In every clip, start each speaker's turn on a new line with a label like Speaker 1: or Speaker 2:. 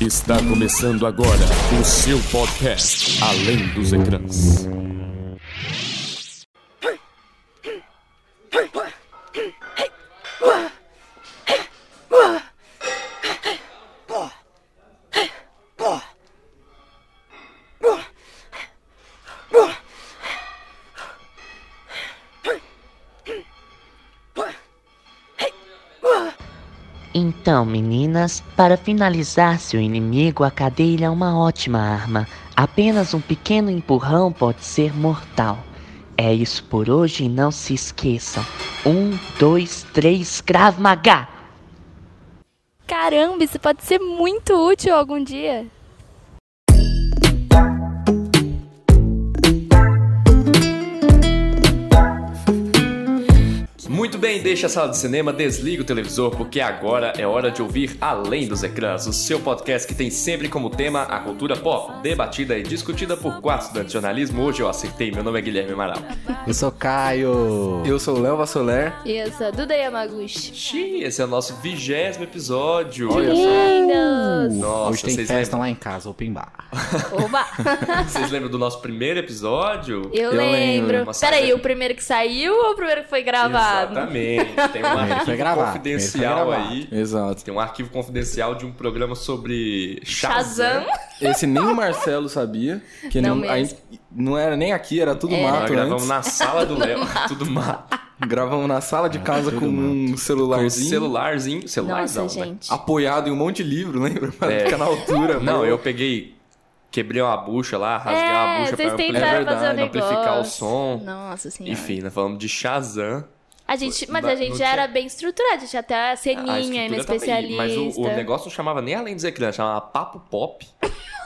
Speaker 1: Está começando agora o seu podcast Além dos Ecrãs.
Speaker 2: Então, meninas, para finalizar seu inimigo, a cadeia é uma ótima arma. Apenas um pequeno empurrão pode ser mortal. É isso por hoje e não se esqueçam. Um, dois, três, Krav Maga!
Speaker 3: Caramba, isso pode ser muito útil algum dia.
Speaker 4: Muito bem, deixa a sala de cinema, desliga o televisor, porque agora é hora de ouvir Além dos Ecrãs, o seu podcast que tem sempre como tema a cultura pop, debatida e discutida por quatro estudantes de jornalismo. Hoje eu acertei, meu nome é Guilherme Amaral.
Speaker 5: Eu sou Caio.
Speaker 6: Eu sou o Léo Vassoler.
Speaker 3: E eu sou a Duda Yamaguchi.
Speaker 4: Xiii, esse é o nosso vigésimo episódio.
Speaker 3: Olha só.
Speaker 5: Hoje
Speaker 4: Nossa,
Speaker 5: tem
Speaker 4: vocês
Speaker 5: festa
Speaker 4: lembram,
Speaker 5: lá em casa, open bar.
Speaker 3: Oba!
Speaker 4: vocês lembram do nosso primeiro episódio?
Speaker 3: Eu,
Speaker 6: Eu lembro.
Speaker 3: lembro.
Speaker 4: Nossa,
Speaker 3: Peraí,
Speaker 4: cara.
Speaker 3: o primeiro que saiu ou o primeiro que foi gravado?
Speaker 4: Exatamente, tem um
Speaker 5: Primeiro foi
Speaker 4: arquivo
Speaker 5: gravado,
Speaker 4: confidencial
Speaker 5: primeiro foi
Speaker 4: aí.
Speaker 6: Exato.
Speaker 4: Tem um arquivo confidencial de um programa sobre
Speaker 3: Shazam.
Speaker 6: Esse nem o Marcelo sabia. Que
Speaker 3: Não
Speaker 6: não,
Speaker 3: mesmo.
Speaker 6: aí- não era nem aqui, era tudo
Speaker 3: Era.
Speaker 4: Nós
Speaker 6: mato
Speaker 4: gravamos
Speaker 6: antes.
Speaker 4: na sala do Léo, tudo mato.
Speaker 6: Gravamos na sala de casa
Speaker 5: tudo
Speaker 6: com um
Speaker 4: Ah, Com o
Speaker 6: celularzinho.
Speaker 4: celularzinho. Celularzão,
Speaker 3: Nossa,
Speaker 4: né?
Speaker 3: gente.
Speaker 6: Apoiado em um monte de livro, lembra? Pra
Speaker 4: É.
Speaker 6: ficar na altura.
Speaker 4: Não,
Speaker 6: pô.
Speaker 4: eu peguei. Quebrei uma bucha lá, rasguei uma
Speaker 3: É,
Speaker 4: bucha
Speaker 3: vocês
Speaker 4: pra ampli-
Speaker 3: tentaram
Speaker 6: É
Speaker 3: fazer o
Speaker 6: verdade,
Speaker 3: negócio.
Speaker 4: amplificar o som.
Speaker 3: Nossa senhora.
Speaker 4: Enfim, nós falamos de Shazam.
Speaker 3: A gente, mas
Speaker 4: Não-
Speaker 3: a gente
Speaker 4: não
Speaker 3: já
Speaker 4: tinha-
Speaker 3: era bem estruturada, a gente tinha até a
Speaker 4: A
Speaker 3: ceninha no
Speaker 4: estrutura tava aí,
Speaker 3: especialista.
Speaker 4: Mas o, o negócio não chamava nem além dos ecrãs, chamava Papo Pop.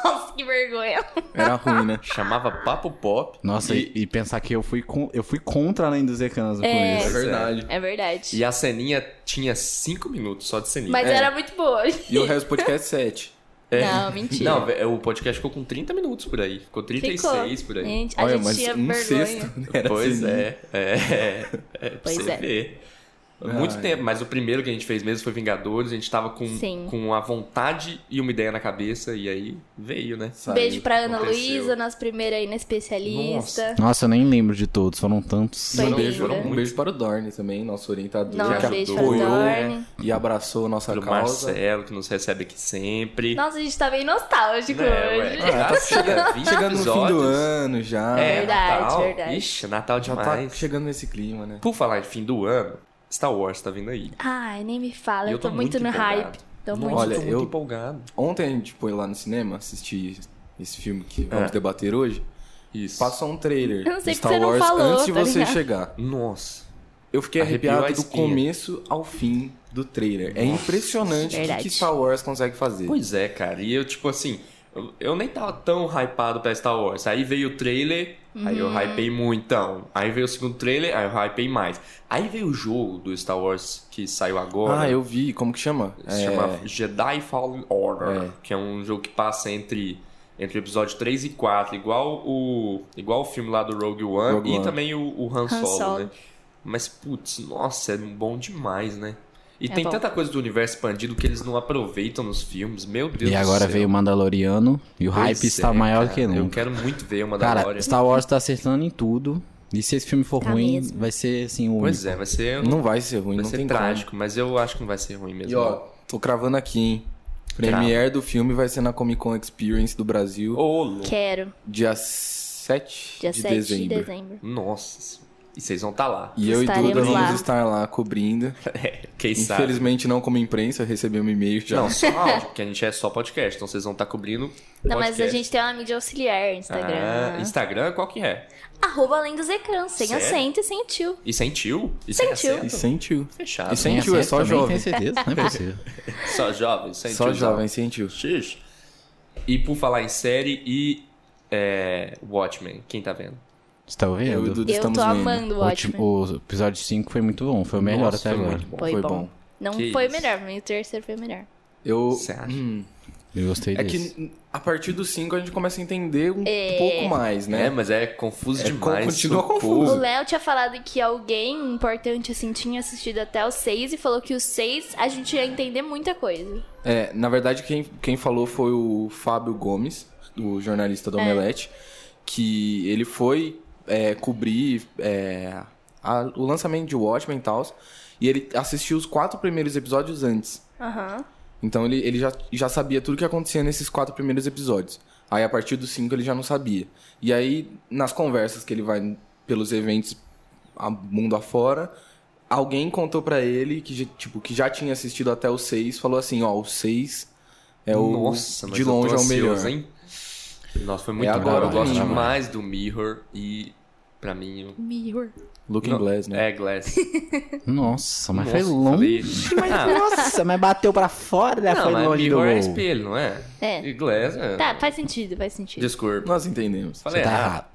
Speaker 3: Nossa, que vergonha.
Speaker 6: Era ruim, né?
Speaker 4: Chamava Papo Pop.
Speaker 5: Nossa, e, e pensar que eu fui, con- eu fui contra além dos Ecans com
Speaker 3: É.
Speaker 6: É
Speaker 5: isso.
Speaker 6: verdade.
Speaker 3: É verdade.
Speaker 4: E a ceninha tinha 5 minutos só de ceninha.
Speaker 3: Mas
Speaker 6: É.
Speaker 3: era muito boa.
Speaker 6: E o resto do podcast 7.
Speaker 4: É.
Speaker 3: Não, mentira.
Speaker 4: Não, vé- o podcast ficou com 30 minutos por aí. Ficou 36 por aí.
Speaker 3: Gente, a gente tinha
Speaker 6: um
Speaker 3: vergonha.
Speaker 6: sexto né? Era
Speaker 4: pois
Speaker 6: assim.
Speaker 4: é, é, é, pra
Speaker 3: Pois
Speaker 4: você
Speaker 3: é.
Speaker 4: ver. Muito
Speaker 6: Ai.
Speaker 4: tempo, mas o primeiro que a gente fez mesmo foi Vingadores, a gente tava com,
Speaker 3: Sim.
Speaker 4: com a vontade e uma ideia na cabeça, e aí veio, né?
Speaker 6: Saiu.
Speaker 3: Beijo pra Ana
Speaker 4: aconteceu.
Speaker 3: Luísa, nossa primeira aí na especialista.
Speaker 5: Nossa, eu nem lembro de todos, foram tantos.
Speaker 3: Foi
Speaker 6: Um
Speaker 3: lindo.
Speaker 6: beijo,
Speaker 4: Muito.
Speaker 6: um beijo para o Dorne também, nosso orientador.
Speaker 3: Nossa,
Speaker 6: que
Speaker 3: né? um beijo para o
Speaker 6: apoiou
Speaker 3: Dorne.
Speaker 6: e abraçou nossa
Speaker 4: Pelo
Speaker 6: causa.
Speaker 4: Marcelo, que nos recebe aqui sempre.
Speaker 3: Nossa, a gente tá bem nostálgico
Speaker 4: É,
Speaker 3: hoje.
Speaker 4: ué, tá chega- 20
Speaker 6: Ah, Chegando no fim do
Speaker 4: episódios.
Speaker 6: ano já.
Speaker 4: É,
Speaker 3: Verdade,
Speaker 4: Natal.
Speaker 3: verdade.
Speaker 4: Ixi, Natal
Speaker 6: Já
Speaker 4: demais.
Speaker 6: tá chegando nesse clima, né?
Speaker 4: Por falar de fim do ano, Star Wars tá vindo aí.
Speaker 3: Ai, nem me fala,
Speaker 4: E
Speaker 3: eu, tô, muito, no
Speaker 4: empolgado.
Speaker 3: hype. Tô
Speaker 4: Nossa,
Speaker 3: muito.
Speaker 6: Olha,
Speaker 4: eu tô
Speaker 6: eu-
Speaker 4: muito empolgado.
Speaker 6: Ontem a gente foi lá no cinema assistir esse filme que vamos
Speaker 4: É.
Speaker 6: debater hoje.
Speaker 4: Isso.
Speaker 6: Passou um trailer
Speaker 3: Eu não sei porque
Speaker 6: de Star
Speaker 3: você não
Speaker 6: Wars
Speaker 3: falou,
Speaker 6: antes de
Speaker 3: tá
Speaker 6: você
Speaker 3: ligado?
Speaker 6: chegar.
Speaker 4: Nossa.
Speaker 6: Eu fiquei
Speaker 4: Arrepiou a
Speaker 6: arrepiado do
Speaker 4: espinha.
Speaker 6: começo ao fim do trailer. É impressionante o que,
Speaker 3: Verdade.
Speaker 6: que Star Wars consegue fazer.
Speaker 4: Pois é, cara. E eu, tipo assim, eu, eu nem tava tão hypado pra Star Wars. Aí veio o trailer, aí eu hypei muitão. Aí veio o segundo trailer, aí eu hypei mais. Aí veio o jogo do Star Wars que saiu agora.
Speaker 6: Ah, eu vi. Como que chama?
Speaker 4: é. Se
Speaker 6: É,
Speaker 4: chama Jedi Fallen Order,
Speaker 6: É.
Speaker 4: que é um jogo que passa entre entre o episódio 3 e 4, igual o igual o filme lá do Rogue One
Speaker 6: Rogue
Speaker 4: e
Speaker 6: One.
Speaker 4: também o, o Han,
Speaker 3: Han
Speaker 4: Solo,
Speaker 3: Solo.
Speaker 4: né? Mas putz, nossa, é bom demais, né? E
Speaker 3: É
Speaker 4: tem
Speaker 3: bom.
Speaker 4: tanta coisa do universo expandido que eles não aproveitam nos filmes. Meu Deus
Speaker 5: E
Speaker 4: do
Speaker 5: agora
Speaker 4: céu.
Speaker 5: veio o Mandaloriano e o
Speaker 4: Pois
Speaker 5: hype está
Speaker 4: é,
Speaker 5: maior
Speaker 4: cara.
Speaker 5: que
Speaker 4: Eu
Speaker 5: nunca.
Speaker 4: quero muito ver uma da
Speaker 5: Cara, Star Wars tá acertando em tudo. E se esse filme for
Speaker 3: Tá
Speaker 5: ruim,
Speaker 3: mesmo.
Speaker 5: vai ser assim o
Speaker 4: Pois é, vai ser,
Speaker 6: Não vai ser ruim,
Speaker 4: vai
Speaker 6: não
Speaker 4: ser
Speaker 6: tem
Speaker 4: trágico, mas eu acho que não vai ser ruim mesmo.
Speaker 6: E ó, tô cravando aqui, hein?
Speaker 4: Crava.
Speaker 6: Premiere do filme vai ser na Comic Con Experience do Brasil,
Speaker 4: Ô, louco.
Speaker 3: Quero.
Speaker 6: dia 7
Speaker 3: Dia
Speaker 6: de
Speaker 3: 7 de
Speaker 6: dezembro.
Speaker 3: dezembro.
Speaker 4: Nossa. E vocês vão estar lá.
Speaker 6: E eu e
Speaker 3: Estaremos
Speaker 6: Duda
Speaker 3: lá.
Speaker 6: vamos estar lá cobrindo.
Speaker 4: Quem sabe?
Speaker 6: Infelizmente não como imprensa, recebi um e-mail já.
Speaker 4: Não, só áudio, porque a gente é só podcast, então vocês vão estar cobrindo.
Speaker 3: Não, mas
Speaker 4: podcast.
Speaker 3: a gente tem uma mídia auxiliar Instagram.
Speaker 4: Ah, Instagram, qual que é?
Speaker 3: Arroba além dos ecrãs, sem
Speaker 4: Sério?
Speaker 3: acento e sem tio.
Speaker 4: E sem tio? E
Speaker 3: Sem tio.
Speaker 4: acento?
Speaker 6: E sentiu.
Speaker 4: Fechado.
Speaker 6: E sem-
Speaker 5: Tem
Speaker 6: tio, é
Speaker 5: acerto
Speaker 6: só
Speaker 5: também,
Speaker 6: jovem.
Speaker 5: Tem certeza, não é possível.
Speaker 4: Só jovem, sem
Speaker 6: Só
Speaker 4: tiozão.
Speaker 6: jovem sentiu.
Speaker 4: Xixi. E por falar em série e é, Watchmen, quem tá vendo?
Speaker 5: Você tá ouvindo?
Speaker 6: Eu e o Duda
Speaker 3: Eu
Speaker 6: estamos
Speaker 3: tô
Speaker 6: vendo.
Speaker 3: amando o
Speaker 5: O, último-
Speaker 3: Watchmen.
Speaker 5: o episódio 5 foi muito bom, foi o melhor
Speaker 4: Nossa,
Speaker 5: até
Speaker 4: foi
Speaker 5: agora.
Speaker 4: muito Tá bom.
Speaker 3: Foi
Speaker 6: Foi
Speaker 3: bom.
Speaker 6: bom.
Speaker 3: Não
Speaker 4: Que
Speaker 3: foi o
Speaker 4: isso.
Speaker 3: melhor, mas o terceiro foi o melhor.
Speaker 6: Eu.
Speaker 4: Você acha?
Speaker 6: Hum,
Speaker 5: Eu gostei
Speaker 6: é
Speaker 5: disso.
Speaker 6: que a partir do 5 a gente começa a entender um pouco mais,
Speaker 4: É,
Speaker 6: né?
Speaker 4: mas é confuso
Speaker 6: É,
Speaker 4: demais.
Speaker 6: continua
Speaker 4: socorro.
Speaker 6: confuso.
Speaker 3: O Léo tinha falado que alguém importante, assim, tinha assistido até o 6 e falou que o 6 a gente ia entender muita coisa.
Speaker 6: É, na verdade, quem, quem falou foi o Fábio Gomes, o jornalista do Omelete, que ele foi é, cobrir é, a- o lançamento de Watchmen e tal, e ele assistiu os quatro primeiros episódios antes.
Speaker 3: Aham.
Speaker 6: Então ele, ele já, já sabia tudo o que acontecia nesses quatro primeiros episódios. Aí a partir dos cinco ele já não sabia. E aí, nas conversas que ele vai pelos eventos a- mundo afora, alguém contou pra ele que, já- tipo, que já tinha assistido até o seis, falou assim, ó, o seis é o
Speaker 4: Nossa, mas
Speaker 6: de
Speaker 4: eu tô
Speaker 6: longe é o melhor.
Speaker 4: ansioso, hein? Nossa, foi muito
Speaker 6: É
Speaker 4: bom.
Speaker 6: agora,
Speaker 4: Eu gosto
Speaker 6: pra mim.
Speaker 4: demais do Mirror e pra mim. eu-
Speaker 3: Mirror.
Speaker 6: Looking
Speaker 4: Não,
Speaker 6: Glass, né?
Speaker 4: É, Glass.
Speaker 5: Nossa, mas
Speaker 4: Nossa,
Speaker 5: foi longe.
Speaker 4: falei- Ah,
Speaker 5: Mas, nossa, mas bateu pra fora, né?
Speaker 4: Não,
Speaker 5: foi
Speaker 4: mas
Speaker 5: longe do
Speaker 4: Mirror é
Speaker 5: gol.
Speaker 4: espelho, não é?
Speaker 3: É.
Speaker 4: E Glass é.
Speaker 3: Tá, faz sentido, faz sentido.
Speaker 4: Desculpa.
Speaker 6: Nós entendemos.
Speaker 4: Falei ah,
Speaker 5: Tá
Speaker 4: errado.
Speaker 5: errado.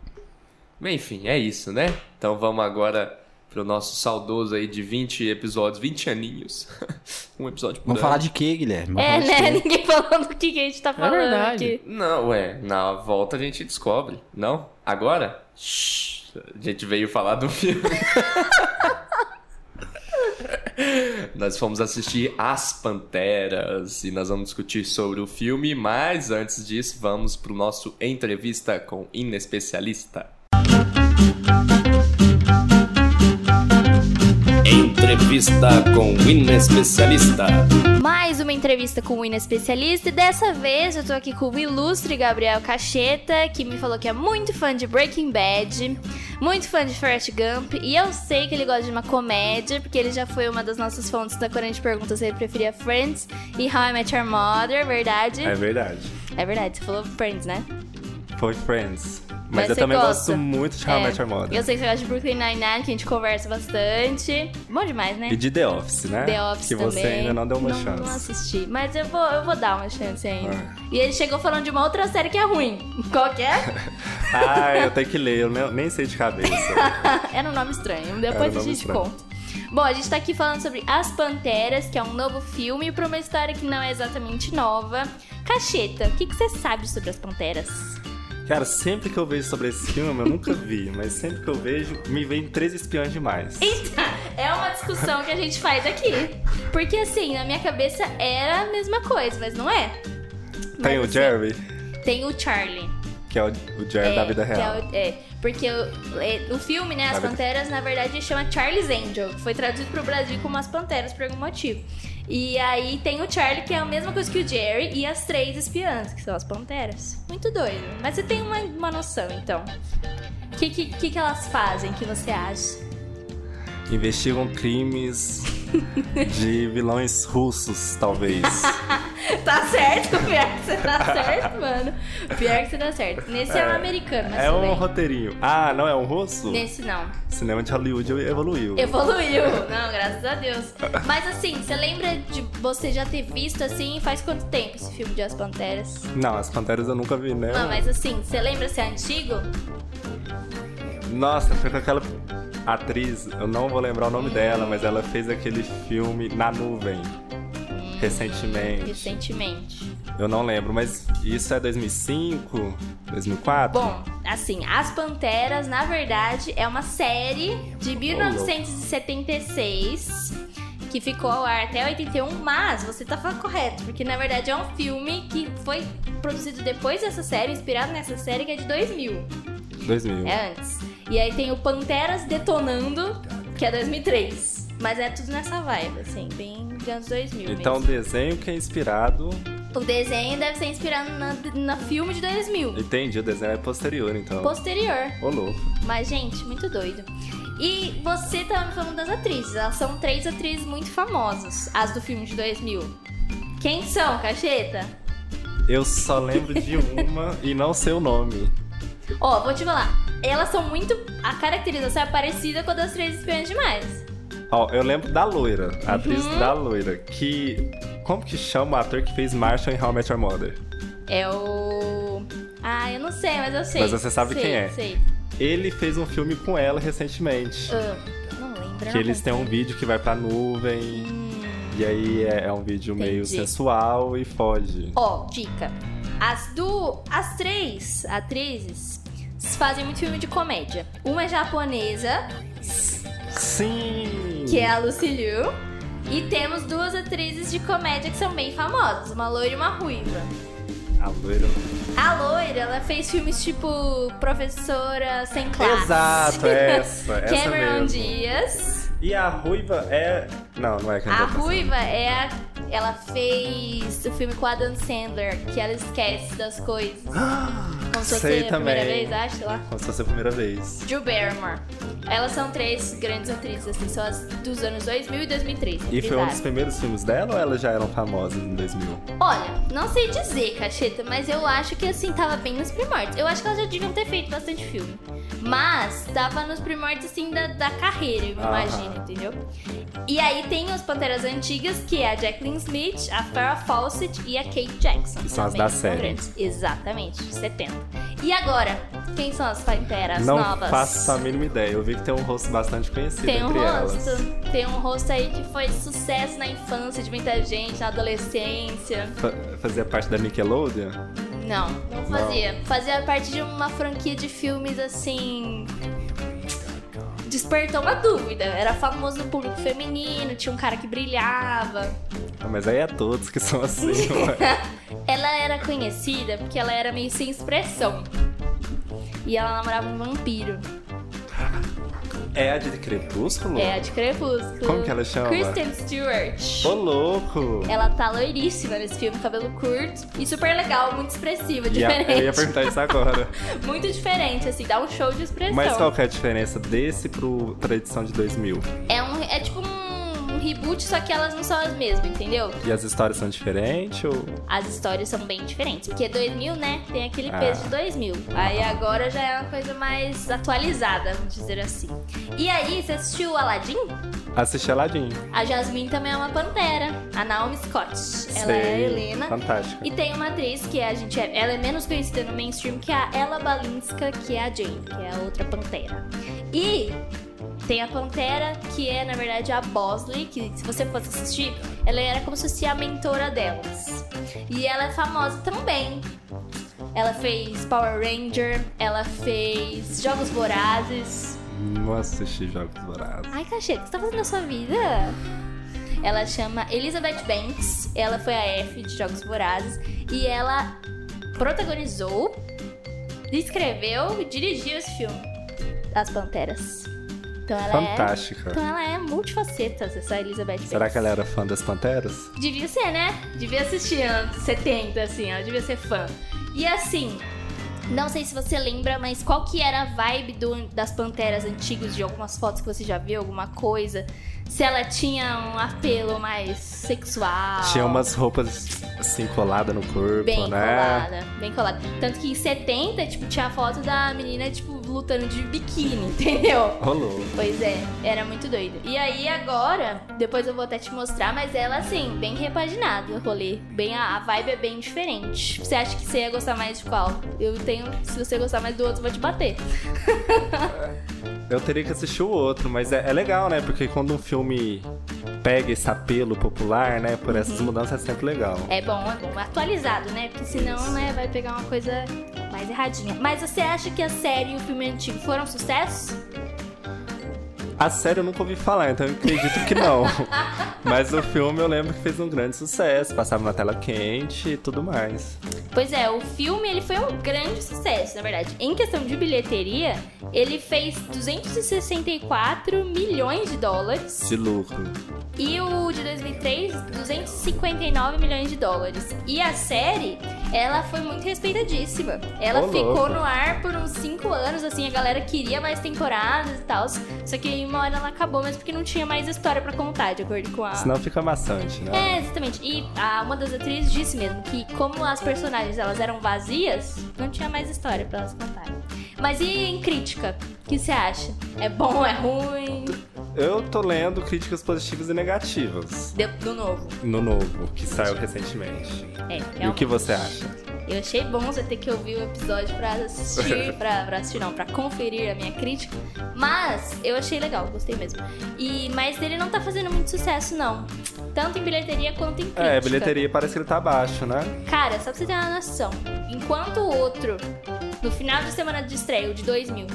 Speaker 4: Bem, enfim, é isso, né? Então vamos agora pro nosso saudoso aí de 20 episódios, 20 aninhos. um episódio por
Speaker 5: Vamos
Speaker 4: ano.
Speaker 5: falar de quê, Guilherme?
Speaker 3: É,
Speaker 5: Vamos falar de
Speaker 3: né?
Speaker 5: quê?
Speaker 3: Ninguém falando o que que a gente tá falando
Speaker 5: verdade.
Speaker 3: aqui.
Speaker 4: Não, ué, na volta a gente descobre, não? Agora? Shhh, a gente veio falar do filme. nós fomos assistir As Panteras e nós vamos discutir sobre o filme, mas antes disso vamos pro nosso entrevista com inespecialista.
Speaker 1: Entrevista com o Inespecialista.
Speaker 3: Mais uma entrevista com o Win Especialista e dessa vez eu tô aqui com o ilustre Gabriel Cacheta, que me falou que é muito fã de Breaking Bad, muito fã de Forrest Gump, e eu sei que ele gosta de uma comédia, porque ele já foi uma das nossas fontes né? da Corante de Perguntas se ele preferia Friends e How I Met Your Mother, verdade?
Speaker 7: É verdade.
Speaker 3: É verdade, você falou Friends, né?
Speaker 7: Foi Friends. Mas,
Speaker 3: Mas
Speaker 7: eu
Speaker 3: você
Speaker 7: também
Speaker 3: gosta.
Speaker 7: gosto muito de How I
Speaker 3: É.
Speaker 7: Met Your Mother.
Speaker 3: Eu sei que você gosta de Brooklyn Nine-Nine, que a gente conversa bastante. Bom demais, né?
Speaker 7: E de The Office, né?
Speaker 3: The Office
Speaker 7: que você
Speaker 3: também.
Speaker 7: ainda não deu uma
Speaker 3: não,
Speaker 7: chance.
Speaker 3: Não assisti, mas eu vou, eu vou dar uma chance ainda. E ele chegou falando de uma outra série que é ruim. Qual que é?
Speaker 7: Ah, eu tenho que ler, eu ne- nem sei de cabeça.
Speaker 3: Era um nome estranho,
Speaker 7: Era um
Speaker 3: depois a
Speaker 7: nome
Speaker 3: gente
Speaker 7: estranho.
Speaker 3: conta. Bom, a gente tá aqui falando sobre As Panteras, que é um novo filme pra uma história que não é exatamente nova. Cacheta, o que, que você sabe sobre As Panteras?
Speaker 7: Cara, sempre que eu vejo sobre esse filme, eu nunca vi, mas sempre que eu vejo, me vem três espiões demais.
Speaker 3: Eita, é uma discussão que a gente faz aqui. Porque assim, na minha cabeça era a mesma coisa, mas não é.
Speaker 7: Tem
Speaker 3: Mas,
Speaker 7: o
Speaker 3: assim,
Speaker 7: Jerry,
Speaker 3: Tem o Charlie.
Speaker 7: que é o, o Jerry
Speaker 3: É,
Speaker 7: da vida
Speaker 3: que
Speaker 7: real.
Speaker 3: É, o- é, porque o, é, o filme, né, As
Speaker 7: Da vida-
Speaker 3: Panteras, na verdade, chama Charlie's Angel. que Foi traduzido pro Brasil como As Panteras por algum motivo. E aí tem o Charlie, que é a mesma coisa que o Jerry, e as três espiãs, que são as Panteras. Muito doido. Mas você tem uma, uma noção, então. O que, que, que, que elas fazem que você acha?
Speaker 7: Investigam crimes de vilões russos, talvez.
Speaker 3: Tá certo? Pior que você tá certo, mano. Pior que você tá certo. Nesse é, um americano, mas
Speaker 7: é
Speaker 3: tudo
Speaker 7: um
Speaker 3: bem.
Speaker 7: roteirinho. Ah, não é um russo?
Speaker 3: Nesse não.
Speaker 7: Cinema de Hollywood evoluiu.
Speaker 3: Evoluiu. Não, graças a Deus. Mas assim, você lembra de você já ter visto assim, faz quanto tempo esse filme de As Panteras?
Speaker 7: Não, as panteras eu nunca vi, né?
Speaker 3: Não, mas assim, você lembra se é antigo?
Speaker 7: Nossa, foi com aquela atriz, eu não vou lembrar o nome dela, mas ela fez aquele filme Na Nuvem. Recentemente.
Speaker 3: Recentemente.
Speaker 7: Eu não lembro, mas isso é 2005, 2004?
Speaker 3: Bom, assim, As Panteras, na verdade, é uma série de 1976 que ficou ao ar até 81, mas você tá falando correto, porque na verdade é um filme que foi produzido depois dessa série, inspirado nessa série que é de 2000.
Speaker 7: 2000.
Speaker 3: É antes. E aí tem o Panteras Detonando, que é 2003. Mas é tudo nessa vibe, assim, bem de anos 2000
Speaker 7: Então o
Speaker 3: mesmo.
Speaker 7: desenho que é inspirado.
Speaker 3: O desenho deve ser inspirado na, na filme de 2000.
Speaker 7: Entendi, o desenho é posterior, então.
Speaker 3: Posterior.
Speaker 7: Ô louco.
Speaker 3: Mas, gente, muito doido. E você tava me falando das atrizes. Elas são três atrizes muito famosas, as do filme de 2000. Quem são, Cacheta?
Speaker 7: Eu só lembro de uma e não sei o nome.
Speaker 3: Ó, vou te falar. Elas são muito... A caracterização é parecida com a das três espiãs demais.
Speaker 7: Ó, eu lembro da loira, a atriz
Speaker 3: Uhum.
Speaker 7: da loira, que. Como que chama o ator que fez Marshall em How I Met Your Mother?
Speaker 3: É o. Ah, eu não sei, mas eu sei.
Speaker 7: Mas você sabe
Speaker 3: Sei,
Speaker 7: quem é.
Speaker 3: Sei.
Speaker 7: Ele fez um filme com ela recentemente.
Speaker 3: Ah, não lembro.
Speaker 7: Que eles têm um vídeo que vai pra nuvem. E aí é, é um vídeo meio
Speaker 3: Entendi.
Speaker 7: sensual e foge.
Speaker 3: Ó, dica. As du... As três atrizes fazem muito filme de comédia. Uma é japonesa,
Speaker 7: Sim!
Speaker 3: que é a Lucy Liu. E temos duas atrizes de comédia que são bem famosas, uma loira e uma ruiva.
Speaker 7: A loira.
Speaker 3: A loira, ela fez filmes tipo Professora Sem Classe.
Speaker 7: Exato, essa, essa
Speaker 3: Cameron
Speaker 7: mesmo.
Speaker 3: Dias.
Speaker 7: E a ruiva é. Não, não é que
Speaker 3: A ruiva é a... Ela fez o filme com a Adam Sandler, que ela esquece das coisas. Como se fosse
Speaker 7: Sei
Speaker 3: a primeira
Speaker 7: também.
Speaker 3: vez, acho, sei lá.
Speaker 7: Como se fosse a primeira vez.
Speaker 3: Drew Barrymore. Elas são três grandes atrizes, assim, são as dos anos 2000 e 2003.
Speaker 7: E foi um dos
Speaker 3: frisaram.
Speaker 7: primeiros filmes dela ou elas já eram famosas em 2000?
Speaker 3: Olha, não sei dizer, Cacheta, mas eu acho que, assim, tava bem nos primórdios. Eu acho que elas já deviam ter feito bastante filme. Mas tava nos primórdios, assim, da, da carreira, eu
Speaker 7: Aham.
Speaker 3: imagino, entendeu? E aí tem os Panteras Antigas, que é a Jacqueline Smith, a Farrah Fawcett e a Kate Jackson.
Speaker 7: Que são as
Speaker 3: Também
Speaker 7: da série.
Speaker 3: grandes. Exatamente, de 70. E agora, quem são as Panteras
Speaker 7: não
Speaker 3: novas?
Speaker 7: faço a mínima ideia. Eu vi que tem um rosto bastante conhecido
Speaker 3: Tem um
Speaker 7: entre
Speaker 3: rosto,
Speaker 7: elas.
Speaker 3: tem um rosto aí que foi sucesso na infância de muita gente, na adolescência.
Speaker 7: Fa- Fazia parte da Nickelodeon?
Speaker 3: Não, não fazia. Fazia parte de uma franquia de filmes assim. Despertou uma dúvida. Era famoso no público feminino, tinha um cara que brilhava.
Speaker 7: Ah, Mas aí é todos que são assim,
Speaker 3: É.
Speaker 7: ué.
Speaker 3: Ela era conhecida porque ela era meio sem expressão. E ela namorava um vampiro.
Speaker 7: É a de Crepúsculo?
Speaker 3: É a de Crepúsculo.
Speaker 7: Como que é ela chama?
Speaker 3: Kristen Stewart.
Speaker 7: Ô, louco!
Speaker 3: Ela tá loiríssima nesse filme, cabelo curto e super legal, muito expressiva,
Speaker 7: E a-
Speaker 3: É diferente.
Speaker 7: eu ia perguntar isso agora.
Speaker 3: Muito diferente, assim, dá um show de expressão.
Speaker 7: Mas qual que é a diferença desse pro pra edição de 2000?
Speaker 3: É, um, é tipo um reboot, só que elas não são as mesmas, entendeu?
Speaker 7: E as histórias são diferentes ou...
Speaker 3: As histórias são bem diferentes. Porque 2000, né? Tem aquele
Speaker 7: Ah.
Speaker 3: peso de 2000. Aí agora já é uma coisa mais atualizada, vamos dizer assim. E aí, você assistiu o Aladdin?
Speaker 7: Assiste Aladdin.
Speaker 3: A Jasmine também é uma pantera. A Naomi Scott. Ela é a
Speaker 7: Sei. tá
Speaker 3: Helena.
Speaker 7: Fantástica.
Speaker 3: E tem uma atriz que a gente é, ela é menos conhecida no mainstream que é a Ella Balinska, que é a Jane, que é a outra pantera. E tem a pantera que é na verdade a Bosley, que se você fosse assistir, ela era como se fosse a mentora delas. E ela é famosa também. Ela fez Power Ranger, ela fez Jogos Vorazes.
Speaker 7: Não assisti Jogos Vorazes.
Speaker 3: Ai, Cachê, o que você tá fazendo na sua vida? Ela chama Elizabeth Banks, ela foi a F de Jogos Vorazes e ela protagonizou, escreveu e dirigiu esse filme, As Panteras. Então ela é.
Speaker 7: Fantástica.
Speaker 3: Então ela é multifacetas, essa Elizabeth Banks.
Speaker 7: Será que ela é era fã das Panteras?
Speaker 3: Devia ser, né? Devia assistir anos 70, assim, ela devia ser fã. E assim, não sei se você lembra, mas qual que era a vibe do- das Panteras antigas, de algumas fotos que você já viu, alguma coisa? Se ela tinha um apelo mais sexual.
Speaker 7: Tinha umas roupas assim coladas no corpo,
Speaker 3: Ah. Bem
Speaker 7: né?
Speaker 3: colada, bem colada. Tanto que em 70, tipo, tinha a foto da menina, tipo, lutando de biquíni, entendeu?
Speaker 7: Rolou.
Speaker 3: Pois é, era muito doido. E aí agora, depois eu vou até te mostrar, mas ela assim, bem repaginada o rolê. Bem, a, a vibe é bem diferente. Você acha que você ia gostar mais de qual? Eu tenho. Se você gostar mais do outro, eu vou te bater.
Speaker 7: Eu teria que assistir o outro, mas é, é legal, né? Porque quando um filme pega esse apelo popular, né? Por essas
Speaker 3: Uhum.
Speaker 7: mudanças é sempre legal.
Speaker 3: É bom, é bom. Atualizado, né? Porque senão, né, vai pegar uma coisa mais erradinha. Mas você acha que a série e o filme antigo foram um sucesso?
Speaker 7: A série eu nunca ouvi falar, então eu acredito que não. mas o filme eu lembro que fez um grande sucesso, passava na tela quente e tudo mais.
Speaker 3: Pois é, o filme ele foi um grande sucesso, na verdade. Em questão de bilheteria, ele fez 264 milhões de dólares.
Speaker 7: Se lucro.
Speaker 3: E o de 2003, 259 milhões de dólares. E a série, ela foi muito respeitadíssima. Ela
Speaker 7: Ô,
Speaker 3: ficou
Speaker 7: louco.
Speaker 3: no ar por uns 5 anos, assim, a galera queria mais temporadas e tal. Só que aí uma hora ela acabou, mas porque não tinha mais história pra contar, de acordo com a.
Speaker 7: Ah. Senão fica maçante, né?
Speaker 3: É, exatamente. E a- uma das atrizes disse mesmo que como as personagens elas eram vazias, não tinha mais história pra elas contarem. Mas e em crítica? O que você acha? É bom, é ruim?
Speaker 7: Eu tô lendo críticas positivas e negativas
Speaker 3: Deu- do novo.
Speaker 7: no novo, que saiu recentemente.
Speaker 3: É,
Speaker 7: E o
Speaker 3: realmente.
Speaker 7: que você acha?
Speaker 3: Eu achei bom você ter que ouvir o episódio pra assistir, pra, pra assistir não, pra conferir a minha crítica. Mas eu achei legal, gostei mesmo. E, mas ele não tá fazendo muito sucesso, não. Tanto em bilheteria quanto em crítica.
Speaker 7: É, bilheteria parece que ele tá baixo, né?
Speaker 3: Cara, só pra você ter uma noção. Enquanto o outro, no final de semana de estreia, o de 2000,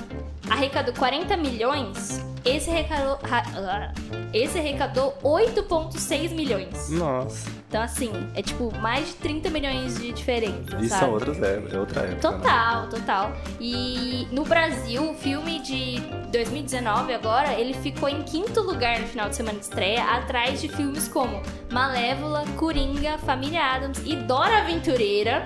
Speaker 3: arrecadou 40 milhões, esse arrecadou, ra- ah, esse arrecadou 8,6 milhões.
Speaker 7: Hum. Nossa.
Speaker 3: Então, assim, é tipo mais de 30 milhões de diferença.
Speaker 7: E
Speaker 3: sabe?
Speaker 7: são outras é outra época. Né?
Speaker 3: Total, total. E no Brasil, o filme de 2019 agora, ele ficou em quinto lugar no final de semana de estreia, atrás de filmes como Malévola, Coringa, Família Adams e Dora Aventureira.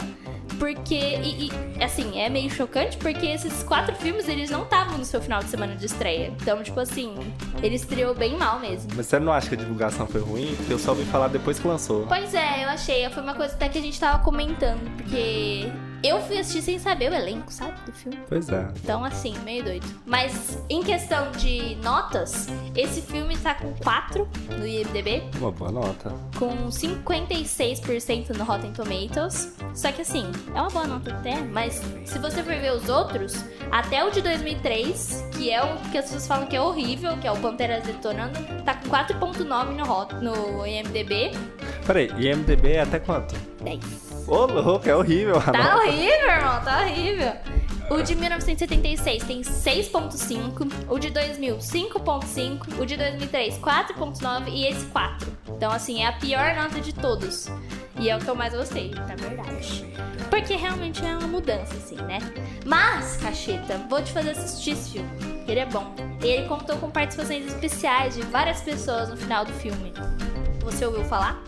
Speaker 3: Porque, e, e, assim, é meio chocante porque esses quatro filmes eles não estavam no seu final de semana de estreia. Então, tipo assim, ele estreou bem mal mesmo.
Speaker 7: Mas você não acha que a divulgação foi ruim? Porque eu só ouvi falar depois que lançou.
Speaker 3: Pois é, eu achei. Foi uma coisa até que a gente tava comentando, porque eu fui assistir sem saber o elenco, sabe, do filme.
Speaker 7: Pois é.
Speaker 3: Então, assim, meio doido. Mas em questão de notas, esse filme tá com 4 no IMDB,
Speaker 7: Uma boa nota.
Speaker 3: com 56% no Rotten Tomatoes. Só que assim, é uma boa nota até, mas se você for ver os outros, até o de 2003, que é o que as pessoas falam que é horrível, que é o Panteras Detonando, tá com 4.9 no, Rot- no IMDB,
Speaker 7: Peraí, IMDB é até quanto?
Speaker 3: 10.
Speaker 7: Ô, louco, é horrível. a
Speaker 3: Tá
Speaker 7: nota.
Speaker 3: horrível, irmão, tá horrível. O de 1976 tem 6.5, o de 2000 5.5, o de 2003 4.9 e esse 4. Então, assim, é a pior nota de todos. E é o que eu mais gostei, na verdade. Porque realmente é uma mudança, assim, né? Mas, Cacheta, vou te fazer assistir esse filme. Ele é bom. Ele contou com participações especiais de várias pessoas no final do filme. Você ouviu falar?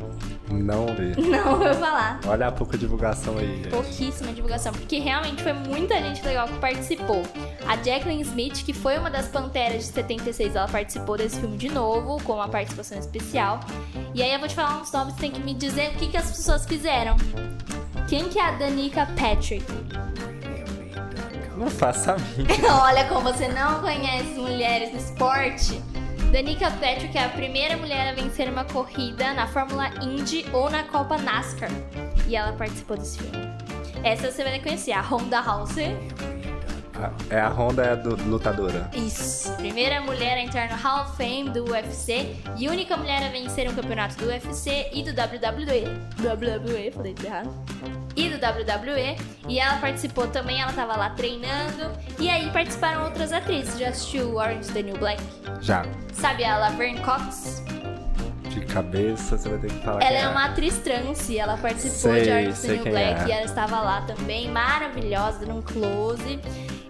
Speaker 7: Não vi.
Speaker 3: Não ouviu falar.
Speaker 7: Olha a pouca divulgação aí, gente.
Speaker 3: Pouquíssima divulgação, porque realmente foi muita gente legal que participou. A Jacqueline Smith, que foi uma das panteras de 76, ela participou desse filme de novo, com uma participação especial. E aí eu vou te falar uns nomes, tem que me dizer o que, que as pessoas fizeram. Quem que é a Danica Patrick?
Speaker 7: Não faça a mim.
Speaker 3: Olha como você não conhece mulheres no esporte. Danica Patrick é a primeira mulher a vencer uma corrida na Fórmula Indy ou na Copa NASCAR. E ela participou desse filme. Essa você vai conhecer, a Honda House.
Speaker 7: É a Honda é a do- lutadora.
Speaker 3: Isso. Primeira mulher a entrar no Hall of Fame do UFC e única mulher a vencer um campeonato do UFC e do WWE. WWE, falei tudo errado. E do WWE. E ela participou também, ela tava lá treinando. E aí participaram outras atrizes. Já assistiu Orange is the New Black?
Speaker 7: Já.
Speaker 3: Sabe a Laverne Cox?
Speaker 7: De cabeça, você vai ter que falar
Speaker 3: Ela
Speaker 7: quem
Speaker 3: é uma atriz trans e ela participou
Speaker 7: Sei,
Speaker 3: de Orange is the
Speaker 7: sei
Speaker 3: New
Speaker 7: quem
Speaker 3: Black
Speaker 7: é.
Speaker 3: e ela estava lá também, maravilhosa, num close.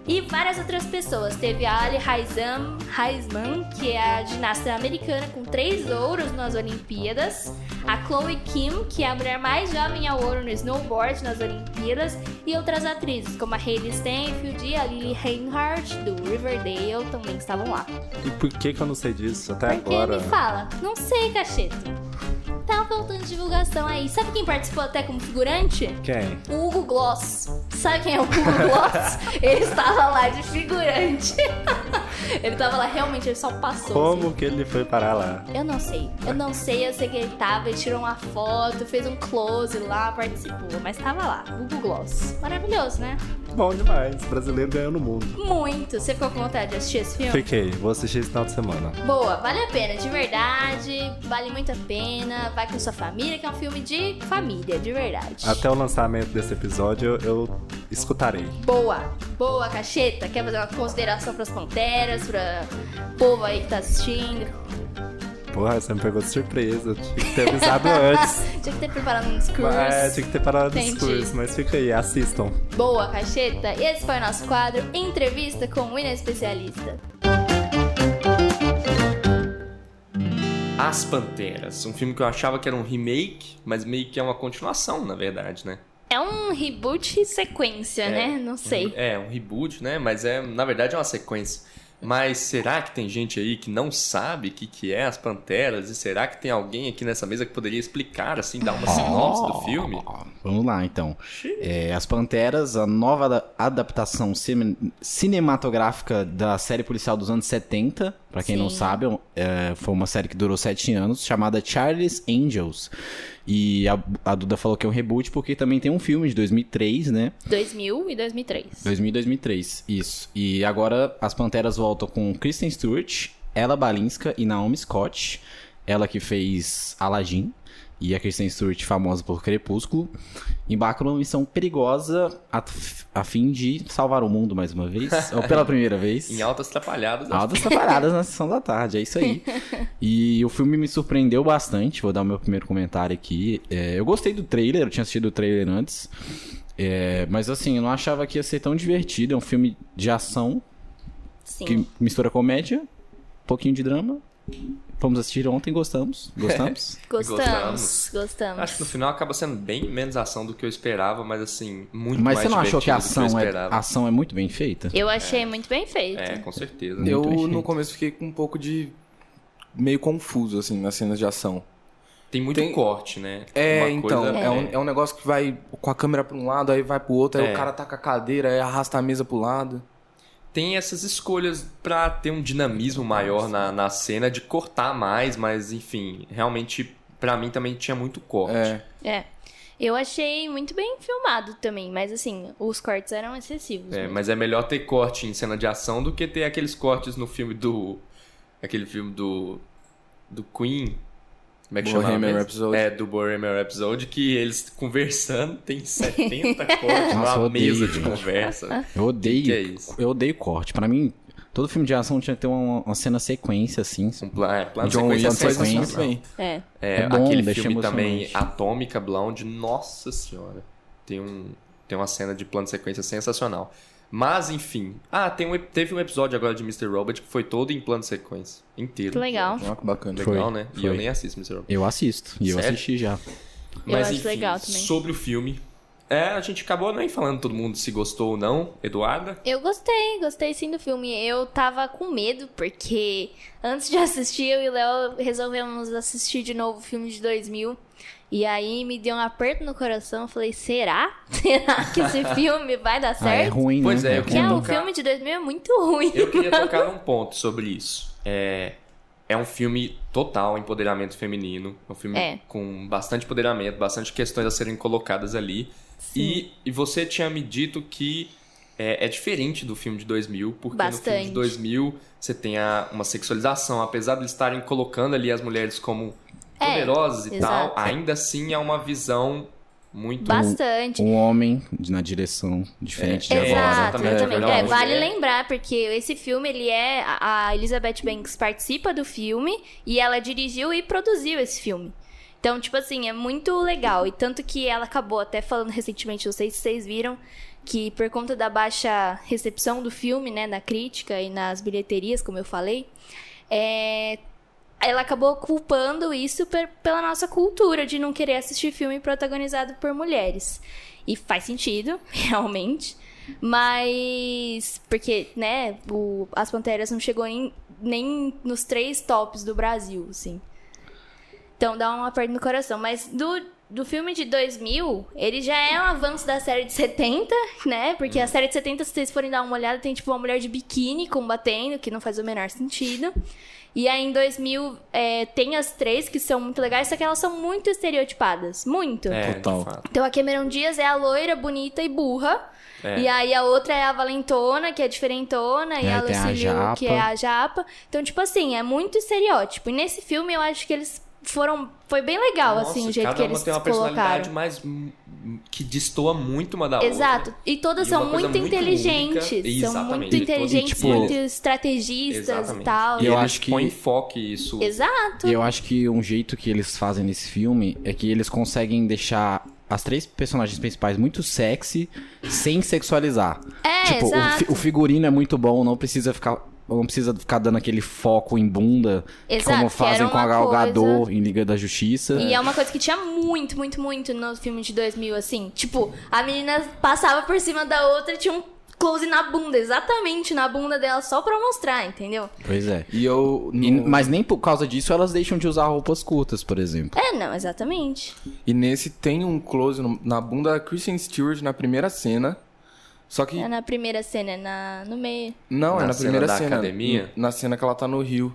Speaker 3: E várias outras pessoas. Teve a Ali Haizam, Haizman, que é a ginasta americana com três ouros nas Olimpíadas. A Chloe Kim, que é a mulher mais jovem a ouro no snowboard nas Olimpíadas. E outras atrizes, como a Hailey Stenfield e a Lily Reinhardt, do Riverdale, também estavam lá.
Speaker 7: E por que que eu não sei disso até
Speaker 3: Porque
Speaker 7: agora?
Speaker 3: me fala, não sei, cacheta. Tá faltando divulgação aí. Sabe quem participou até como figurante?
Speaker 7: Quem?
Speaker 3: O Hugo Gloss. Sabe quem é o Hugo Gloss? ele estava lá de figurante. ele estava lá, realmente, ele só passou. assim.
Speaker 7: Como que ele foi parar lá?
Speaker 3: Eu não sei. Eu não sei, eu sei que ele tava, ele tirou uma foto, fez um close lá, participou. Mas tava lá, Hugo Gloss. Maravilhoso, né?
Speaker 7: Bom demais. Brasileiro ganhando o mundo.
Speaker 3: Muito. Você ficou com vontade de assistir esse filme?
Speaker 7: Fiquei. Vou assistir esse final de semana.
Speaker 3: Boa, vale a pena, de verdade, vale muito a pena, vai com sua família, que é um filme de família, de verdade.
Speaker 7: Até o lançamento desse episódio, eu escutarei.
Speaker 3: Boa, boa, cacheta, quer fazer uma consideração pras panteras, pra povo aí que tá assistindo.
Speaker 7: Porra, você me pegou de surpresa. Tinha que ter avisado antes.
Speaker 3: Tinha que ter preparado um discurso.
Speaker 7: É, tinha que ter parado o
Speaker 3: Entendi.
Speaker 7: discurso. Mas fica aí, assistam.
Speaker 3: Boa, cacheta, e esse foi o nosso quadro Entrevista com o Ina Especialista.
Speaker 4: As Panteras, um filme que eu achava que era um remake, mas meio que é uma continuação, na verdade, né?
Speaker 3: É um reboot e sequência, né? Não sei.
Speaker 4: É, um reboot, né? Mas é, na verdade, é uma sequência. Mas será que tem gente aí que não sabe o que, que é as Panteras? E será que tem alguém aqui nessa mesa que poderia explicar, assim, dar uma sinopse do filme?
Speaker 5: Ó, Vamos lá, então. É, As Panteras, a nova ada- adaptação cine- cinematográfica da série policial dos anos 70, Pra quem não
Speaker 3: Sim.
Speaker 5: sabe, é, foi uma série que durou sete anos, chamada Charlie's Angels. E a, a Duda falou que é um reboot porque também tem um filme de 2003, né?
Speaker 3: 2000 e 2003.
Speaker 5: 2000 e 2003, isso. E agora as Panteras voltam com Kristen Stewart, Ella Balinska e Naomi Scott. Ela que fez Aladdin e a Kristen Stewart famosa por Crepúsculo. Embarcam numa missão perigosa a, a fim de salvar o mundo mais uma vez, ou pela primeira vez.
Speaker 4: Em altas atrapalhadas.
Speaker 5: Altas separadas na sessão da tarde, é isso aí. E o filme me surpreendeu bastante, vou dar o meu primeiro comentário aqui. É, eu gostei do trailer, eu tinha assistido o trailer antes. é, mas assim, eu não achava que ia ser tão divertido. É um filme de ação
Speaker 3: Sim.
Speaker 5: que mistura comédia, um pouquinho de drama. Fomos assistir ontem, gostamos. Gostamos.
Speaker 3: Gostamos, gostamos.
Speaker 4: Acho que no final acaba sendo bem menos ação do que eu esperava, mas assim, muito
Speaker 5: mas
Speaker 4: mais
Speaker 5: você não achou que a
Speaker 4: divertido do
Speaker 5: ação
Speaker 4: eu
Speaker 5: é,
Speaker 4: esperava.
Speaker 5: a ação é muito bem feita?
Speaker 3: Eu achei muito bem feito.
Speaker 4: É, com certeza.
Speaker 5: Muito
Speaker 4: Eu...
Speaker 6: Eu,
Speaker 5: perfeito.
Speaker 6: no começo, fiquei com um pouco de... Meio confuso, assim, nas cenas de ação.
Speaker 4: Tem muito
Speaker 6: Tem-
Speaker 4: corte, né?
Speaker 6: É,
Speaker 4: Uma
Speaker 6: então,
Speaker 4: coisa-
Speaker 6: é. um, é um negócio que vai com a câmera pra um lado, aí vai pro outro, aí
Speaker 4: É.
Speaker 6: o cara tá com a cadeira, aí arrasta a mesa pro lado.
Speaker 4: Tem essas escolhas pra ter um dinamismo maior na, na cena, de cortar mais, mas enfim, realmente, pra mim também tinha muito corte.
Speaker 6: É.
Speaker 3: É. Eu achei muito bem filmado também, mas assim, os cortes eram excessivos.
Speaker 4: É,
Speaker 3: mesmo.
Speaker 4: mas é melhor ter corte em cena de ação do que ter aqueles cortes no filme do. Aquele filme do. Do Queen. Como é que chama?
Speaker 6: Bohemian
Speaker 4: mesmo?
Speaker 6: Rhapsody.
Speaker 4: É, do Bohemian Rhapsody, que eles conversando tem 70 cortes
Speaker 5: Nossa, eu
Speaker 4: numa
Speaker 5: odeio,
Speaker 4: mesa de
Speaker 5: gente.
Speaker 4: conversa.
Speaker 5: Eu odeio.
Speaker 4: Que que é isso?
Speaker 5: Eu odeio corte. Pra mim, todo filme de ação tinha que ter uma, uma cena sequência, assim.
Speaker 4: Um plan, é, plano
Speaker 6: John
Speaker 4: sequência
Speaker 6: Williams
Speaker 4: é
Speaker 6: faz isso muito
Speaker 4: sensacional.
Speaker 6: bem.
Speaker 3: É.
Speaker 4: É,
Speaker 5: É bom,
Speaker 4: aquele
Speaker 5: deixa
Speaker 4: filme também,
Speaker 5: emocionante.
Speaker 4: Atômica Blonde, nossa senhora. Tem, um, tem uma cena de plano de sequência sensacional. Mas, enfim. Ah, tem um, ep- teve um episódio agora de Mr. Robot que foi todo em plano de sequência. Inteiro.
Speaker 5: É.
Speaker 3: Que legal.
Speaker 6: Olha que bacana.
Speaker 4: Legal,
Speaker 5: Foi,
Speaker 4: né? E
Speaker 5: foi.
Speaker 4: eu nem assisto Mr. Robot.
Speaker 5: Eu assisto. E eu
Speaker 4: Sério?
Speaker 5: assisti já.
Speaker 3: Eu acho legal também.
Speaker 4: sobre o filme. É, a gente acabou nem falando todo mundo se gostou ou não. Eduarda?
Speaker 3: Eu gostei, gostei sim do filme. Eu tava com medo, porque antes de assistir, eu e o Léo resolvemos assistir de novo o filme de 2000. E aí me deu um aperto no coração. Eu falei, será? Será que esse filme vai dar
Speaker 5: Ah, é
Speaker 3: certo?
Speaker 5: ruim,
Speaker 4: Pois
Speaker 5: né?
Speaker 4: é,
Speaker 5: cara?
Speaker 4: eu
Speaker 3: Porque ah, o
Speaker 4: tocar.
Speaker 3: filme de 2000 é muito ruim.
Speaker 4: Eu queria tocar num ponto sobre isso. É, é um filme total empoderamento feminino. É um filme
Speaker 3: É.
Speaker 4: com bastante empoderamento, bastante questões a serem colocadas ali. E, e você tinha me dito que é, é diferente do filme de 2000, porque no filme
Speaker 3: Bastante.
Speaker 4: de 2000 você tem a- uma sexualização. Apesar de eles estarem colocando ali as mulheres como
Speaker 3: É,
Speaker 4: poderosas e
Speaker 3: exato.
Speaker 4: tal, ainda assim é uma visão muito...
Speaker 3: Bastante.
Speaker 5: um homem de- na direção diferente de
Speaker 4: É,
Speaker 5: agora.
Speaker 3: Exato,
Speaker 4: exatamente,
Speaker 3: exatamente.
Speaker 4: verdade.
Speaker 3: É, vale
Speaker 4: É.
Speaker 3: lembrar, porque esse filme, ele é. A a Elizabeth Banks participa do filme e ela dirigiu e produziu esse filme. Então, tipo assim, é muito legal. E tanto que ela acabou até falando recentemente, não sei se vocês viram, que por conta da baixa recepção do filme, né, na crítica e nas bilheterias, como eu falei, é, ela acabou culpando isso per- pela nossa cultura de não querer assistir filme protagonizado por mulheres. E faz sentido, realmente. Mas. Porque, né, o- As Panteras não chegou em- nem nos três tops do Brasil, assim. Então dá um aperto no coração. Mas do, do filme de 2000, ele já é um avanço da série de 70, né? Porque a série de 70, se vocês forem dar uma olhada, tem tipo uma mulher de biquíni combatendo, que não faz o menor sentido. E aí em 2000 é, tem as três que são muito legais, só que elas são muito estereotipadas. Muito.
Speaker 4: É,
Speaker 5: Total.
Speaker 4: de fato.
Speaker 3: Então a Cameron Dias é a loira, bonita e burra.
Speaker 4: É.
Speaker 3: E aí a outra é a Valentona, que é diferentona, e
Speaker 5: É,
Speaker 3: a
Speaker 5: tem a
Speaker 3: Lucille Liu, que
Speaker 5: japa.
Speaker 3: é a japa. Então, tipo assim, é muito estereótipo. E nesse filme eu acho que eles foram. Foi bem legal,
Speaker 4: Nossa,
Speaker 3: assim, o jeito
Speaker 4: cada
Speaker 3: que eles
Speaker 4: uma tem uma
Speaker 3: colocaram.
Speaker 4: personalidade mais hum, hum, que destoa muito uma da outra.
Speaker 3: Exato. E todas
Speaker 4: né? E
Speaker 3: são
Speaker 4: uma coisa
Speaker 3: muito,
Speaker 4: muito
Speaker 3: inteligentes.
Speaker 4: única.
Speaker 3: São
Speaker 4: Exatamente.
Speaker 3: muito
Speaker 4: E todo-
Speaker 3: inteligentes,
Speaker 5: e, tipo,
Speaker 3: muito estrategistas e tal.
Speaker 5: E
Speaker 4: eu
Speaker 5: eu
Speaker 4: acho
Speaker 5: acho
Speaker 4: que
Speaker 5: que-
Speaker 4: põe enfoque isso.
Speaker 3: Exato.
Speaker 5: E eu acho que um jeito que eles fazem nesse filme é que eles conseguem deixar as três personagens principais muito sexy sem sexualizar.
Speaker 3: É,
Speaker 5: tipo, o,
Speaker 3: exato.
Speaker 5: fi- o figurino é muito bom, não precisa ficar não precisa ficar dando aquele foco em bunda
Speaker 3: Exato,
Speaker 5: como
Speaker 3: que
Speaker 5: fazem
Speaker 3: era
Speaker 5: com a
Speaker 3: uma
Speaker 5: Gal Gadot
Speaker 3: coisa-
Speaker 5: em Liga da Justiça.
Speaker 3: E é uma coisa que tinha muito, muito, muito no filme de 2000, assim. Tipo, a menina passava por cima da outra e tinha um close na bunda, exatamente na bunda dela, só pra mostrar, entendeu?
Speaker 5: Pois é.
Speaker 6: E eu. no-
Speaker 5: E- mas nem por causa disso elas deixam de usar roupas curtas, por exemplo.
Speaker 3: É, não, exatamente.
Speaker 6: E nesse tem um close no- na bunda da Christian Stewart na primeira cena. Só que.
Speaker 3: É na primeira cena, é na, no meio.
Speaker 6: Não,
Speaker 4: Na
Speaker 6: é na
Speaker 4: cena
Speaker 6: primeira
Speaker 4: da
Speaker 6: cena.
Speaker 4: academia?
Speaker 6: Na cena que ela tá no rio.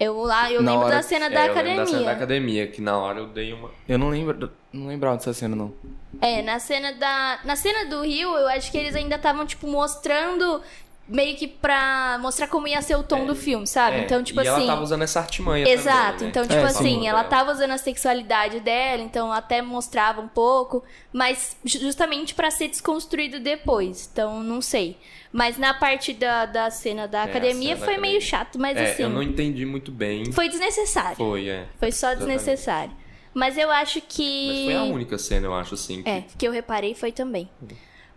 Speaker 3: Eu lá, eu
Speaker 6: Na
Speaker 3: lembro
Speaker 6: hora-
Speaker 3: da cena
Speaker 4: É,
Speaker 3: da
Speaker 4: eu lembro
Speaker 3: academia.
Speaker 4: da cena da academia, que na hora eu dei uma.
Speaker 6: Eu não lembro. Não lembrava dessa cena, não.
Speaker 3: É, na cena da. Na cena do Rio, eu acho que eles ainda estavam, tipo, mostrando. Meio que pra mostrar como ia ser o tom do filme, sabe?
Speaker 4: É,
Speaker 3: então, tipo
Speaker 4: e
Speaker 3: assim.
Speaker 4: ela tava usando essa artimanha.
Speaker 3: Exato,
Speaker 4: também, né?
Speaker 3: então, tipo
Speaker 6: É,
Speaker 3: assim,
Speaker 4: sim.
Speaker 3: ela tava usando a sexualidade dela, então até mostrava um pouco, mas ju- justamente pra ser desconstruído depois, então não sei. Mas na parte da, da cena da
Speaker 4: É, a
Speaker 3: academia
Speaker 4: cena da
Speaker 3: foi meio
Speaker 4: academia.
Speaker 3: chato, mas
Speaker 4: É,
Speaker 3: assim,
Speaker 4: eu não entendi muito bem.
Speaker 3: foi desnecessário. Foi,
Speaker 4: Foi, é.
Speaker 3: só
Speaker 4: Exatamente.
Speaker 3: desnecessário. Mas eu acho
Speaker 4: Mas
Speaker 3: que.
Speaker 4: foi a única cena, eu acho, assim. que-
Speaker 3: É, que eu reparei foi também.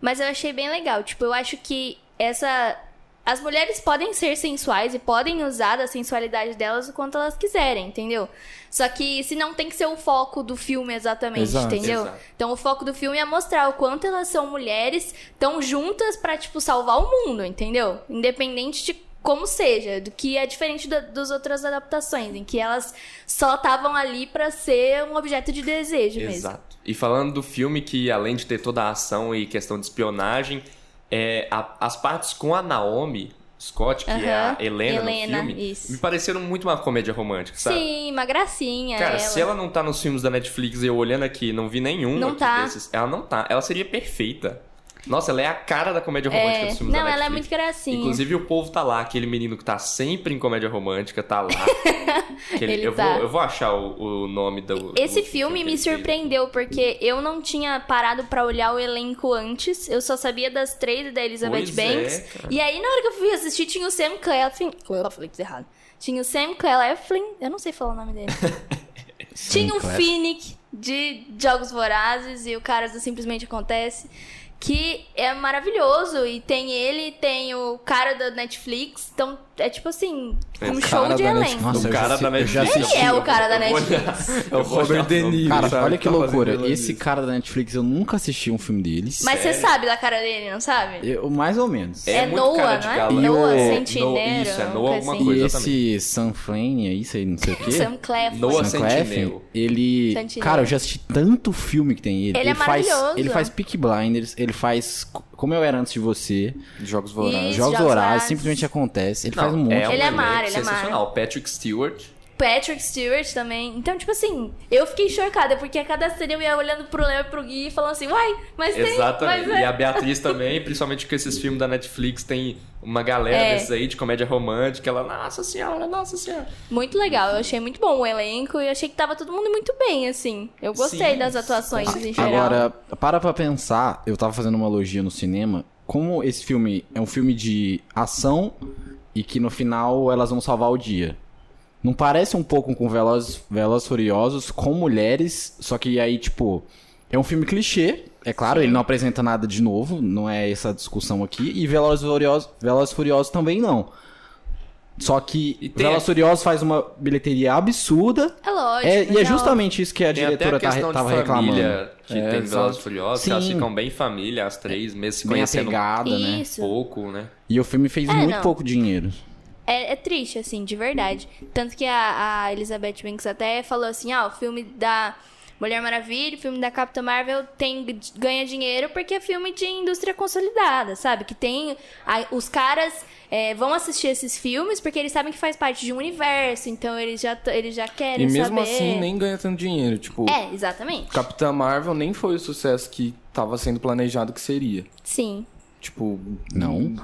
Speaker 3: Mas eu achei bem legal. Tipo, eu acho que essa. As mulheres podem ser sensuais e podem usar da sensualidade delas o quanto elas quiserem, entendeu? Só que se não tem que ser o foco do filme exatamente,
Speaker 6: Exato.
Speaker 3: entendeu?
Speaker 4: Exato.
Speaker 3: Então o foco do filme é mostrar o quanto elas são mulheres, tão juntas pra, tipo, salvar o mundo, entendeu? Independente de como seja, do que é diferente da- das outras adaptações, em que elas só estavam ali pra ser um objeto de desejo mesmo.
Speaker 4: Exato. E falando do filme, que além de ter toda a ação e questão de espionagem, é, a- as partes com a Naomi Scott, que é a
Speaker 3: Aham,
Speaker 4: Helena,
Speaker 3: Helena,
Speaker 4: no filme,
Speaker 3: isso.
Speaker 4: me pareceram muito uma comédia romântica, sabe?
Speaker 3: Sim, uma gracinha.
Speaker 4: Cara,
Speaker 3: ela.
Speaker 4: se ela não tá nos filmes da Netflix e eu olhando aqui, não vi nenhum
Speaker 3: Não
Speaker 4: aqui
Speaker 3: tá.
Speaker 4: desses, ela não tá. Ela seria perfeita. Nossa, ela é a cara da comédia romântica
Speaker 3: é...
Speaker 4: dos filmes da
Speaker 3: Não,
Speaker 4: Netflix.
Speaker 3: ela é muito gracinha.
Speaker 4: Inclusive, o povo tá lá, aquele menino que tá sempre em comédia romântica, tá lá. Aquele-
Speaker 3: Ele
Speaker 4: eu,
Speaker 3: tá.
Speaker 4: vou, eu vou achar o, o nome do.
Speaker 3: Esse
Speaker 4: do
Speaker 3: filme
Speaker 4: que é
Speaker 3: me
Speaker 4: ele fez.
Speaker 3: surpreendeu porque eu não tinha parado pra olhar o elenco antes. Eu só sabia das três e da Elizabeth
Speaker 4: Pois é,
Speaker 3: Banks.
Speaker 4: cara.
Speaker 3: e aí, na hora que eu fui assistir, tinha o Sam Claflin. Eu falei isso errado. Tinha o Sam Claflin. Eu não sei falar o nome dele. Tinha um
Speaker 5: Claflin.
Speaker 3: Finnick de Jogos Vorazes e o cara do Simplesmente Acontece, que é maravilhoso. E tem ele, tem o cara da Netflix. Então, é tipo assim, um show de elenco.
Speaker 5: Nossa,
Speaker 4: O
Speaker 5: eu
Speaker 4: cara
Speaker 5: já,
Speaker 4: da
Speaker 5: assi- eu já
Speaker 4: Netflix.
Speaker 5: assisti.
Speaker 3: Ele é o cara da
Speaker 4: Eu vou
Speaker 3: Netflix.
Speaker 4: olhar- eu vou
Speaker 6: Robert
Speaker 4: olhar
Speaker 6: De
Speaker 4: o nome.
Speaker 6: Niro,
Speaker 5: Cara,
Speaker 6: sabe?
Speaker 5: olha que
Speaker 6: Tá fazendo
Speaker 5: loucura.
Speaker 6: elogio.
Speaker 5: Esse cara da Netflix, eu nunca assisti um filme deles.
Speaker 3: Mas você sabe da cara dele, não sabe?
Speaker 5: Eu, mais ou menos.
Speaker 4: É
Speaker 3: É,
Speaker 4: muito
Speaker 3: Noah,
Speaker 4: cara de
Speaker 3: não é?
Speaker 4: gala.
Speaker 3: Noah,
Speaker 5: E o-
Speaker 3: Centinela,
Speaker 4: Isso, é
Speaker 3: uma
Speaker 4: Noah
Speaker 3: coisa
Speaker 4: alguma
Speaker 3: assim.
Speaker 5: E
Speaker 4: coisa também.
Speaker 5: esse Sanfrain aí, sei não sei o quê.
Speaker 3: Sam Claflin.
Speaker 4: Noah
Speaker 5: Sam Claflin,
Speaker 4: Centineo.
Speaker 5: ele.
Speaker 3: Centineo.
Speaker 5: Cara, eu já assisti tanto filme que tem ele.
Speaker 3: Ele é
Speaker 5: faz,
Speaker 3: maravilhoso.
Speaker 5: Ele faz Peak Blinders, ele faz Co- Como Eu Era Antes de Você,
Speaker 6: Jogos
Speaker 3: Isso,
Speaker 6: Vorazes.
Speaker 5: Jogos
Speaker 3: Jogos
Speaker 5: Horários,
Speaker 3: Vorazes.
Speaker 5: simplesmente acontece. Ele
Speaker 4: Não,
Speaker 5: faz um monte.
Speaker 4: um
Speaker 3: Ele é
Speaker 4: elenco
Speaker 3: mara, ele é mara.
Speaker 4: Sensacional. Patrick Stewart.
Speaker 3: Patrick Stewart também. Então, tipo assim, eu fiquei chocada, porque a cada cena eu ia olhando pro Léo e pro Gui e falando assim, uai, mas tem...
Speaker 4: Exatamente.
Speaker 3: Mas
Speaker 4: E
Speaker 3: é.
Speaker 4: a Beatriz também, principalmente com esses filmes da Netflix, tem uma galera
Speaker 3: É.
Speaker 4: desses aí de comédia romântica. Ela, nossa senhora, nossa senhora.
Speaker 3: Muito legal, eu achei muito bom o elenco e achei que tava todo mundo muito bem, assim. Eu gostei
Speaker 4: Sim.
Speaker 3: das atuações em geral.
Speaker 5: Agora, para pra pensar, eu tava fazendo uma logia no cinema, como esse filme é um filme de ação e que no final elas vão salvar o dia. Não parece um pouco com Velozes Velozes Furiosos com mulheres, só que aí, tipo, é um filme clichê, é claro, ele não apresenta nada de novo, não é essa discussão aqui, e Velozes Furiosos, Velozes Furiosos também não. Só
Speaker 4: E
Speaker 5: que
Speaker 4: tem-
Speaker 5: Velozes Furiosos faz uma bilheteria absurda,
Speaker 3: É lógico.
Speaker 5: é- e é
Speaker 3: legal.
Speaker 5: justamente isso que a
Speaker 4: Tem até
Speaker 5: diretora
Speaker 4: a
Speaker 5: tá, re-
Speaker 4: questão
Speaker 5: tava
Speaker 4: de família,
Speaker 5: reclamando.
Speaker 4: que
Speaker 5: É,
Speaker 4: tem
Speaker 5: exato.
Speaker 4: Velozes e Furiosos, que elas
Speaker 5: Sim.
Speaker 4: ficam bem família, as três meses se
Speaker 5: bem
Speaker 4: conhecendo
Speaker 5: apegada, né?
Speaker 3: Isso.
Speaker 4: pouco, né?
Speaker 5: E o filme fez
Speaker 3: É,
Speaker 5: muito
Speaker 3: não.
Speaker 5: pouco dinheiro.
Speaker 3: É, é triste, assim, de verdade. Tanto que a, a Elizabeth Banks até falou assim, ah, o filme da Mulher Maravilha, o filme da Capitã Marvel tem, ganha dinheiro porque é filme de indústria consolidada, sabe? Que tem... a- os caras é, vão assistir esses filmes porque eles sabem que faz parte de um universo, então eles já, t- eles já
Speaker 6: E
Speaker 3: querem
Speaker 6: mesmo
Speaker 3: saber...
Speaker 6: assim, nem ganha tanto dinheiro. Tipo,
Speaker 3: É, exatamente.
Speaker 6: Capitã Marvel nem foi o sucesso que tava sendo planejado que seria.
Speaker 3: Sim.
Speaker 6: Tipo,
Speaker 5: Não.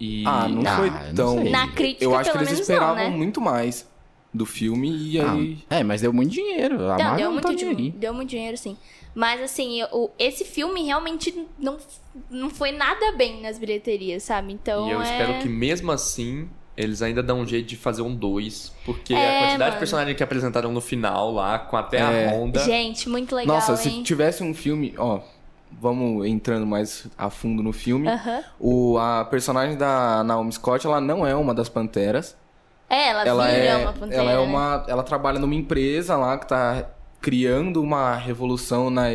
Speaker 4: E
Speaker 6: ah, não
Speaker 5: Ah,
Speaker 6: foi
Speaker 5: não
Speaker 6: tão.
Speaker 5: sei.
Speaker 3: Na crítica,
Speaker 6: Eu acho que
Speaker 3: pelo
Speaker 6: eles
Speaker 3: menos
Speaker 6: esperavam
Speaker 3: não, né?
Speaker 6: muito mais do filme e aí.
Speaker 5: Ah, é, mas deu muito dinheiro. A
Speaker 3: Não,
Speaker 5: Marvel
Speaker 3: deu
Speaker 5: não
Speaker 3: muito,
Speaker 5: tá nem
Speaker 3: dinheiro,
Speaker 5: aí.
Speaker 3: deu muito dinheiro, sim. Mas, assim, o, esse filme realmente não, não foi nada bem nas bilheterias, sabe? Então,
Speaker 4: E eu
Speaker 3: é...
Speaker 4: espero que mesmo assim eles ainda dão um jeito de fazer um 2. Porque a
Speaker 3: É,
Speaker 4: quantidade de
Speaker 3: mano.
Speaker 4: personagens que apresentaram no final lá, com até
Speaker 5: É.
Speaker 4: a Honda.
Speaker 3: Gente, muito legal,
Speaker 6: Nossa, se
Speaker 3: hein?
Speaker 6: tivesse um filme, ó, vamos entrando mais a fundo no filme.
Speaker 3: Aham.
Speaker 6: O, a personagem da Naomi Scott, ela não é uma das panteras.
Speaker 3: É, ela,
Speaker 6: Ela
Speaker 3: vira
Speaker 6: é,
Speaker 3: uma pantera.
Speaker 6: ela é
Speaker 3: né?
Speaker 6: uma, ela trabalha numa empresa lá que tá criando uma revolução na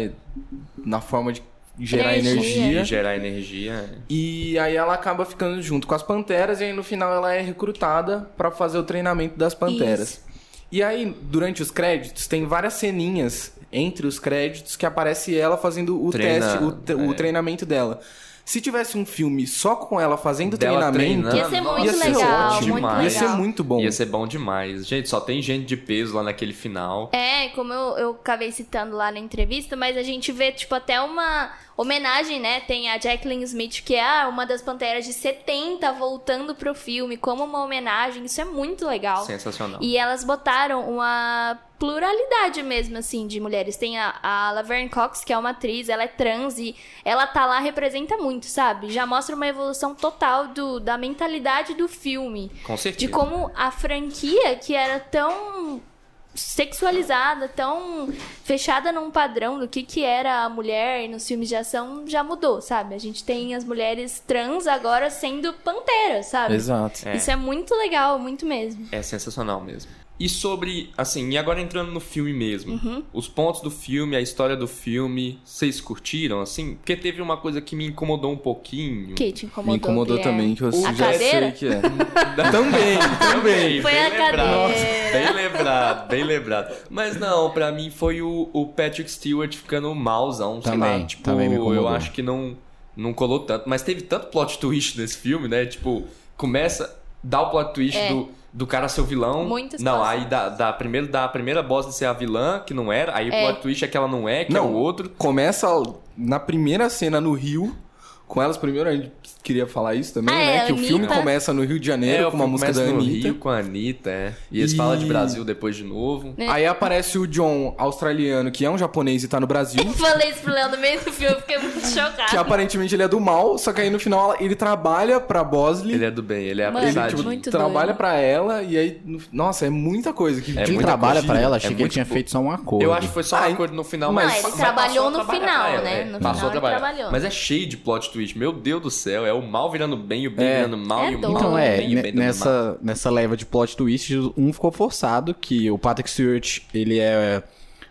Speaker 6: na forma de gerar
Speaker 3: Energia.
Speaker 6: energia.
Speaker 4: E gerar energia.
Speaker 6: E aí ela acaba ficando junto com as panteras e aí no final ela é recrutada pra fazer o treinamento das panteras. E aí, durante os créditos, tem várias ceninhas entre os créditos que aparece ela fazendo o
Speaker 4: Treina-
Speaker 6: teste, o, tre- o
Speaker 4: é.
Speaker 6: treinamento dela. Se tivesse um filme só com ela fazendo
Speaker 4: Dela
Speaker 6: treinamento,
Speaker 4: treinando.
Speaker 3: Ia ser muito
Speaker 6: ia ser
Speaker 3: legal,
Speaker 6: ótimo.
Speaker 3: muito
Speaker 4: demais.
Speaker 6: ia
Speaker 3: legal.
Speaker 6: ser muito bom.
Speaker 4: Ia ser bom demais. Gente, só tem gente de peso lá naquele final.
Speaker 3: É, como eu, eu acabei citando lá na entrevista, mas a gente vê, tipo, até uma homenagem, né? Tem a Jacqueline Smith, que é ah, uma das panteras de 70, voltando pro filme, como uma homenagem. Isso é muito legal.
Speaker 4: Sensacional.
Speaker 3: E elas botaram uma pluralidade mesmo, assim, de mulheres. Tem a, a Laverne Cox, que é uma atriz, ela é trans e ela tá lá, representa muito, sabe? Já mostra uma evolução total do, da mentalidade do filme.
Speaker 4: Com certeza.
Speaker 3: De como a franquia, que era tão sexualizada, tão fechada num padrão do que, que era a mulher nos filmes de ação, já mudou, sabe? A gente tem as mulheres trans agora sendo panteras, sabe?
Speaker 6: Exato.
Speaker 4: É.
Speaker 3: Isso é muito legal, muito mesmo.
Speaker 4: É sensacional mesmo. E sobre, assim, e agora entrando no filme mesmo. Os pontos do filme, a história do filme, vocês curtiram, assim? Porque teve uma coisa que me incomodou um pouquinho.
Speaker 3: Que te incomodou,
Speaker 6: Me incomodou
Speaker 3: Guilherme?
Speaker 6: também, que eu
Speaker 3: A
Speaker 6: já
Speaker 3: cadeira?
Speaker 6: sei que é. também, também.
Speaker 3: Foi
Speaker 4: bem
Speaker 3: a
Speaker 4: lembrado.
Speaker 3: cadeira.
Speaker 4: Bem lembrado, bem lembrado. Mas não, pra mim foi o, o Patrick Stewart ficando mauzão, sei
Speaker 5: Também,
Speaker 4: lá. Tipo,
Speaker 5: também me incomodou.
Speaker 4: eu acho que não, não colou tanto. Mas teve tanto plot twist nesse filme, né? Tipo, começa, dá o plot twist
Speaker 3: É.
Speaker 4: do, do cara ser o vilão.
Speaker 3: Muitas
Speaker 4: Não,
Speaker 3: coisas.
Speaker 4: aí dá, dá primeiro dá a primeira boss de ser a vilã, que não era.
Speaker 3: É.
Speaker 4: Aí o plot twist é que ela não é, que é
Speaker 6: Não,
Speaker 4: o outro.
Speaker 6: Começa na primeira cena no Rio. Com elas, primeiro a gente queria falar isso também,
Speaker 3: Ah,
Speaker 6: né?
Speaker 3: é,
Speaker 6: que o
Speaker 3: Anitta.
Speaker 6: filme começa no Rio de
Speaker 4: É,
Speaker 6: Janeiro
Speaker 4: o
Speaker 6: com uma
Speaker 4: filme
Speaker 6: música da
Speaker 4: começa no
Speaker 6: Anitta.
Speaker 4: Rio com a Anitta, é. E eles
Speaker 6: E-
Speaker 4: falam de Brasil depois de novo.
Speaker 3: É.
Speaker 6: Aí aparece o John, australiano, que é um japonês e tá no Brasil.
Speaker 3: Falei isso pro Léo no meio do filme, eu fiquei muito chocada.
Speaker 6: Que aparentemente ele é do mal, só que aí no final ele trabalha pra Bosley.
Speaker 4: Ele é do bem, ele é
Speaker 3: Mano,
Speaker 4: apesar
Speaker 3: ele,
Speaker 4: de...
Speaker 3: tipo, muito
Speaker 6: trabalha
Speaker 3: doido.
Speaker 6: pra ela e aí. no- Nossa, é muita coisa. Que
Speaker 4: É
Speaker 5: Quem
Speaker 4: muita
Speaker 5: trabalha
Speaker 4: coisa.
Speaker 5: pra ela,
Speaker 4: É
Speaker 5: achei que ele
Speaker 4: muito
Speaker 5: tinha
Speaker 4: bo-
Speaker 5: feito só um acordo.
Speaker 4: Eu acho que foi só
Speaker 6: Ah,
Speaker 4: um acordo no final,
Speaker 3: Não,
Speaker 4: mas.
Speaker 3: ele
Speaker 4: mas
Speaker 3: trabalhou
Speaker 4: passou a
Speaker 3: no
Speaker 4: trabalhar
Speaker 3: final,
Speaker 4: pra ela,
Speaker 3: né?
Speaker 4: é.
Speaker 3: No
Speaker 4: passou
Speaker 3: final
Speaker 4: a
Speaker 3: ele
Speaker 4: trabalhar.
Speaker 3: trabalhou.
Speaker 4: Mas é cheio de plot twist. Meu Deus do céu, é o mal virando bem e o bem
Speaker 6: É.
Speaker 4: virando mal
Speaker 3: É
Speaker 4: e o mal
Speaker 3: doido.
Speaker 5: Então,
Speaker 4: virando
Speaker 5: é,
Speaker 4: um bem,
Speaker 5: e
Speaker 4: o
Speaker 5: ne-
Speaker 4: bem virando mal.
Speaker 5: nessa, nessa leva de plot twist, um ficou forçado, que o Patrick Stewart, ele é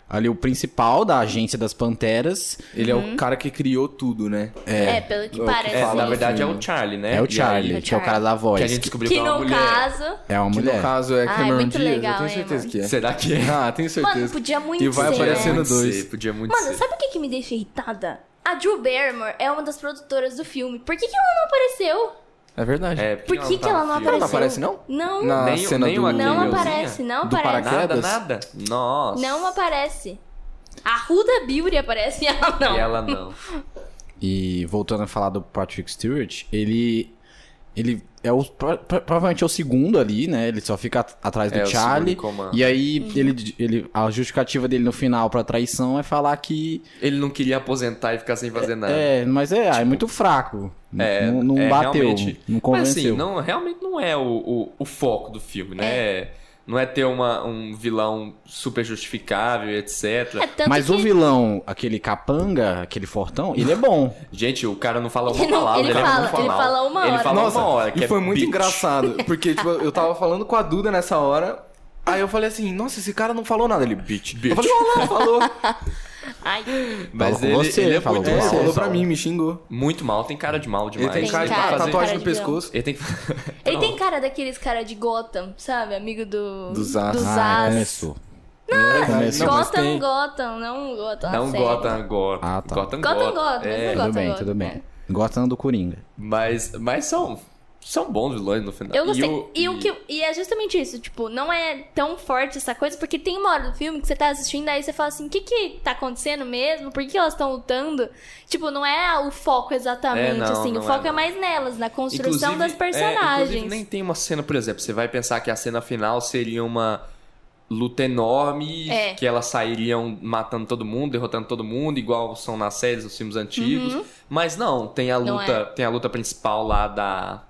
Speaker 5: ali o principal da agência das Panteras.
Speaker 6: Ele é o
Speaker 3: Uhum.
Speaker 6: cara que criou tudo, né?
Speaker 3: É, pelo que
Speaker 6: Eu-
Speaker 3: parece.
Speaker 4: É, na
Speaker 6: Fala,
Speaker 4: verdade é
Speaker 6: filho.
Speaker 4: o Charlie, né?
Speaker 5: É, o
Speaker 4: E
Speaker 5: Charlie,
Speaker 3: aí?
Speaker 5: que é o cara da
Speaker 4: aí,
Speaker 5: voz.
Speaker 4: que a gente descobriu que,
Speaker 3: que
Speaker 4: é uma
Speaker 3: no
Speaker 4: mulher.
Speaker 3: caso.
Speaker 5: É uma
Speaker 6: Que
Speaker 5: mulher.
Speaker 6: no caso é
Speaker 3: Ah, é
Speaker 6: Cameron
Speaker 3: muito
Speaker 6: Diaz,
Speaker 3: legal,
Speaker 6: eu tenho
Speaker 3: hein,
Speaker 6: certeza
Speaker 3: mano?
Speaker 6: que é.
Speaker 4: Será que é?
Speaker 6: Ah, tenho certeza.
Speaker 3: Mano, podia muito
Speaker 6: E vai
Speaker 3: ser.
Speaker 6: aparecendo
Speaker 3: né?
Speaker 4: Podia muito
Speaker 6: dois.
Speaker 4: ser, Podia muito
Speaker 3: Mano,
Speaker 4: ser.
Speaker 3: sabe o que, que me deixa irritada? A Drew Barrymore é uma das produtoras do filme. Por que, que ela não apareceu?
Speaker 6: É verdade.
Speaker 4: É,
Speaker 3: Por que, que ela não
Speaker 4: tá no
Speaker 3: apareceu?
Speaker 4: filme?
Speaker 6: aparece, não?
Speaker 3: Não,
Speaker 6: Na
Speaker 4: Nem-
Speaker 6: cena
Speaker 4: nem
Speaker 6: do...
Speaker 4: uma
Speaker 3: não
Speaker 4: Leozinha?
Speaker 3: aparece, não
Speaker 6: Do
Speaker 3: aparece.
Speaker 6: paraquedas?
Speaker 4: Nada, nada? Nossa.
Speaker 3: Não aparece. A Ruda Beauty aparece e ela não.
Speaker 4: E ela não.
Speaker 5: E voltando a falar do Patrick Stewart, ele. Ele é o, pro- pro- provavelmente é o segundo ali, né? Ele só fica at- atrás do
Speaker 4: É, o segundo em
Speaker 5: Charlie.
Speaker 4: comando.
Speaker 5: E aí,
Speaker 3: Uhum.
Speaker 5: ele, ele, a justificativa dele no final pra traição é falar que.
Speaker 4: Ele não queria aposentar e ficar sem fazer nada.
Speaker 5: É, mas é, ah, é muito fraco.
Speaker 4: Tipo, É,
Speaker 5: não não
Speaker 4: é,
Speaker 5: bateu.
Speaker 4: realmente.
Speaker 5: Não
Speaker 4: Mas assim,
Speaker 5: convenceu.
Speaker 4: não, realmente não é o, o, o foco do filme, né? Não é ter uma, um vilão super justificável, etc.
Speaker 3: É tanto
Speaker 5: Mas
Speaker 3: que
Speaker 5: o vilão, aquele capanga, aquele fortão, ele é bom.
Speaker 4: Gente, o cara não fala uma
Speaker 3: Ele não-
Speaker 4: palavra.
Speaker 3: ele
Speaker 4: é
Speaker 3: fala-
Speaker 4: muito
Speaker 3: ele
Speaker 4: banal.
Speaker 3: fala uma
Speaker 4: Ele
Speaker 3: hora.
Speaker 4: fala
Speaker 6: Nossa,
Speaker 4: uma hora. Que
Speaker 6: e foi
Speaker 4: é
Speaker 6: muito
Speaker 4: bitch.
Speaker 6: engraçado, porque tipo, eu tava falando com a Duda nessa hora, aí eu falei assim, nossa, esse cara não falou nada, ele, bitch,
Speaker 4: Bitch.
Speaker 6: Eu falei, olha lá, falou,
Speaker 3: Ai,
Speaker 4: Mas
Speaker 5: com
Speaker 4: ele,
Speaker 5: você,
Speaker 4: ele é
Speaker 5: fala
Speaker 4: muito
Speaker 5: com
Speaker 6: é,
Speaker 4: mal.
Speaker 5: você.
Speaker 6: falou pra mim, me xingou.
Speaker 4: Muito mal, tem cara de mal
Speaker 6: Ele
Speaker 4: demais. assim,
Speaker 6: tem,
Speaker 3: Tem
Speaker 6: cara de
Speaker 3: cara de
Speaker 6: tatuagem
Speaker 3: cara
Speaker 6: no
Speaker 3: de vilão.
Speaker 6: pescoço.
Speaker 4: Ele tem
Speaker 3: ele tem cara daqueles cara de Gotham, sabe? Amigo do
Speaker 6: Dos As.
Speaker 3: Dos
Speaker 5: Ah,
Speaker 3: As.
Speaker 5: começou.
Speaker 6: É,
Speaker 5: começou.
Speaker 6: não, mas
Speaker 3: Gotham,
Speaker 6: tem-
Speaker 3: Gotham, não Gotham.
Speaker 4: Não
Speaker 3: a série.
Speaker 4: Gotham, Gotham.
Speaker 5: Ah, tá.
Speaker 4: Gotham,
Speaker 3: Gotham, Gotham, mas
Speaker 4: É,
Speaker 3: não
Speaker 5: Tudo
Speaker 3: Gotham,
Speaker 5: bem,
Speaker 3: Gotham,
Speaker 5: tudo
Speaker 3: é.
Speaker 5: bem. Gotham do Coringa.
Speaker 4: mas, mas são, são bons vilões no final.
Speaker 3: Eu gostei.
Speaker 4: E
Speaker 3: E,
Speaker 4: o,
Speaker 3: o que, e é justamente isso, tipo, não é tão forte essa coisa, porque tem uma hora do filme que você tá assistindo, aí você fala assim, o que que tá acontecendo mesmo? Por que elas estão lutando? Tipo, não é o foco exatamente,
Speaker 4: É, não,
Speaker 3: assim.
Speaker 4: não
Speaker 3: o
Speaker 4: é,
Speaker 3: foco é,
Speaker 4: não.
Speaker 3: mais nelas, na construção
Speaker 4: Inclusive,
Speaker 3: das
Speaker 4: é,
Speaker 3: personagens.
Speaker 4: inclusive nem tem uma cena, por exemplo, você vai pensar que a cena final seria uma luta enorme,
Speaker 3: É.
Speaker 4: que elas sairiam matando todo mundo, derrotando todo mundo, igual são nas séries, nos filmes antigos. Mas não, tem a
Speaker 3: Uhum. Não
Speaker 4: luta,
Speaker 3: é.
Speaker 4: tem a luta principal lá da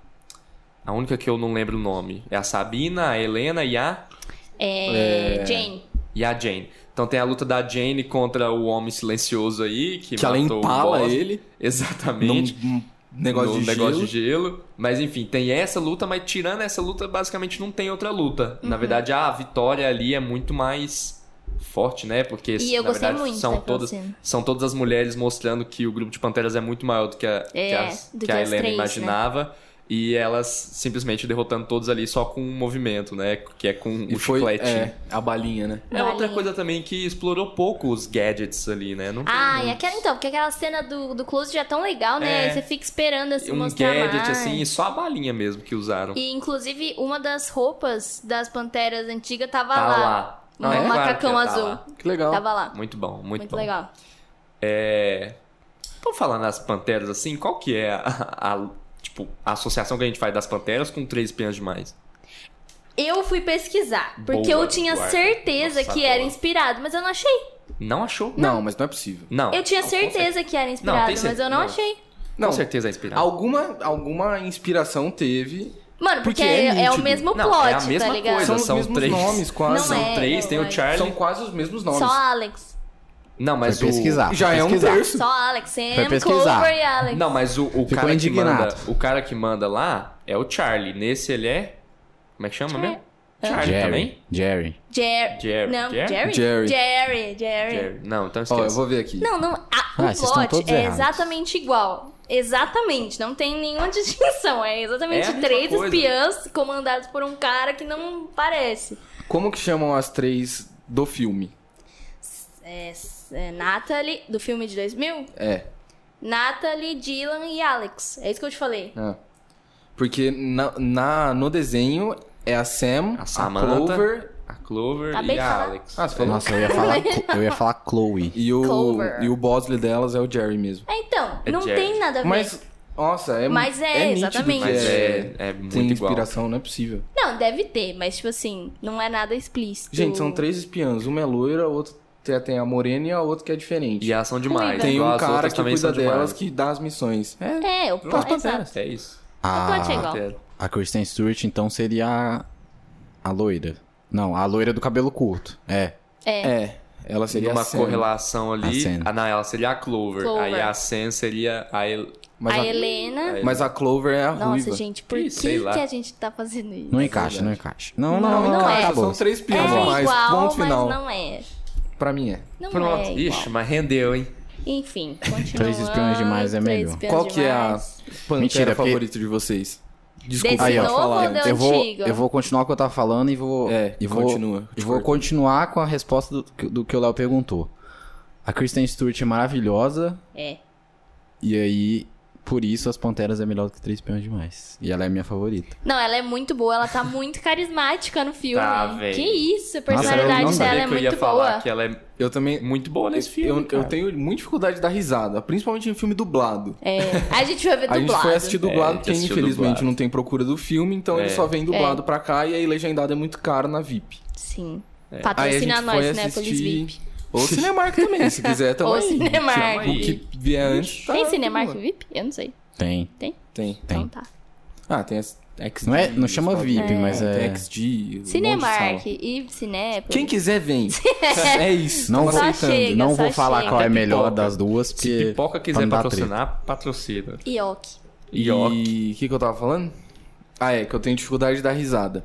Speaker 4: a única que eu não lembro o nome. É a Sabina, a Helena e a
Speaker 3: É, Jane.
Speaker 4: e a Jane. Então tem a luta da Jane contra o homem silencioso aí, que,
Speaker 6: Que ela
Speaker 4: matou o
Speaker 6: empala
Speaker 4: boss.
Speaker 6: ele num
Speaker 4: Exatamente
Speaker 6: num negócio
Speaker 4: no
Speaker 6: de gelo.
Speaker 4: negócio de gelo. Mas enfim, tem essa luta, mas tirando essa luta, basicamente não tem outra luta.
Speaker 3: Uhum.
Speaker 4: Na verdade, a vitória ali é muito mais forte, né? Porque
Speaker 3: E eu
Speaker 4: na
Speaker 3: gostei
Speaker 4: verdade,
Speaker 3: muito
Speaker 4: são
Speaker 3: daquela
Speaker 4: todas
Speaker 3: cena.
Speaker 4: são todas as mulheres mostrando que o grupo de panteras é muito maior do que a,
Speaker 3: É,
Speaker 4: que as-
Speaker 3: do
Speaker 4: que
Speaker 3: que
Speaker 4: a
Speaker 3: as
Speaker 4: Helena
Speaker 3: três, né?
Speaker 4: imaginava. E elas simplesmente derrotando todos ali só com um movimento, né? Que é com o
Speaker 6: E foi
Speaker 4: chiclete.
Speaker 6: é, a balinha, né?
Speaker 4: É outra
Speaker 3: Balinha.
Speaker 4: coisa também que explorou pouco os gadgets ali, né? Não tem
Speaker 3: Ah, e
Speaker 4: muito.
Speaker 3: aquela então, porque aquela cena do, do close já é tão legal, né?
Speaker 4: É.
Speaker 3: Aí Você fica esperando assim
Speaker 4: um
Speaker 3: mostrar
Speaker 4: gadget
Speaker 3: mais.
Speaker 4: assim, e só a balinha mesmo que usaram.
Speaker 3: E inclusive uma das roupas das panteras antigas tava
Speaker 4: Tá
Speaker 3: lá.
Speaker 4: lá.
Speaker 3: No
Speaker 4: é claro
Speaker 3: Um macacão
Speaker 4: que ia tá
Speaker 3: azul.
Speaker 4: lá.
Speaker 6: Que legal.
Speaker 3: Tava lá. Muito,
Speaker 4: Muito bom, muito, bom.
Speaker 3: legal.
Speaker 4: É... Por falar nas panteras assim, qual que é a, a- tipo, a associação que a gente faz das panteras com três espiãs demais?
Speaker 3: Eu fui pesquisar, porque
Speaker 4: Boa,
Speaker 3: eu tinha
Speaker 4: Eduardo.
Speaker 3: certeza
Speaker 4: Nossa,
Speaker 3: que
Speaker 4: boa.
Speaker 3: era inspirado, mas eu não achei.
Speaker 4: Não achou?
Speaker 6: Não, mas não é possível.
Speaker 4: Ah, Não.
Speaker 3: Eu tinha
Speaker 4: Com
Speaker 3: certeza que era
Speaker 4: Não,
Speaker 3: inspirado,
Speaker 4: tem cer-
Speaker 3: mas eu não,
Speaker 4: não.
Speaker 3: achei.
Speaker 6: Não,
Speaker 4: Com certeza é inspirado.
Speaker 6: alguma, alguma inspiração teve.
Speaker 3: Mano, porque,
Speaker 6: Porque
Speaker 3: é,
Speaker 6: é
Speaker 3: é o
Speaker 6: nítido.
Speaker 3: mesmo
Speaker 4: Não,
Speaker 3: plot,
Speaker 4: é a mesma
Speaker 3: tá ligado?
Speaker 4: coisa.
Speaker 6: São os
Speaker 4: são
Speaker 6: mesmos
Speaker 4: três.
Speaker 6: nomes, quase.
Speaker 3: Não
Speaker 4: São
Speaker 3: é,
Speaker 4: três, tem
Speaker 3: não
Speaker 4: o
Speaker 3: é.
Speaker 4: Charlie.
Speaker 6: São quase os mesmos nomes.
Speaker 3: Só Alex.
Speaker 4: Não, mas
Speaker 5: Foi
Speaker 4: o.
Speaker 5: pesquisar.
Speaker 6: Já é um
Speaker 5: pesquisar.
Speaker 6: terço.
Speaker 3: Só Alex. Sam,
Speaker 5: Foi pesquisar.
Speaker 3: Clover e Alex.
Speaker 4: Não, mas o, o
Speaker 5: Ficou
Speaker 4: cara que
Speaker 5: indignado.
Speaker 4: manda. O cara que manda lá é o Charlie. Nesse ele é. Como é que chama mesmo? Charlie
Speaker 5: Jerry.
Speaker 4: também?
Speaker 5: Jerry.
Speaker 3: Jer
Speaker 4: Jerry.
Speaker 3: Não,
Speaker 4: Jerry?
Speaker 3: Jerry?
Speaker 6: Jerry.
Speaker 3: Jerry. Jerry.
Speaker 4: Jerry. Não, então
Speaker 6: Ó,
Speaker 4: esquece.
Speaker 6: eu vou ver aqui.
Speaker 3: Não, não. a- o
Speaker 5: Ah, vocês estão todos
Speaker 3: plot é
Speaker 5: errados.
Speaker 3: exatamente igual. Exatamente, não tem nenhuma distinção. É
Speaker 4: É
Speaker 3: exatamente
Speaker 4: a mesma
Speaker 3: três
Speaker 4: coisa.
Speaker 3: espiãs comandados por um cara que não parece.
Speaker 6: Como que chamam as três do filme?
Speaker 3: É, é Natalie, do filme de 2000?
Speaker 6: É.
Speaker 3: Natalie, Dylan e Alex. É isso que eu te falei.
Speaker 6: é. Porque na, na- no desenho é a Sam,
Speaker 4: A
Speaker 6: a,
Speaker 4: Samantha.
Speaker 6: Clover
Speaker 4: A Clover
Speaker 3: Acabei
Speaker 4: e
Speaker 3: de
Speaker 4: a
Speaker 3: falar.
Speaker 4: Alex.
Speaker 6: Ah, você falou?
Speaker 5: Nossa, eu ia falar, eu ia falar Chloe.
Speaker 6: e o,
Speaker 3: Clover.
Speaker 6: e o Bosley delas é o Jerry mesmo.
Speaker 3: É, então,
Speaker 4: É
Speaker 3: não
Speaker 4: Jerry.
Speaker 3: tem nada a ver.
Speaker 6: Mas, nossa, é
Speaker 3: Mas é,
Speaker 6: nítido
Speaker 3: exatamente.
Speaker 6: que
Speaker 4: Mas
Speaker 6: é-
Speaker 4: é, é muito
Speaker 6: Tem
Speaker 4: igual.
Speaker 6: inspiração, não é possível.
Speaker 3: Não, deve ter, mas tipo assim, não é nada explícito.
Speaker 6: Gente, são três espiãs. Uma é loira, a outra tem a morena e a outra que é diferente.
Speaker 4: E elas são demais.
Speaker 6: tem
Speaker 4: igual
Speaker 6: um
Speaker 4: as
Speaker 6: cara
Speaker 4: outras
Speaker 6: que
Speaker 4: também
Speaker 6: cuida
Speaker 4: são demais.
Speaker 6: delas que dá as missões. É,
Speaker 3: É, o
Speaker 4: As
Speaker 3: plot.
Speaker 4: panteras.
Speaker 3: Exato.
Speaker 4: É Ah, isso.
Speaker 3: O plot é
Speaker 5: A,
Speaker 3: igual.
Speaker 5: Ah, a Kristen Stewart, então, seria a, a loira. Não, a loira do cabelo curto. É.
Speaker 3: É.
Speaker 6: é. Ela seria
Speaker 4: uma
Speaker 6: a Sam,
Speaker 4: correlação ali.
Speaker 5: A Sam.
Speaker 4: Ah, não, ela seria a Clover.
Speaker 3: Clover.
Speaker 4: Aí a Sam seria a El...
Speaker 6: Mas
Speaker 3: a
Speaker 6: a,
Speaker 3: Helena.
Speaker 4: a-
Speaker 6: mas a Clover é a
Speaker 3: Nossa,
Speaker 6: ruiva.
Speaker 3: gente, por
Speaker 4: Ih, sei
Speaker 3: que,
Speaker 4: lá.
Speaker 3: que a gente tá fazendo isso?
Speaker 5: Não encaixa, não encaixa.
Speaker 3: Não,
Speaker 5: Não, não, não,
Speaker 3: não
Speaker 5: não
Speaker 3: é.
Speaker 5: acabou.
Speaker 6: É São três
Speaker 3: É
Speaker 6: pianos mais.
Speaker 3: igual,
Speaker 6: Ponto final.
Speaker 3: mas não é.
Speaker 6: Pra mim é.
Speaker 3: Não
Speaker 4: Pronto.
Speaker 3: é igual.
Speaker 4: Ixi, mas rendeu, hein?
Speaker 3: Enfim, continuando.
Speaker 5: Três espiões demais é
Speaker 3: Três
Speaker 5: melhor.
Speaker 3: espiões
Speaker 6: Qual que é a
Speaker 3: demais.
Speaker 6: pantera
Speaker 4: é
Speaker 5: Mentira, porque-
Speaker 6: favorita de vocês?
Speaker 3: Desse
Speaker 6: Desculpa,
Speaker 5: Aí, ó,
Speaker 6: eu
Speaker 3: novo
Speaker 6: falar.
Speaker 3: ou do
Speaker 5: Eu vou,
Speaker 3: antigo?
Speaker 5: eu vou continuar o que eu tava falando e vou.
Speaker 6: É,
Speaker 5: e vou,
Speaker 6: continua,
Speaker 5: E
Speaker 6: te
Speaker 5: vou
Speaker 6: corto.
Speaker 5: continuar com a resposta do, do que o Léo perguntou. A Kristen Stewart é maravilhosa.
Speaker 3: É.
Speaker 5: E aí, por isso, as Panteras é melhor do que Três Peões Demais. E ela é minha favorita.
Speaker 3: Não, ela é muito boa, ela tá muito carismática no filme.
Speaker 4: Tá, véi.
Speaker 3: que isso, a
Speaker 5: eu
Speaker 3: personalidade
Speaker 4: não
Speaker 5: Nossa,
Speaker 4: sabia
Speaker 3: dela é
Speaker 4: que eu ia
Speaker 3: muito
Speaker 4: falar
Speaker 3: boa.
Speaker 4: que ela é
Speaker 6: Eu também.
Speaker 4: muito boa nesse filme.
Speaker 6: Eu, eu
Speaker 4: cara.
Speaker 6: tenho muita dificuldade de dar risada, principalmente em filme dublado.
Speaker 3: É. A gente vai ver
Speaker 6: A
Speaker 3: dublado.
Speaker 6: gente foi assistir
Speaker 4: É, a
Speaker 6: dublado,
Speaker 4: gente
Speaker 6: porque
Speaker 4: assistiu
Speaker 6: infelizmente
Speaker 4: dublado.
Speaker 6: não tem procura do filme, então
Speaker 4: É.
Speaker 6: ele só vem dublado pra cá e aí legendado é muito caro na VIP.
Speaker 3: Sim.
Speaker 4: É.
Speaker 6: Aí a gente
Speaker 3: Patrocina
Speaker 6: foi
Speaker 3: nós, né, Polis
Speaker 6: assistir-
Speaker 3: VIP.
Speaker 6: Ou Cinemark também, se quiser, tamo
Speaker 3: Ou
Speaker 6: aí.
Speaker 3: Cinemark.
Speaker 6: O que vier antes tá.
Speaker 3: Tem Cinemark
Speaker 6: boa.
Speaker 3: VIP? Eu não sei.
Speaker 5: Tem.
Speaker 6: Tem.
Speaker 3: Então tá.
Speaker 6: Ah, tem as XD.
Speaker 5: Não, é, não chama
Speaker 6: Spotify,
Speaker 5: VIP, mas é.
Speaker 6: Tem XD. um monte
Speaker 3: Cinemark
Speaker 6: de sala.
Speaker 3: e Cinépolis.
Speaker 6: Quem quiser, vem. é isso.
Speaker 5: Não
Speaker 6: tamo
Speaker 5: vou,
Speaker 6: aceitando.
Speaker 3: chega.
Speaker 5: não
Speaker 3: só
Speaker 5: vou falar
Speaker 3: chega.
Speaker 5: qual é
Speaker 4: Até
Speaker 5: melhor
Speaker 4: pipoca.
Speaker 5: das duas, porque.
Speaker 6: é
Speaker 4: Se Pipoca
Speaker 5: pra
Speaker 4: quiser
Speaker 5: não dar
Speaker 4: patrocinar, patrocina.
Speaker 3: Ioki.
Speaker 6: E o que, que eu tava falando? Ah, é, que eu tenho dificuldade de dar risada.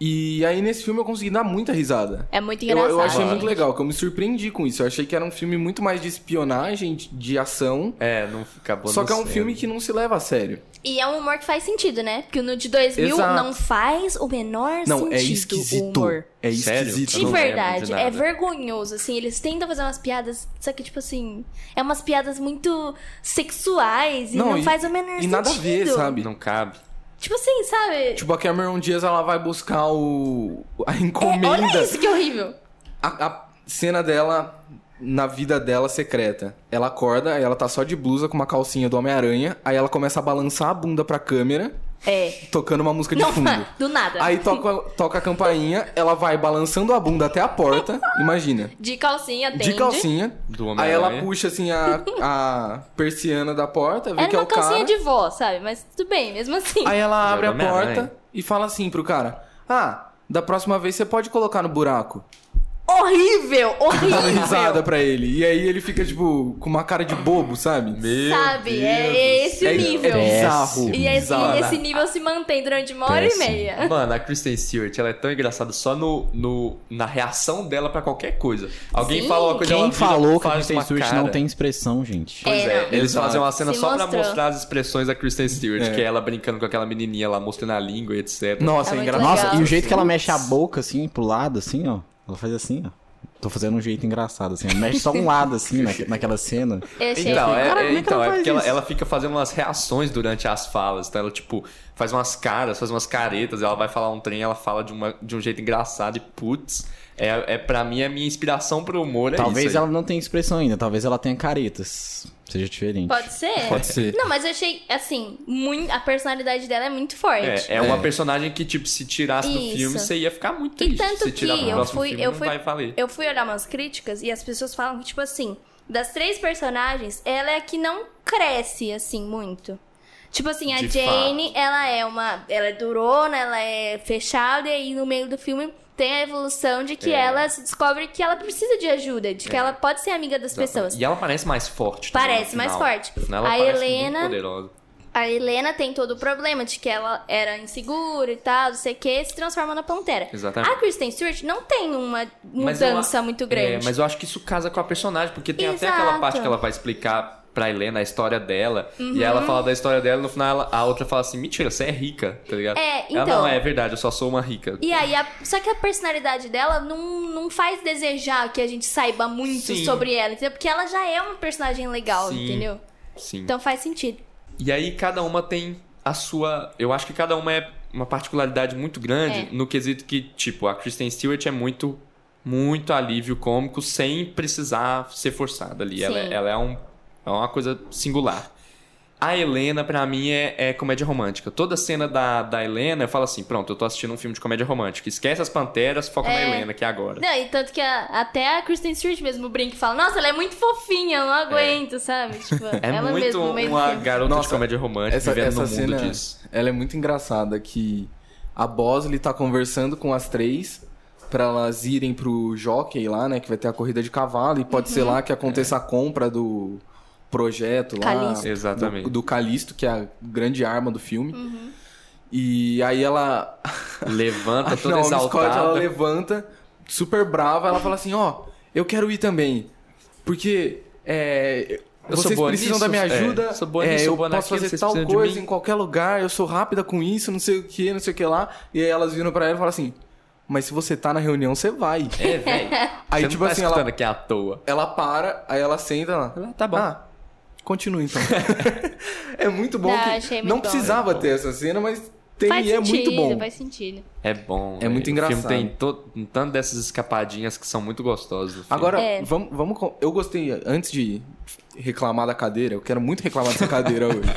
Speaker 6: E aí nesse filme eu consegui dar muita risada.
Speaker 3: É muito
Speaker 6: Eu,
Speaker 3: engraçado.
Speaker 5: Ah,
Speaker 6: eu achei
Speaker 3: gente.
Speaker 6: muito legal, que eu me surpreendi com isso. Eu achei que era um filme muito mais de espionagem, de- de ação.
Speaker 4: É, não acabou
Speaker 6: só
Speaker 4: não
Speaker 6: que é um
Speaker 4: sendo.
Speaker 6: filme que não se leva a sério.
Speaker 3: E é um humor que faz sentido, né? Porque no de 2000
Speaker 6: Exato.
Speaker 3: não faz o menor
Speaker 6: Não,
Speaker 3: sentido
Speaker 6: é
Speaker 3: o
Speaker 6: esquisito.
Speaker 3: humor.
Speaker 6: É
Speaker 4: Sério?
Speaker 6: esquisito.
Speaker 4: Eu
Speaker 3: De
Speaker 4: não lembro de
Speaker 3: verdade, é
Speaker 4: nada.
Speaker 3: vergonhoso, assim, eles tentam fazer umas piadas, só que, tipo assim, é umas piadas muito sexuais e não,
Speaker 6: Não, e-
Speaker 3: faz o menor
Speaker 6: E
Speaker 3: sentido.
Speaker 6: nada a ver, sabe?
Speaker 4: Não cabe.
Speaker 3: Tipo assim, sabe?
Speaker 6: Tipo, a Cameron Diaz, ela vai buscar o... a
Speaker 3: É,
Speaker 6: encomenda.
Speaker 3: olha isso que horrível.
Speaker 6: A, a cena dela na vida dela secreta. Ela acorda, aí ela tá só de blusa com uma calcinha do Homem-Aranha, aí ela começa a balançar a bunda pra câmera,
Speaker 3: É.
Speaker 6: tocando uma música de
Speaker 3: Não,
Speaker 6: fundo.
Speaker 3: do nada.
Speaker 6: Aí tá- toca, toca a campainha, ela vai balançando a bunda até a porta, imagina.
Speaker 3: De calcinha, tende.
Speaker 6: De calcinha.
Speaker 4: Do
Speaker 6: Aí
Speaker 4: Homem-Aranha.
Speaker 6: ela puxa assim a, a persiana da porta, vê
Speaker 3: Era
Speaker 6: que é
Speaker 3: uma
Speaker 6: o
Speaker 3: calcinha
Speaker 6: cara.
Speaker 3: de vó, sabe? Mas tudo bem, mesmo assim.
Speaker 6: Aí ela
Speaker 4: Já
Speaker 6: abre a
Speaker 4: do Homem-Aranha.
Speaker 6: porta e fala assim pro cara: Ah, da próxima vez você pode colocar no buraco.
Speaker 3: horrível,
Speaker 6: Dá uma risada
Speaker 3: horrível.
Speaker 6: pra ele. E aí ele fica, tipo, com uma cara de bobo, sabe? Meu
Speaker 3: Sabe? É, é esse o
Speaker 6: é,
Speaker 3: nível.
Speaker 6: É bizarro.
Speaker 3: E esse,
Speaker 4: bizarro.
Speaker 3: esse nível se mantém durante uma hora
Speaker 5: Péssimo.
Speaker 3: e meia.
Speaker 4: Mano, a Kristen Stewart, ela é tão engraçada só no, no- na reação dela pra qualquer coisa. Alguém
Speaker 3: Sim.
Speaker 4: fala uma coisa, ela
Speaker 5: Quem
Speaker 4: vira,
Speaker 5: falou que a
Speaker 4: faz
Speaker 5: Kristen
Speaker 4: uma
Speaker 5: Stewart
Speaker 4: cara.
Speaker 5: não tem expressão, gente?
Speaker 4: Pois
Speaker 3: É,
Speaker 4: é,
Speaker 3: não.
Speaker 4: eles
Speaker 6: Exato.
Speaker 4: fazem uma cena
Speaker 3: Se
Speaker 4: só pra
Speaker 3: mostrou.
Speaker 4: mostrar as expressões da Kristen Stewart, que é ela brincando com aquela menininha lá, mostrando a língua e etc.
Speaker 3: É
Speaker 6: Nossa, é
Speaker 3: muito
Speaker 6: engraçado.
Speaker 5: Nossa,
Speaker 3: Legal.
Speaker 5: e o jeito que ela mexe a boca, assim, pro lado, assim, ó. Ela faz assim, ó. Tô fazendo um jeito engraçado, assim. Ela mexe só um lado, assim, na- naquela cena.
Speaker 3: Eu achei
Speaker 4: Então, é,
Speaker 5: Cara, como é que
Speaker 4: é,
Speaker 5: ela
Speaker 4: então, é
Speaker 5: faz
Speaker 4: porque ela,
Speaker 5: isso?
Speaker 4: ela fica fazendo umas reações durante as falas. Então ela, tipo, faz umas caras, faz umas caretas, ela vai falar um trem, ela fala de, uma, de um jeito engraçado e putz. É, é, pra mim, a minha inspiração pro humor é
Speaker 5: talvez
Speaker 4: isso. aí.
Speaker 5: ela não tenha expressão ainda, talvez ela tenha caretas. Seja diferente.
Speaker 3: Pode ser?
Speaker 6: Pode ser.
Speaker 3: Não, mas eu achei, assim, muito, a personalidade dela é muito forte.
Speaker 4: É,
Speaker 5: né?
Speaker 4: é uma personagem que, tipo, se tirasse do
Speaker 3: Isso.
Speaker 4: filme, você ia ficar muito
Speaker 3: E
Speaker 4: triste.
Speaker 3: tanto
Speaker 4: se
Speaker 3: que
Speaker 4: tirar do
Speaker 3: eu
Speaker 4: próximo
Speaker 3: fui,
Speaker 4: filme,
Speaker 3: eu,
Speaker 4: não
Speaker 3: fui,
Speaker 4: vai valer.
Speaker 3: eu fui olhar umas críticas e as pessoas falam que, tipo assim, das três personagens, ela é a que não cresce, assim, muito. Tipo assim, a
Speaker 4: De
Speaker 3: Jane, ela é uma. Ela é durona, ela é fechada, e aí no meio do filme tem a evolução de
Speaker 4: É.
Speaker 3: que ela se descobre que ela precisa de ajuda, de que ela pode ser amiga das pessoas.
Speaker 4: E ela parece mais forte.
Speaker 3: Parece
Speaker 4: também, no
Speaker 3: mais
Speaker 4: final.
Speaker 3: forte.
Speaker 4: No final, ela
Speaker 3: A
Speaker 4: parece
Speaker 3: Helena-
Speaker 4: muito poderosa.
Speaker 3: A Helena tem todo o problema de que ela era insegura e tal, não sei o que, se transforma na pantera.
Speaker 4: Exatamente.
Speaker 3: A Kristen Stewart não tem uma
Speaker 4: Mas eu
Speaker 3: mudança
Speaker 4: a-
Speaker 3: muito
Speaker 4: É,
Speaker 3: grande.
Speaker 4: mas eu acho que isso casa com a personagem, porque tem até
Speaker 3: Exato.
Speaker 4: aquela parte que ela vai explicar pra Helena a história dela. E ela
Speaker 3: Uhum.
Speaker 4: fala da história dela e no final ela- a outra fala assim: mentira, você é rica, tá ligado?
Speaker 3: É,
Speaker 4: Ela
Speaker 3: então.
Speaker 4: não é verdade, eu só sou uma rica.
Speaker 3: E aí, a- só que a personalidade dela não, não faz desejar que a gente saiba muito
Speaker 4: Sim.
Speaker 3: sobre ela, entendeu? Porque ela já é uma personagem legal,
Speaker 4: Sim.
Speaker 3: entendeu?
Speaker 4: Sim.
Speaker 3: Então faz sentido.
Speaker 4: E aí cada uma tem a sua. Eu acho que cada uma é uma particularidade muito
Speaker 3: É.
Speaker 4: grande no quesito que, tipo, a Kristen Stewart é muito, muito alívio cômico sem precisar ser forçada ali. Ela,
Speaker 3: Sim.
Speaker 4: ela é, um, é uma coisa singular. A Helena, pra mim, é, é comédia romântica. Toda cena da, da Helena, eu falo assim: pronto, eu tô assistindo um filme de comédia romântica. Esquece as panteras, foca na
Speaker 3: É.
Speaker 4: Helena, que é agora.
Speaker 3: Não, e tanto que a- até a Kristen Stewart mesmo brinca e fala: Nossa, ela é muito fofinha, eu não aguento, sabe? Tipo,
Speaker 4: É
Speaker 3: ela
Speaker 4: muito
Speaker 3: mesmo, mesmo
Speaker 4: uma
Speaker 3: tempo.
Speaker 4: garota de
Speaker 6: Nossa,
Speaker 4: comédia romântica
Speaker 6: essa,
Speaker 4: vivendo
Speaker 6: essa
Speaker 4: no mundo
Speaker 6: cena,
Speaker 4: disso.
Speaker 6: ela é muito engraçada que a Bosley tá conversando com as três pra elas irem pro jockey lá, né, que vai ter a corrida de cavalo e pode
Speaker 3: Uhum.
Speaker 6: ser lá que aconteça a compra do projeto lá,
Speaker 3: Calisto.
Speaker 6: do-
Speaker 4: Exatamente.
Speaker 6: do, Calisto, que é a grande arma do filme. E aí ela
Speaker 4: Levanta Tá toda
Speaker 6: não, a Miss Scott,
Speaker 4: exaltada.
Speaker 6: ela levanta, super brava, ela fala assim, ó, eu quero ir também. Porque é,
Speaker 4: Eu sou
Speaker 6: vocês
Speaker 4: boa
Speaker 6: precisam
Speaker 4: nisso,
Speaker 6: da minha
Speaker 4: é,
Speaker 6: ajuda,
Speaker 4: sou boa
Speaker 6: é,
Speaker 4: nisso, sou
Speaker 6: eu
Speaker 4: boa
Speaker 6: posso
Speaker 4: naquilo,
Speaker 6: fazer
Speaker 4: vocês
Speaker 6: tal
Speaker 4: precisam de
Speaker 6: coisa
Speaker 4: mim.
Speaker 6: em qualquer lugar, eu sou rápida com isso, não sei o que, não sei o que lá. E aí elas viram pra ela e falam assim, mas se você tá na reunião, você vai.
Speaker 4: É, velho.
Speaker 6: Aí,
Speaker 4: Você
Speaker 6: tipo
Speaker 4: não tá
Speaker 6: assim,
Speaker 4: escutando
Speaker 6: ela-
Speaker 4: aqui à toa.
Speaker 6: Ela para, aí ela senta lá.
Speaker 4: tá bom.
Speaker 6: Ah, continua então. é muito bom
Speaker 3: Não,
Speaker 6: que
Speaker 3: achei muito
Speaker 6: não
Speaker 3: bom.
Speaker 6: precisava ter essa cena, mas tem
Speaker 3: Faz
Speaker 6: e é
Speaker 3: sentido,
Speaker 6: muito bom.
Speaker 3: faz sentido.
Speaker 4: É bom.
Speaker 6: É muito
Speaker 4: velho. O
Speaker 6: engraçado.
Speaker 4: filme tem to- um tanto dessas escapadinhas que são muito gostosas. do filme.
Speaker 6: Agora,
Speaker 3: É.
Speaker 6: vamos, vamos. com- Eu gostei, antes de reclamar da cadeira, eu quero muito reclamar dessa cadeira hoje.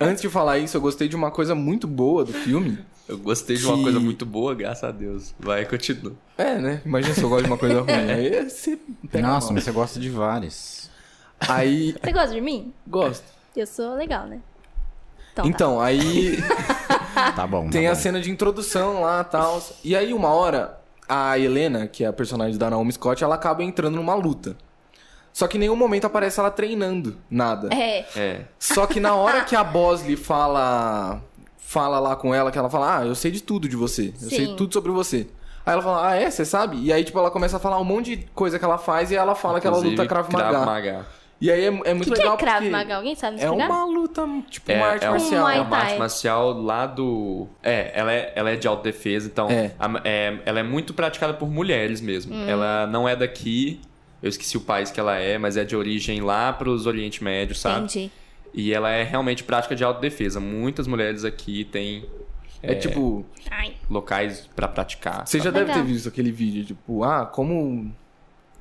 Speaker 6: antes de falar isso, eu gostei de uma coisa muito boa do filme.
Speaker 4: eu gostei de uma
Speaker 6: que-
Speaker 4: coisa muito boa, graças a Deus. Vai, continua.
Speaker 6: É, né? Imagina se eu gosto de uma coisa ruim. Aí você pega
Speaker 5: Nossa,
Speaker 6: mal.
Speaker 5: mas você gosta de várias.
Speaker 6: Aí.
Speaker 3: Você gosta de mim?
Speaker 6: Gosto.
Speaker 3: Eu sou legal, né? Então,
Speaker 6: Então,
Speaker 3: tá.
Speaker 6: aí
Speaker 3: Ah.
Speaker 5: Tá bom.
Speaker 6: tem
Speaker 5: tá
Speaker 6: a
Speaker 5: bom.
Speaker 6: cena de introdução lá e tal. E aí, uma hora, a Helena, que é a personagem da Naomi Scott, ela acaba entrando numa luta. Só que em nenhum momento aparece ela treinando nada.
Speaker 3: É.
Speaker 4: É.
Speaker 6: Só que na hora que a Bosley fala fala lá com ela, que ela fala, ah, eu sei de tudo de você, eu
Speaker 3: Sim.
Speaker 6: sei tudo sobre você. Aí ela fala, ah, é? Você sabe? E aí, tipo, ela começa a falar um monte de coisa que ela faz e ela fala que
Speaker 4: Inclusive,
Speaker 6: ela luta Krav Maga. E aí é, é muito
Speaker 3: O que, que
Speaker 6: legal
Speaker 3: é Krav
Speaker 6: porque
Speaker 3: Maga? Alguém sabe me
Speaker 6: é
Speaker 3: explicar?
Speaker 6: uma luta, tipo,
Speaker 4: É,
Speaker 6: uma arte
Speaker 4: é um-
Speaker 6: marcial.
Speaker 4: É
Speaker 3: Muay
Speaker 4: uma arte
Speaker 3: Thai.
Speaker 4: marcial lá do. É, ela é, ela é de autodefesa, então.
Speaker 6: É.
Speaker 4: a- é, ela é muito praticada por mulheres mesmo.
Speaker 3: Hum.
Speaker 4: Ela não é daqui. Eu esqueci o país que ela é, mas é de origem lá pros Oriente Médio, sabe?
Speaker 3: Entendi.
Speaker 4: E ela é realmente prática de autodefesa. Muitas mulheres aqui têm
Speaker 6: É, tipo,
Speaker 3: Ai.
Speaker 4: locais pra praticar.
Speaker 6: você já
Speaker 3: Legal.
Speaker 6: deve ter visto aquele vídeo, tipo, ah, como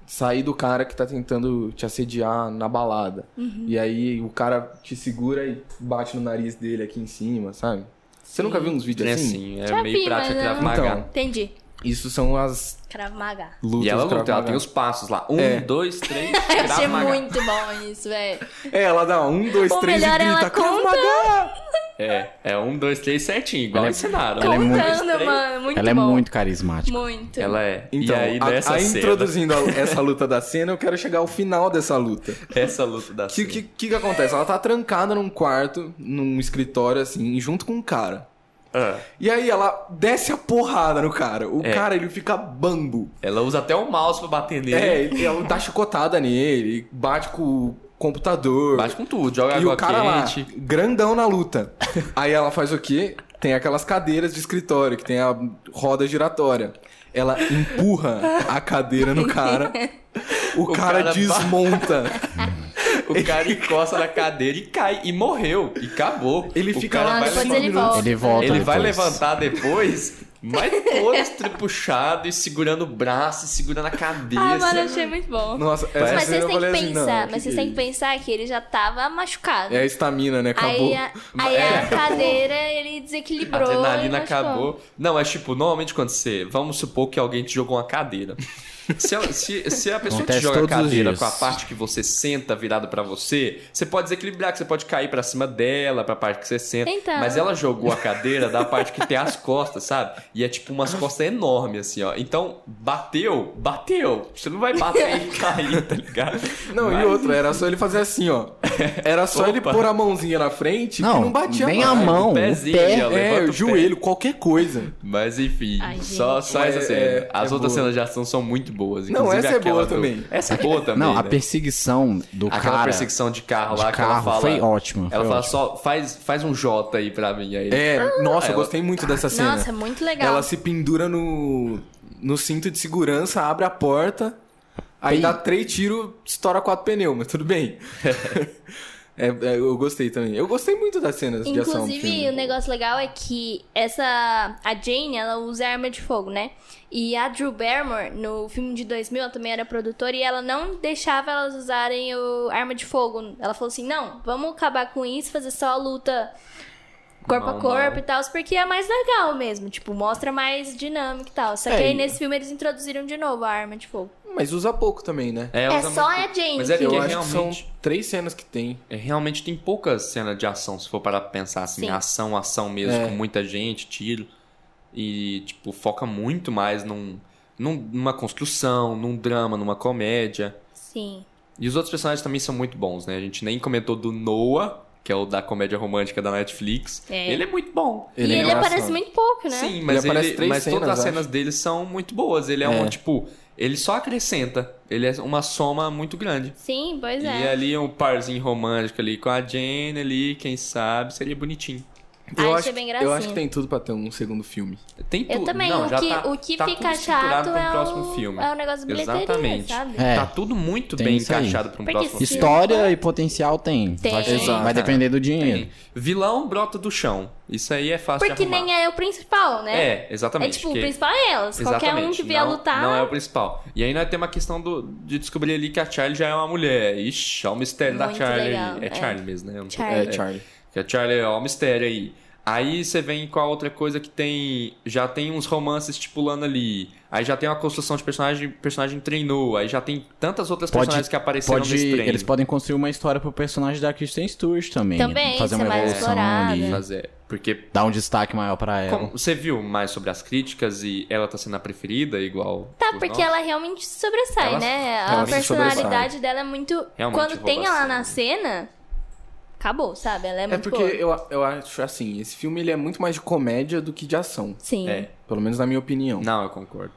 Speaker 6: sair do cara que tá tentando te assediar na balada.
Speaker 3: Uhum.
Speaker 6: E aí o cara te segura e bate no nariz dele aqui em cima, sabe? Você nunca viu uns vídeos
Speaker 4: É
Speaker 6: assim?
Speaker 4: assim, é
Speaker 3: Já
Speaker 4: meio
Speaker 3: vi,
Speaker 4: prática
Speaker 3: mas
Speaker 4: Krav
Speaker 3: eu-
Speaker 4: Maga.
Speaker 6: Então,
Speaker 3: Entendi.
Speaker 6: Isso são as
Speaker 3: Krav Maga.
Speaker 6: lutas.
Speaker 4: e ela
Speaker 6: do Krav
Speaker 4: luta, ela
Speaker 6: Maga.
Speaker 4: tem os passos lá. Um,
Speaker 6: É.
Speaker 4: dois, três,
Speaker 3: Eu
Speaker 4: Krav
Speaker 3: achei
Speaker 4: Maga.
Speaker 3: muito bom isso, velho.
Speaker 6: É, ela dá um, dois,
Speaker 3: Ou
Speaker 6: três
Speaker 3: melhor,
Speaker 6: e grita,
Speaker 3: ela
Speaker 6: "Krav
Speaker 3: conta.
Speaker 6: Maga!"
Speaker 4: É, é um, dois, três certinho, igual
Speaker 5: Ela é-
Speaker 4: ensinaram.
Speaker 5: ela é muito-
Speaker 3: Contando, mano. Muito
Speaker 5: Ela é
Speaker 3: bom.
Speaker 5: muito carismática.
Speaker 3: Muito.
Speaker 4: Ela é.
Speaker 6: Então,
Speaker 4: e aí,
Speaker 6: a-
Speaker 4: nessa
Speaker 6: a
Speaker 4: cena,
Speaker 6: introduzindo a- essa luta da cena, eu quero chegar ao final dessa luta.
Speaker 4: essa luta da
Speaker 6: O que,
Speaker 4: cena.
Speaker 6: que, que que acontece? Ela tá trancada num quarto, num escritório, assim, junto com um cara.
Speaker 4: Ah,
Speaker 6: E aí ela desce a porrada no cara. O
Speaker 4: É.
Speaker 6: cara, ele fica bambo.
Speaker 4: ela usa até o mouse pra bater nele.
Speaker 6: É, ele- ela dá chicotada nele, bate com o computador.
Speaker 4: Bate com tudo, joga
Speaker 6: e
Speaker 4: água
Speaker 6: o cara
Speaker 4: quente.
Speaker 6: lá, grandão na luta. Aí ela faz o quê? Tem aquelas cadeiras de escritório, que tem a roda giratória. Ela empurra a cadeira no cara. O,
Speaker 4: O
Speaker 6: cara,
Speaker 4: cara
Speaker 6: desmonta.
Speaker 4: O cara encosta na cadeira e cai. E morreu. E acabou.
Speaker 6: Ele
Speaker 4: O
Speaker 6: fica lá
Speaker 4: cara vai
Speaker 3: Não, depois
Speaker 4: levantar-
Speaker 3: ele volta.
Speaker 5: Ele volta
Speaker 4: Ele vai
Speaker 5: depois.
Speaker 4: levantar depois, mas todo estripuchado e segurando o braço e segurando a cabeça.
Speaker 3: Ah, mano, eu achei muito bom.
Speaker 6: Nossa, essa
Speaker 3: mas
Speaker 6: cena
Speaker 3: vocês
Speaker 6: eu
Speaker 3: têm que
Speaker 6: falei assim, não,
Speaker 3: pensar,
Speaker 6: que
Speaker 3: mas vocês
Speaker 6: que
Speaker 3: têm que pensar que ele já tava machucado.
Speaker 6: É a estamina, né? Acabou.
Speaker 3: aí a, aí a cadeira ele
Speaker 4: A
Speaker 3: desequilibrou.
Speaker 4: adrenalina
Speaker 3: e machucou.
Speaker 4: acabou. Não, é tipo, normalmente quando você. Vamos supor que alguém te jogou uma cadeira. Se, ela- se- se a pessoa
Speaker 5: Acontece
Speaker 4: te joga a
Speaker 5: todos os
Speaker 4: cadeira
Speaker 5: dias.
Speaker 4: com a parte que você senta virada pra você, você pode desequilibrar, que você pode cair pra cima dela, pra parte que você senta.
Speaker 3: Então.
Speaker 4: Mas ela jogou a cadeira da parte que tem as costas, sabe? E é tipo umas costas enormes, assim, ó. Então, bateu, bateu. Você não vai bater e cair, tá ligado?
Speaker 6: Não,
Speaker 4: Mas-
Speaker 6: e outra, era só ele fazer assim, ó. Era só ele
Speaker 4: Opa.
Speaker 6: pôr a mãozinha na frente que
Speaker 5: Não,
Speaker 6: Tipo, não batia
Speaker 5: nem a
Speaker 6: mais.
Speaker 5: mão, o
Speaker 4: pezinho,
Speaker 5: pé.
Speaker 4: ó.
Speaker 6: É,
Speaker 4: Levanta o
Speaker 6: o
Speaker 4: pé.
Speaker 6: joelho, qualquer coisa.
Speaker 4: Mas enfim,
Speaker 3: Ai, gente.
Speaker 4: só, só essa
Speaker 6: É,
Speaker 4: cena.
Speaker 6: é,
Speaker 4: As
Speaker 6: é
Speaker 4: outras
Speaker 6: boa.
Speaker 4: cenas de ação são muito boas.
Speaker 6: Não,
Speaker 4: inclusive
Speaker 6: essa é
Speaker 4: aquela
Speaker 6: boa
Speaker 4: do-
Speaker 6: também.
Speaker 4: Essa é boa também.
Speaker 5: Não, a
Speaker 4: né?
Speaker 5: perseguição do
Speaker 4: Aquela
Speaker 5: cara
Speaker 4: perseguição de carro
Speaker 5: de
Speaker 4: lá que ela
Speaker 5: carro
Speaker 4: fala.
Speaker 5: foi ótima.
Speaker 4: Ela
Speaker 5: foi
Speaker 4: fala
Speaker 5: ótima.
Speaker 4: só, faz, faz um J aí pra mim. Aí.
Speaker 6: É, nossa, eu
Speaker 4: Ela-
Speaker 6: gostei muito dessa cena.
Speaker 3: Nossa, é muito legal.
Speaker 6: Assim, Ela se pendura no, no cinto de segurança, abre a porta, aí
Speaker 5: Bem-
Speaker 6: dá três tiros, estoura quatro pneus, mas tudo bem. É, é, eu gostei também. Eu gostei muito das cenas de ação. do
Speaker 3: Inclusive,
Speaker 6: um filme.
Speaker 3: o negócio legal é que essa. A Jane, ela usa arma de fogo, né? E a Drew Barrymore, no filme de 2000, ela também era produtora e ela não deixava elas usarem o arma de fogo. Ela falou assim: não, vamos acabar com isso, fazer só a luta corpo
Speaker 4: Mão
Speaker 3: a
Speaker 4: a
Speaker 3: corpo
Speaker 4: mão.
Speaker 3: e tal, porque é mais legal mesmo. Tipo, mostra mais dinâmica e tal. Só que
Speaker 5: É,
Speaker 3: aí
Speaker 5: e-
Speaker 3: nesse filme eles introduziram de novo a arma de fogo.
Speaker 6: Mas usa pouco também, né?
Speaker 4: É,
Speaker 3: É
Speaker 4: usa
Speaker 3: só
Speaker 4: muito-
Speaker 3: a Jane.
Speaker 4: Mas é
Speaker 3: que-
Speaker 6: eu
Speaker 4: porque
Speaker 6: acho que
Speaker 4: realmente.
Speaker 6: são três cenas que tem.
Speaker 4: é, realmente tem poucas cenas de ação, se for parar pra pensar assim.
Speaker 3: Sim.
Speaker 4: Ação, ação mesmo,
Speaker 6: É.
Speaker 4: com muita gente, tiro. E, tipo, foca muito mais num, num- numa construção, num drama, numa comédia.
Speaker 3: Sim.
Speaker 4: E os outros personagens também são muito bons, né? A gente nem comentou do Noah, que é o da comédia romântica da Netflix.
Speaker 3: É.
Speaker 4: Ele é muito bom.
Speaker 6: Ele
Speaker 3: e
Speaker 6: é
Speaker 3: ele
Speaker 6: engraçado.
Speaker 3: aparece muito pouco, né?
Speaker 4: Sim, mas,
Speaker 6: Ele aparece
Speaker 4: ele-
Speaker 6: três
Speaker 4: mas todas
Speaker 6: cenas,
Speaker 4: as cenas dele são muito boas. Ele é, um,
Speaker 6: É.
Speaker 4: tipo, ele só acrescenta. Ele é uma soma muito grande.
Speaker 3: Sim, pois
Speaker 4: E
Speaker 3: é.
Speaker 4: ali um parzinho romântico ali com a Jane ali, quem sabe, seria bonitinho.
Speaker 3: Ah,
Speaker 6: eu,
Speaker 3: achei
Speaker 6: acho,
Speaker 3: bem
Speaker 6: eu
Speaker 3: gracinha.
Speaker 6: acho que tem tudo pra ter um segundo filme.
Speaker 4: Tem
Speaker 3: Eu
Speaker 4: tudo.
Speaker 3: também.
Speaker 4: Não,
Speaker 3: o,
Speaker 4: já
Speaker 3: que,
Speaker 4: tá-
Speaker 3: o que
Speaker 4: tá
Speaker 3: fica
Speaker 4: tudo estruturado
Speaker 3: chato
Speaker 4: pra um
Speaker 3: é o,
Speaker 4: próximo filme.
Speaker 3: é o negócio de bilheteria,
Speaker 4: Exatamente.
Speaker 3: sabe?
Speaker 5: É.
Speaker 4: Tá tudo muito
Speaker 5: Tem
Speaker 4: bem
Speaker 5: isso aí.
Speaker 4: encaixado pra um
Speaker 3: Porque
Speaker 4: próximo
Speaker 3: se-
Speaker 4: filme.
Speaker 5: História e potencial tem.
Speaker 3: Tem.
Speaker 5: Vai,
Speaker 4: Exato.
Speaker 5: vai depender do dinheiro.
Speaker 4: Tem. Vilão brota do chão. Isso aí é fácil
Speaker 3: Porque
Speaker 4: de arrumar.
Speaker 3: nem é o principal, né?
Speaker 4: É, exatamente.
Speaker 3: É tipo,
Speaker 4: que-
Speaker 3: o principal é elas. Qualquer um
Speaker 4: Exatamente,
Speaker 3: que vier
Speaker 4: não-
Speaker 3: lutar.
Speaker 4: Não é o principal. E aí nós temos a questão do, de descobrir ali que a Charlie já é uma mulher. Ixi, é o mistério da
Speaker 3: Muito
Speaker 4: Charlie.
Speaker 3: legal,
Speaker 4: é
Speaker 3: é.
Speaker 4: Charlie mesmo, né? Eu não-
Speaker 3: Charlie.
Speaker 4: É,
Speaker 6: É, Charlie.
Speaker 4: que a Charlie é o mistério aí. Aí você vem com a outra coisa que tem. Já tem uns romances estipulando ali. Aí já tem uma construção de personagem, personagem treinou. Aí já tem tantas outras
Speaker 5: Pode-
Speaker 4: personagens que apareceram
Speaker 5: Pode,
Speaker 4: nesse treino.
Speaker 5: eles podem construir uma história pro personagem da Kristen Stewart também.
Speaker 3: Também,
Speaker 5: fazer uma
Speaker 3: ser mais
Speaker 5: evolução
Speaker 3: explorada.
Speaker 5: ali.
Speaker 4: fazer. é, Porque.
Speaker 5: Dar um destaque maior pra ela.
Speaker 4: como- você viu mais sobre as críticas e ela tá sendo a preferida, igual.
Speaker 3: Tá,
Speaker 4: por
Speaker 3: porque
Speaker 4: nós?
Speaker 3: ela realmente se sobressai,
Speaker 4: Ela-
Speaker 3: né? a
Speaker 6: ela se
Speaker 3: personalidade
Speaker 6: sobressai.
Speaker 3: dela é muito.
Speaker 4: Realmente
Speaker 3: Quando tem
Speaker 4: rouba a
Speaker 3: ela
Speaker 4: cena.
Speaker 3: na cena, acabou, sabe? Ela é
Speaker 6: É
Speaker 3: muito
Speaker 6: porque
Speaker 3: boa.
Speaker 6: eu, eu acho assim, esse filme ele é muito mais de comédia do que de ação.
Speaker 3: Sim.
Speaker 4: É.
Speaker 6: Pelo menos na minha opinião.
Speaker 4: Não, eu concordo.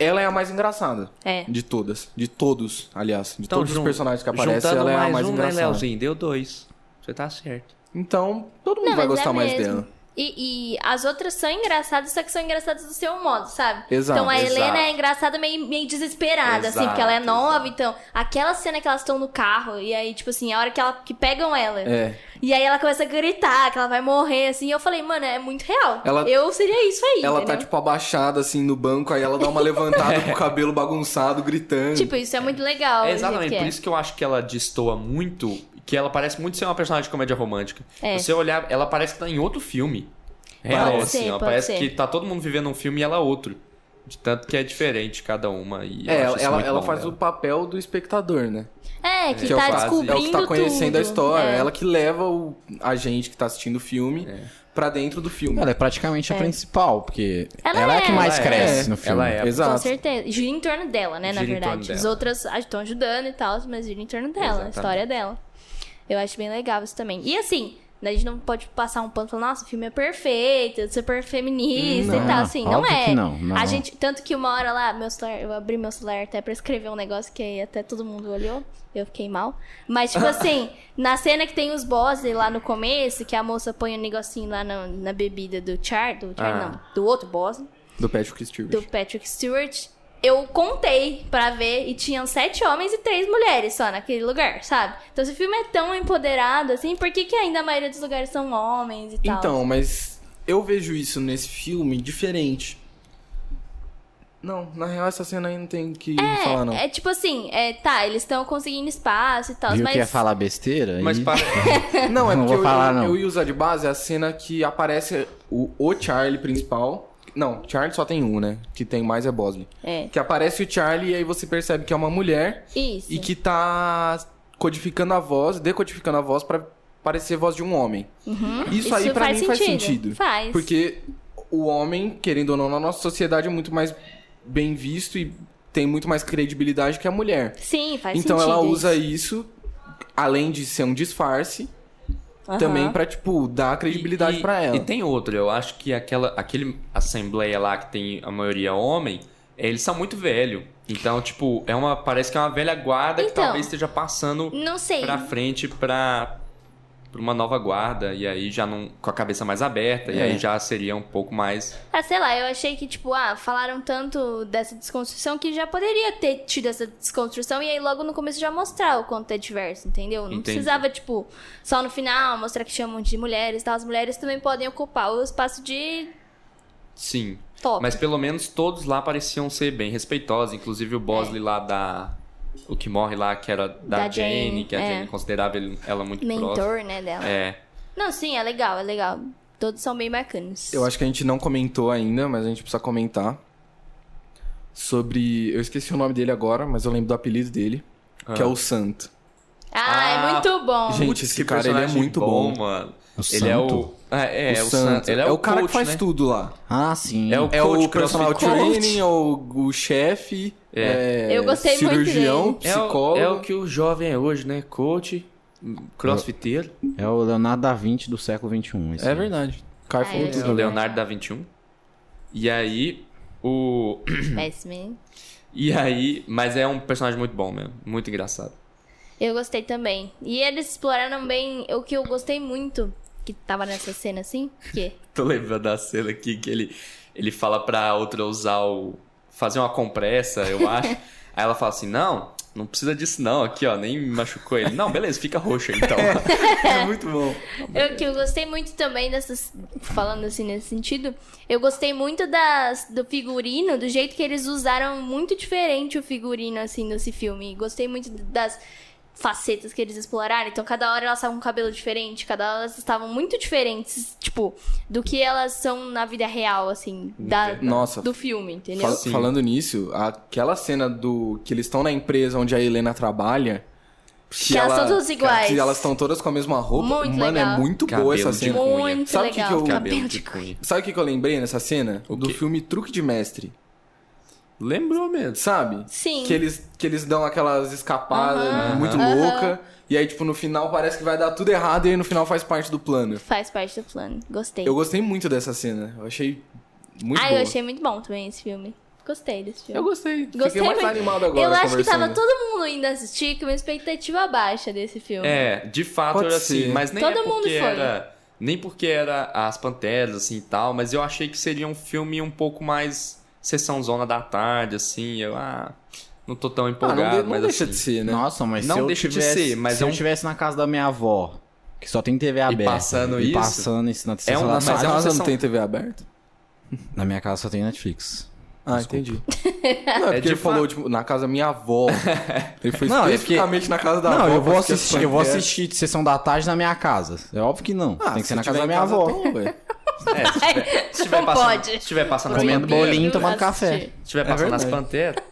Speaker 6: Ela é a mais engraçada.
Speaker 3: É.
Speaker 6: De todas. De todos, aliás. De todos
Speaker 4: Então, jun-
Speaker 6: os personagens que aparecem,
Speaker 4: juntando
Speaker 6: ela é a
Speaker 4: mais
Speaker 6: mais
Speaker 4: um, né,
Speaker 6: engraçada.
Speaker 4: Leozinho? Deu dois. Você tá certo.
Speaker 6: então, todo mundo
Speaker 3: Não,
Speaker 6: vai
Speaker 3: mas
Speaker 6: gostar
Speaker 3: é
Speaker 6: mais
Speaker 3: mesmo.
Speaker 6: dela.
Speaker 3: E, e as outras são engraçadas, só que são engraçadas do seu modo, sabe?
Speaker 6: Exato,
Speaker 3: Então a
Speaker 4: exato.
Speaker 3: Helena é engraçada meio, meio desesperada, assim, porque ela é
Speaker 4: Exato,
Speaker 3: nova, então. Aquela cena que elas estão no carro, e aí, tipo assim, a hora que, ela, que pegam ela.
Speaker 6: É.
Speaker 3: E aí ela começa a gritar que ela vai morrer, assim. E eu falei, mano, é muito real.
Speaker 6: Ela-
Speaker 3: eu seria isso aí.
Speaker 6: Ela tá,
Speaker 3: entendeu?
Speaker 6: tipo, abaixada, assim, no banco, aí ela dá uma levantada com o cabelo bagunçado, gritando.
Speaker 3: Tipo, isso é muito legal. do
Speaker 4: É,
Speaker 3: jeito
Speaker 4: exatamente,
Speaker 3: que
Speaker 4: por
Speaker 3: é.
Speaker 4: isso que eu acho que ela destoa muito, que ela parece muito ser uma personagem de comédia romântica.
Speaker 3: É.
Speaker 4: Você olhar, ela parece que tá em outro filme. Real,
Speaker 3: Pode
Speaker 4: assim,
Speaker 3: ser,
Speaker 4: ó,
Speaker 3: pode
Speaker 4: parece
Speaker 3: ser.
Speaker 4: que tá todo mundo vivendo um filme e ela outro. De tanto que é diferente cada uma. E eu
Speaker 6: é,
Speaker 4: acho
Speaker 6: ela,
Speaker 4: isso
Speaker 6: ela,
Speaker 4: muito
Speaker 6: ela
Speaker 4: bom
Speaker 6: faz
Speaker 4: dela.
Speaker 6: o papel do espectador, né?
Speaker 3: É, É, que,
Speaker 6: Que é o
Speaker 3: tá
Speaker 6: quase-
Speaker 3: descobrindo
Speaker 6: É o que tá conhecendo a
Speaker 3: tudo.
Speaker 6: história.
Speaker 3: É.
Speaker 6: Ela que leva o- a gente que tá assistindo o filme
Speaker 4: É.
Speaker 6: pra dentro do filme.
Speaker 5: Ela é praticamente a principal, porque
Speaker 3: Ela
Speaker 5: ela,
Speaker 3: é.
Speaker 5: é a que mais
Speaker 4: Ela é.
Speaker 5: cresce no
Speaker 4: Ela
Speaker 5: filme.
Speaker 4: é.
Speaker 6: Exato.
Speaker 3: Com certeza. Gira em torno dela, né, na
Speaker 4: Gira em torno
Speaker 3: verdade. As
Speaker 4: dela.
Speaker 3: outras ah, estão ajudando e tal, mas gira em torno dela, a
Speaker 4: Exatamente.
Speaker 3: história dela. Eu acho bem legal isso também. E assim, a gente não pode passar um pano falando, nossa, o filme é perfeito, é super feminista e
Speaker 5: Não,
Speaker 3: tal. Assim, não
Speaker 5: óbvio
Speaker 3: é.
Speaker 5: que não, não.
Speaker 3: A gente, tanto que uma hora lá, meu celular, eu abri meu celular até pra escrever um negócio que aí até todo mundo olhou. Eu fiquei mal. Mas, tipo assim, na cena que tem os bosses lá no começo, que a moça põe um negocinho lá na, na bebida do Char, do Char,
Speaker 4: Ah.
Speaker 3: não, do outro boss,
Speaker 6: Do Patrick Stewart.
Speaker 3: do Patrick Stewart, eu contei pra ver e tinham sete homens e três mulheres só naquele lugar, sabe? Então, se o filme é tão empoderado assim, por que, que ainda a maioria dos lugares são homens e tal?
Speaker 6: Então, mas eu vejo isso nesse filme diferente. Não, na real essa cena aí não tem o que falar não.
Speaker 3: é, é tipo assim, é, tá, eles estão conseguindo espaço e tal,
Speaker 5: Viu
Speaker 3: mas.
Speaker 5: que ia falar besteira?
Speaker 4: Mas
Speaker 5: E-
Speaker 4: para...
Speaker 6: Não, é
Speaker 5: Não vou
Speaker 6: porque eu,
Speaker 5: falar, não.
Speaker 6: eu ia usar de base a cena que aparece o, o Charlie principal. Não, Charlie só tem um, né? Que tem mais é Bosley.
Speaker 3: É,
Speaker 6: Que aparece o Charlie e aí você percebe que é uma mulher
Speaker 3: isso.
Speaker 6: e que tá codificando a voz, decodificando a voz pra parecer voz de um homem.
Speaker 3: Uhum.
Speaker 6: Isso, aí pra mim faz sentido.
Speaker 3: Faz.
Speaker 6: Porque o homem, querendo ou não, na nossa sociedade é muito mais bem visto e tem muito mais credibilidade que a mulher.
Speaker 3: Sim, faz
Speaker 6: então
Speaker 3: sentido.
Speaker 6: ela usa isso, além de ser um disfarce,
Speaker 3: Aham.
Speaker 6: também pra, tipo, dar credibilidade
Speaker 4: E-
Speaker 6: pra ela.
Speaker 4: E tem outro, eu acho que aquela aquele assembleia lá que tem a maioria homem, é, eles são muito velho. Então, tipo, é uma parece que é uma velha guarda que
Speaker 3: Então.
Speaker 4: talvez esteja passando
Speaker 3: Não sei.
Speaker 4: pra frente pra, pra uma nova guarda e aí já não com a cabeça mais aberta e
Speaker 6: É.
Speaker 4: aí já seria um pouco mais
Speaker 3: Ah, sei lá, eu achei que, tipo, ah, falaram tanto dessa desconstrução que já poderia ter tido essa desconstrução e aí logo no começo já mostrar o quanto é diverso, entendeu? Não
Speaker 4: Entendi.
Speaker 3: precisava, tipo, só no final mostrar que chamam de mulheres e tal. As mulheres também podem ocupar o espaço de
Speaker 4: sim.
Speaker 3: top.
Speaker 4: Mas pelo menos todos lá pareciam ser bem respeitosos, inclusive o Bosley lá da o que morre lá que era da,
Speaker 3: É. Da
Speaker 4: Jane,
Speaker 3: Jane,
Speaker 4: que a
Speaker 3: é.
Speaker 4: Jane considerava ele- ela muito
Speaker 3: Mentor,
Speaker 4: próxima.
Speaker 3: né, dela.
Speaker 4: É.
Speaker 3: Não, sim, é legal, é legal. Todos são bem bacanas.
Speaker 6: Eu acho que a gente não comentou ainda, mas a gente precisa comentar. Sobre. Eu esqueci o nome dele agora, mas eu lembro do apelido dele, que é o Santo.
Speaker 3: Ah, é
Speaker 4: Ah,
Speaker 3: muito bom.
Speaker 6: gente,
Speaker 4: Putz,
Speaker 6: esse
Speaker 4: que
Speaker 6: cara, ele é
Speaker 4: personagem
Speaker 6: muito bom.
Speaker 4: mano.
Speaker 5: O
Speaker 4: ele é o.
Speaker 5: santo?
Speaker 4: Ah, é, é, o,
Speaker 6: Santo.
Speaker 4: santo. Ele é,
Speaker 6: o cara
Speaker 4: coach,
Speaker 6: que faz
Speaker 4: né?
Speaker 6: tudo lá.
Speaker 5: Ah, sim.
Speaker 4: É o-
Speaker 6: É
Speaker 4: Coach,
Speaker 6: o personal
Speaker 4: crossfit coach.
Speaker 6: training, é o, o chefe,
Speaker 4: É.
Speaker 6: é.
Speaker 3: Eu gostei muito dele.
Speaker 6: cirurgião,
Speaker 4: É o-
Speaker 6: psicólogo.
Speaker 4: É o, que o jovem é hoje, né? Coach, crossfiteiro.
Speaker 5: É o Leonardo da Vinci do século XXI. esse
Speaker 6: É
Speaker 4: né?
Speaker 5: aí.
Speaker 6: verdade. O cara
Speaker 3: Ah,
Speaker 6: falou
Speaker 3: eu
Speaker 4: É
Speaker 6: tudo.
Speaker 4: o Leonardo da 21. E aí. O.
Speaker 3: É Péssimo. hein?
Speaker 4: E aí. Mas é um personagem muito bom mesmo. Muito engraçado.
Speaker 3: Eu gostei também. E eles exploraram bem o que eu gostei muito que tava nessa cena, assim, que...
Speaker 4: Tô lembrando da cena aqui que ele, ele fala pra outra usar o. fazer uma compressa, eu acho. aí ela fala assim: não, não precisa disso não, aqui ó, nem me machucou ele. Não, beleza, fica roxo aí, então.
Speaker 6: É muito bom.
Speaker 3: Eu que eu gostei muito também dessas. Falando assim nesse sentido, eu gostei muito das, do figurino, do jeito que eles usaram muito diferente o figurino, assim, nesse filme. Gostei muito das facetas que eles exploraram. Então, cada hora elas estavam com cabelo diferente, cada hora elas estavam muito diferentes, tipo, do que elas são na vida real, assim, da,
Speaker 6: Nossa.
Speaker 3: do filme, entendeu?
Speaker 6: Fal-
Speaker 4: Sim.
Speaker 6: falando nisso, aquela cena do que eles estão na empresa onde a Helena trabalha.
Speaker 3: Que elas são todas iguais.
Speaker 6: Que elas estão todas com a mesma roupa.
Speaker 3: Muito
Speaker 6: Mano,
Speaker 3: legal.
Speaker 6: é muito
Speaker 4: Cabelo
Speaker 6: boa essa
Speaker 4: de
Speaker 6: cena.
Speaker 4: cunha.
Speaker 3: Muito
Speaker 6: Sabe o que
Speaker 3: legal.
Speaker 6: que eu-
Speaker 3: Cabelo
Speaker 4: Cabelo
Speaker 3: de
Speaker 4: de cunha.
Speaker 6: Sabe o que, que eu lembrei nessa cena?
Speaker 4: O
Speaker 6: do
Speaker 4: quê?
Speaker 6: filme Truque de Mestre.
Speaker 4: Lembrou mesmo.
Speaker 6: Sabe?
Speaker 3: Sim.
Speaker 6: Que eles, que eles dão aquelas escapadas
Speaker 4: Aham.
Speaker 6: muito
Speaker 3: Aham.
Speaker 6: louca. E aí, tipo, no final parece que vai dar tudo errado e aí no final faz parte do plano.
Speaker 3: Faz parte do plano. Gostei.
Speaker 6: Eu gostei muito dessa cena. Eu achei muito
Speaker 3: ah,
Speaker 6: boa.
Speaker 3: eu achei muito bom também esse filme. Gostei desse filme.
Speaker 6: Eu gostei.
Speaker 3: Gostei
Speaker 6: Fiquei mais
Speaker 3: muito.
Speaker 6: animado agora
Speaker 3: Eu acho que
Speaker 6: conversando.
Speaker 3: tava todo mundo indo assistir com uma expectativa baixa desse filme.
Speaker 4: É, de fato
Speaker 6: Pode
Speaker 4: era assim,
Speaker 6: ser.
Speaker 4: mas nem
Speaker 3: Todo
Speaker 4: é porque
Speaker 3: mundo foi.
Speaker 4: era nem porque era as panteras assim e tal, mas eu achei que seria um filme um pouco mais sessão zona da tarde assim, eu ah, não tô tão
Speaker 6: Ah, não,
Speaker 4: empolgado,
Speaker 6: de- não
Speaker 4: mas
Speaker 6: deixa
Speaker 4: assim,
Speaker 6: de ser, né?
Speaker 5: Nossa, mas
Speaker 4: Não
Speaker 5: se eu
Speaker 4: deixa de
Speaker 5: tivesse,
Speaker 4: ser, mas
Speaker 5: se
Speaker 4: é um-
Speaker 5: eu estivesse na casa da minha avó, que só tem TV aberta.
Speaker 4: passando
Speaker 5: e
Speaker 4: isso?
Speaker 5: passando isso na sessão
Speaker 4: um-
Speaker 5: da
Speaker 4: mas
Speaker 5: tarde,
Speaker 4: é uma
Speaker 6: casa
Speaker 4: sessão-
Speaker 6: não tem TV aberta?
Speaker 5: Na minha casa só tem Netflix.
Speaker 6: Ah,
Speaker 5: Desculpa.
Speaker 6: entendi. Não, é
Speaker 4: de
Speaker 6: porque ele
Speaker 4: fa-
Speaker 6: falou, tipo, na casa da minha avó. Ele foi
Speaker 5: Não, é
Speaker 6: especificamente na casa da avó. é
Speaker 5: não, eu vou
Speaker 6: porque
Speaker 5: assistir,
Speaker 6: as
Speaker 5: eu vou
Speaker 6: panteras-
Speaker 5: assistir de sessão da tarde na minha casa. É óbvio que não.
Speaker 6: Ah,
Speaker 5: tem que ser
Speaker 6: se
Speaker 5: na casa
Speaker 6: tiver
Speaker 5: da
Speaker 6: em
Speaker 5: minha avó.
Speaker 6: então, ué.
Speaker 4: É, se tiver, se tiver
Speaker 3: Não
Speaker 4: passando,
Speaker 3: pode. É,
Speaker 4: se tiver passando um as
Speaker 5: Comendo
Speaker 4: panteras,
Speaker 5: bolinho,
Speaker 3: tomando
Speaker 5: tomando café.
Speaker 4: se tiver passando as panteras,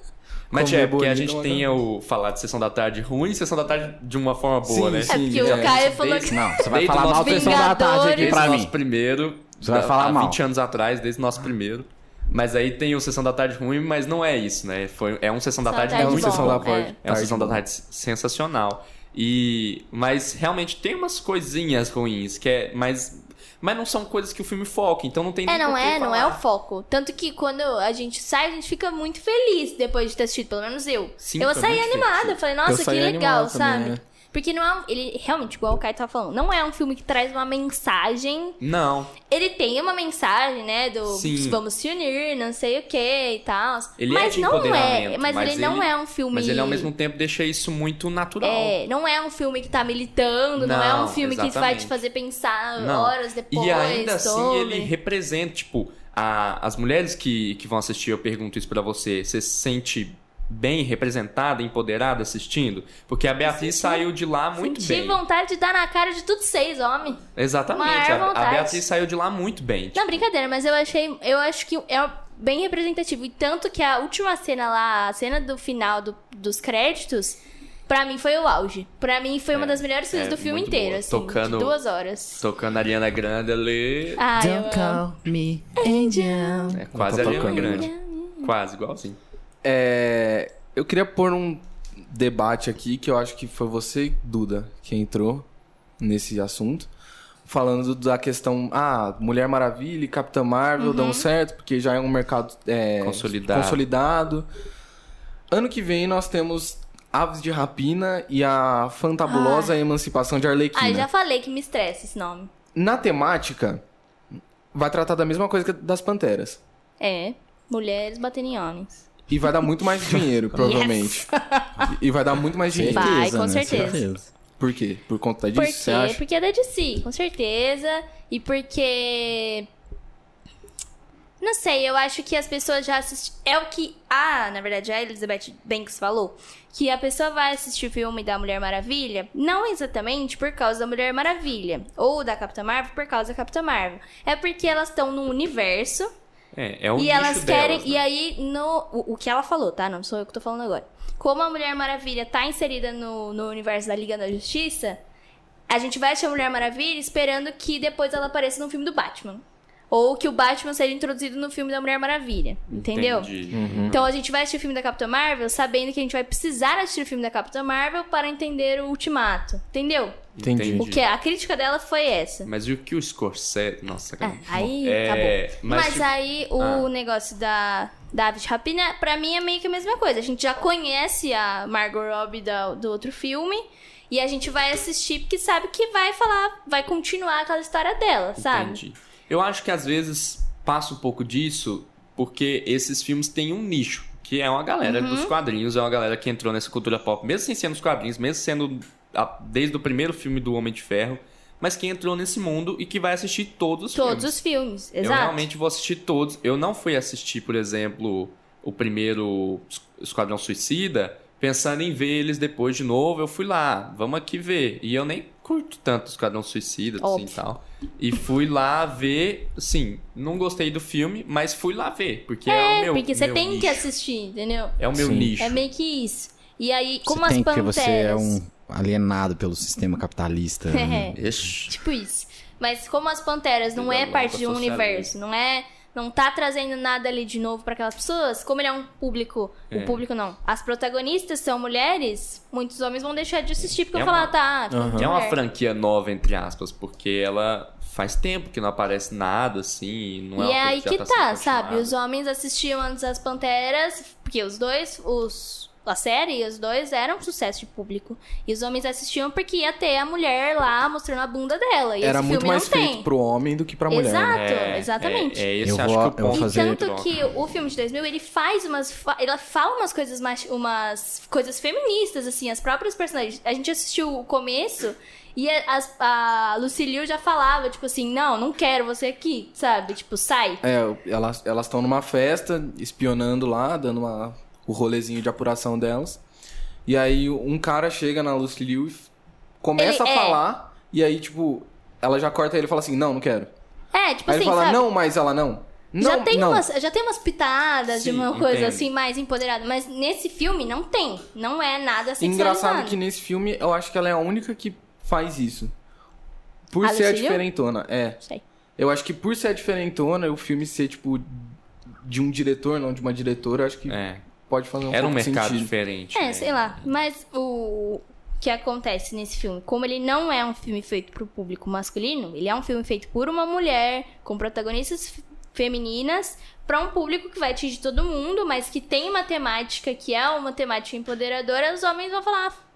Speaker 4: Mas
Speaker 6: É Comer
Speaker 4: é, porque a
Speaker 6: bolinho
Speaker 4: gente
Speaker 6: não
Speaker 4: tem o falar de sessão da tarde ruim e sessão da tarde de uma forma boa,
Speaker 6: Sim,
Speaker 4: né?
Speaker 6: sim.
Speaker 3: É porque o
Speaker 6: é,
Speaker 3: Caio falou que.
Speaker 4: desde-
Speaker 5: Não, você vai
Speaker 4: Desde
Speaker 5: falar
Speaker 4: o
Speaker 5: mal
Speaker 4: nosso
Speaker 5: sessão da tarde aqui
Speaker 4: Desde
Speaker 5: pra
Speaker 4: o
Speaker 5: mim.
Speaker 4: nosso primeiro.
Speaker 5: Você vai falar
Speaker 4: há
Speaker 5: mal. Ah.
Speaker 4: 20 anos atrás, desde o nosso primeiro. Mas aí tem o Sessão da Tarde ruim, mas não é isso, né? Foi, é um Sessão da
Speaker 3: Sessão da
Speaker 4: Tarde
Speaker 3: Tarde
Speaker 4: muito
Speaker 3: bom,
Speaker 4: Sessão da
Speaker 3: é.
Speaker 4: Tarde. É uma
Speaker 6: Tarde
Speaker 4: Sessão da
Speaker 6: bom.
Speaker 4: Tarde sensacional. E, mas realmente tem umas coisinhas ruins, que é, mas, mas não são coisas que o filme foca, então não tem
Speaker 3: É,
Speaker 4: nem
Speaker 3: não
Speaker 4: por que
Speaker 3: é, não é
Speaker 4: falar.
Speaker 3: o foco. Tanto que quando a gente sai, a gente fica muito feliz depois de ter assistido, pelo menos eu.
Speaker 4: Sim,
Speaker 3: eu
Speaker 4: foi
Speaker 3: saí
Speaker 4: muito
Speaker 3: animada,
Speaker 4: feliz.
Speaker 3: falei, nossa,
Speaker 6: Eu
Speaker 3: que
Speaker 6: saí
Speaker 3: legal,
Speaker 6: animado também,
Speaker 3: sabe?
Speaker 5: né?
Speaker 3: Porque não é um, ele realmente, igual o Caio tava falando, não é um filme que traz uma mensagem.
Speaker 4: Não,
Speaker 3: Ele tem uma mensagem, né, do
Speaker 4: Sim.
Speaker 3: vamos se unir, não sei o que e tal.
Speaker 4: Ele é
Speaker 3: mas
Speaker 4: de
Speaker 3: não é,
Speaker 4: empoderamento,
Speaker 3: mas,
Speaker 4: mas
Speaker 3: ele, não
Speaker 4: ele-
Speaker 3: é um filme
Speaker 4: mas ele ao mesmo tempo deixa isso muito natural.
Speaker 3: é, não é um filme que tá militando, não, é um
Speaker 4: Não,
Speaker 3: filme que vai
Speaker 4: exatamente.
Speaker 3: te fazer pensar
Speaker 4: Não.
Speaker 3: horas depois.
Speaker 4: E ainda assim
Speaker 3: sobre.
Speaker 4: ele representa, tipo, a- as mulheres que, que vão assistir, eu pergunto isso pra você, você se sente bem representada, empoderada assistindo? Porque a Beatriz saiu de lá muito
Speaker 3: Senti
Speaker 4: bem.
Speaker 3: vontade de dar na cara de todos seis, homem.
Speaker 4: Exatamente.
Speaker 3: Maior
Speaker 4: A, a
Speaker 3: vontade.
Speaker 4: Beatriz saiu de lá muito bem.
Speaker 3: Não, brincadeira, mas eu achei. Eu acho que é bem representativo. E tanto que a última cena lá, a cena do final do- dos créditos, pra mim foi o auge. Pra mim foi uma das melhores coisas
Speaker 4: é
Speaker 3: do filme
Speaker 4: muito
Speaker 3: inteiro,
Speaker 4: boa.
Speaker 3: assim.
Speaker 4: Tocando-
Speaker 3: De duas horas.
Speaker 4: Tipo, Tocando a Ariana Grande ali.
Speaker 3: Ah, eu
Speaker 8: Don't
Speaker 3: amo.
Speaker 8: call me angel.
Speaker 4: É quase a
Speaker 5: Tá
Speaker 4: Ariana
Speaker 5: tocando.
Speaker 4: Grande. Quase, igualzinho.
Speaker 6: É, eu queria pôr um debate aqui que eu acho que foi você, Duda, que entrou nesse assunto. Falando da questão, ah, Mulher Maravilha e Capitã Marvel
Speaker 3: Uhum.
Speaker 6: dão certo, porque já é um mercado é,
Speaker 4: Consolidado.
Speaker 6: consolidado. Ano que vem nós temos Aves de Rapina e a fantabulosa Emancipação de Arlequina.
Speaker 3: Ah, eu já falei que me estressa esse nome.
Speaker 6: Na temática, vai tratar da mesma coisa que das Panteras.
Speaker 3: É. Mulheres batendo em homens.
Speaker 6: E vai dar muito mais dinheiro, provavelmente. E e vai dar muito mais dinheiro.
Speaker 3: Vai, com certeza.
Speaker 6: Por quê? Por conta disso,
Speaker 3: Por
Speaker 6: você
Speaker 3: quê?
Speaker 6: acha?
Speaker 3: Porque é da DC, com certeza. E porque. Não sei, eu acho que as pessoas já assistem. É o que. Ah, na verdade, a Elizabeth Banks falou. Que a pessoa vai assistir o filme da Mulher Maravilha, não exatamente por causa da Mulher Maravilha. Ou da Capitã Marvel por causa da Capitã Marvel. É porque elas estão num universo
Speaker 4: É, é um
Speaker 3: e
Speaker 4: nicho
Speaker 3: elas querem.
Speaker 4: delas, né?
Speaker 3: E aí, no, o, o que ela falou, tá? Não sou eu que tô falando agora. Como a Mulher Maravilha tá inserida no, no universo da Liga da Justiça, a gente vai achar a Mulher Maravilha esperando que depois ela apareça no filme do Batman. Ou que o Batman seja introduzido no filme da Mulher Maravilha. Entendeu?
Speaker 4: Entendi.
Speaker 5: Uhum,
Speaker 3: Então a gente vai assistir o filme da Capitã Marvel sabendo que a gente vai precisar assistir o filme da Capitã Marvel para entender o ultimato. Entendeu?
Speaker 6: Entendi.
Speaker 3: O que é, a crítica dela foi essa.
Speaker 4: Mas e o que o Scorsese... Nossa,
Speaker 3: É,
Speaker 4: cara.
Speaker 3: aí
Speaker 4: É,
Speaker 3: acabou.
Speaker 4: mas
Speaker 3: Mas,
Speaker 4: tipo-
Speaker 3: aí o
Speaker 4: Ah.
Speaker 3: negócio da, da Ave de Rapina, pra mim é meio que a mesma coisa. A gente já conhece a Margot Robbie da- do outro filme. E a gente vai assistir porque sabe que vai falar, vai continuar aquela história dela, sabe?
Speaker 4: Entendi. Eu acho que às vezes passa um pouco disso, porque esses filmes têm um nicho, que é uma galera dos
Speaker 3: Uhum.
Speaker 4: quadrinhos, é uma galera que entrou nessa cultura pop, mesmo sem ser nos quadrinhos, mesmo sendo a- desde o primeiro filme do Homem de Ferro, mas que entrou nesse mundo e que vai assistir todos os
Speaker 3: Todos
Speaker 4: filmes.
Speaker 3: os filmes,
Speaker 4: Eu
Speaker 3: exato.
Speaker 4: realmente vou assistir todos. Eu não fui assistir, por exemplo, o primeiro Esquadrão Suicida pensando em ver eles depois de novo. Eu fui lá, vamos aqui ver. E eu nem curto tanto Esquadrão Suicida, assim
Speaker 3: Óbvio.
Speaker 4: e tal. E fui lá ver, sim, não gostei do filme, mas fui lá ver, porque é, o meu
Speaker 3: porque você
Speaker 4: meu
Speaker 3: tem que
Speaker 4: nicho.
Speaker 3: assistir, entendeu?
Speaker 4: É o meu
Speaker 5: Sim.
Speaker 4: nicho.
Speaker 3: É meio que isso. E aí, como
Speaker 5: você
Speaker 3: as
Speaker 5: tem, porque
Speaker 3: panteras.
Speaker 5: você é um alienado pelo sistema capitalista. né?
Speaker 4: Ixi.
Speaker 3: Tipo isso. Mas como as Panteras não
Speaker 4: Liga
Speaker 3: é
Speaker 4: logo
Speaker 3: parte
Speaker 4: a
Speaker 3: de um
Speaker 4: sociedade.
Speaker 3: universo, não é. Não tá trazendo nada ali de novo pra aquelas pessoas, como ele é um público. O público não. As protagonistas são mulheres, muitos homens vão deixar de assistir porque
Speaker 4: É
Speaker 3: vão falar,
Speaker 4: uma-
Speaker 3: tá. tem
Speaker 4: É uma
Speaker 3: mulher.
Speaker 4: franquia nova, entre aspas, porque ela faz tempo que não aparece nada, assim, não é
Speaker 3: e
Speaker 4: uma
Speaker 3: é
Speaker 4: coisa
Speaker 3: aí
Speaker 4: já
Speaker 3: que
Speaker 4: sendo
Speaker 3: tá, sabe?
Speaker 4: continuada.
Speaker 3: Os homens assistiam antes as Panteras, porque os dois, os a série e os dois eram um sucesso de público. E os homens assistiam porque ia ter a mulher lá mostrando a bunda dela. E
Speaker 6: Era
Speaker 3: esse
Speaker 6: muito
Speaker 3: filme
Speaker 6: mais
Speaker 3: não tem.
Speaker 6: feito pro homem do que pra mulher. né?
Speaker 3: Exato, exatamente.
Speaker 4: É, é esse
Speaker 5: Eu
Speaker 4: acho
Speaker 5: vou-
Speaker 4: que o ponto.
Speaker 5: eu vou
Speaker 3: E
Speaker 5: fazer-
Speaker 3: tanto
Speaker 4: Troca.
Speaker 3: que o filme de 2000, ele faz umas... fa- Ela fala umas coisas mais... Umas coisas feministas, assim, as próprias personagens. A gente assistiu o começo e a, as- a Lucilio já falava, tipo assim, não, não quero você aqui, sabe? Tipo, sai.
Speaker 6: É, elas elas estão numa festa, espionando lá, dando uma, o rolezinho de apuração delas. E aí um cara chega na Lucy Liu e f- começa
Speaker 3: Ele-
Speaker 6: a
Speaker 3: é.
Speaker 6: falar, e aí, tipo, ela já corta ele e fala assim, não, não quero.
Speaker 3: É, tipo
Speaker 6: aí
Speaker 3: assim,
Speaker 6: ele fala,
Speaker 3: sabe?
Speaker 6: não, mas ela não.
Speaker 3: já,
Speaker 6: Não,
Speaker 3: tem
Speaker 6: não.
Speaker 3: Umas, já tem umas pitadas de
Speaker 4: Sim,
Speaker 3: uma coisa
Speaker 4: entendo.
Speaker 3: assim mais empoderada, mas nesse filme não tem. Não é nada sexualizado.
Speaker 6: Engraçado que nesse filme eu acho que ela é a única que faz isso. Por
Speaker 3: A
Speaker 6: ser a
Speaker 3: Lucille?
Speaker 6: diferentona, é.
Speaker 3: Sei.
Speaker 6: Eu acho que por ser a diferentona, o filme ser, tipo, de um diretor, não de uma diretora, eu acho que
Speaker 4: É.
Speaker 6: pode fazer um
Speaker 4: Era um
Speaker 6: pouco de
Speaker 4: mercado
Speaker 6: sentido.
Speaker 4: diferente.
Speaker 3: É,
Speaker 4: né?
Speaker 3: sei lá. Mas o que acontece nesse filme? Como ele não é um filme feito pro público masculino, ele é um filme feito por uma mulher, com protagonistas f- femininas, pra um público que vai atingir todo mundo, mas que tem uma temática que é uma temática empoderadora, os homens vão falar. "Ah,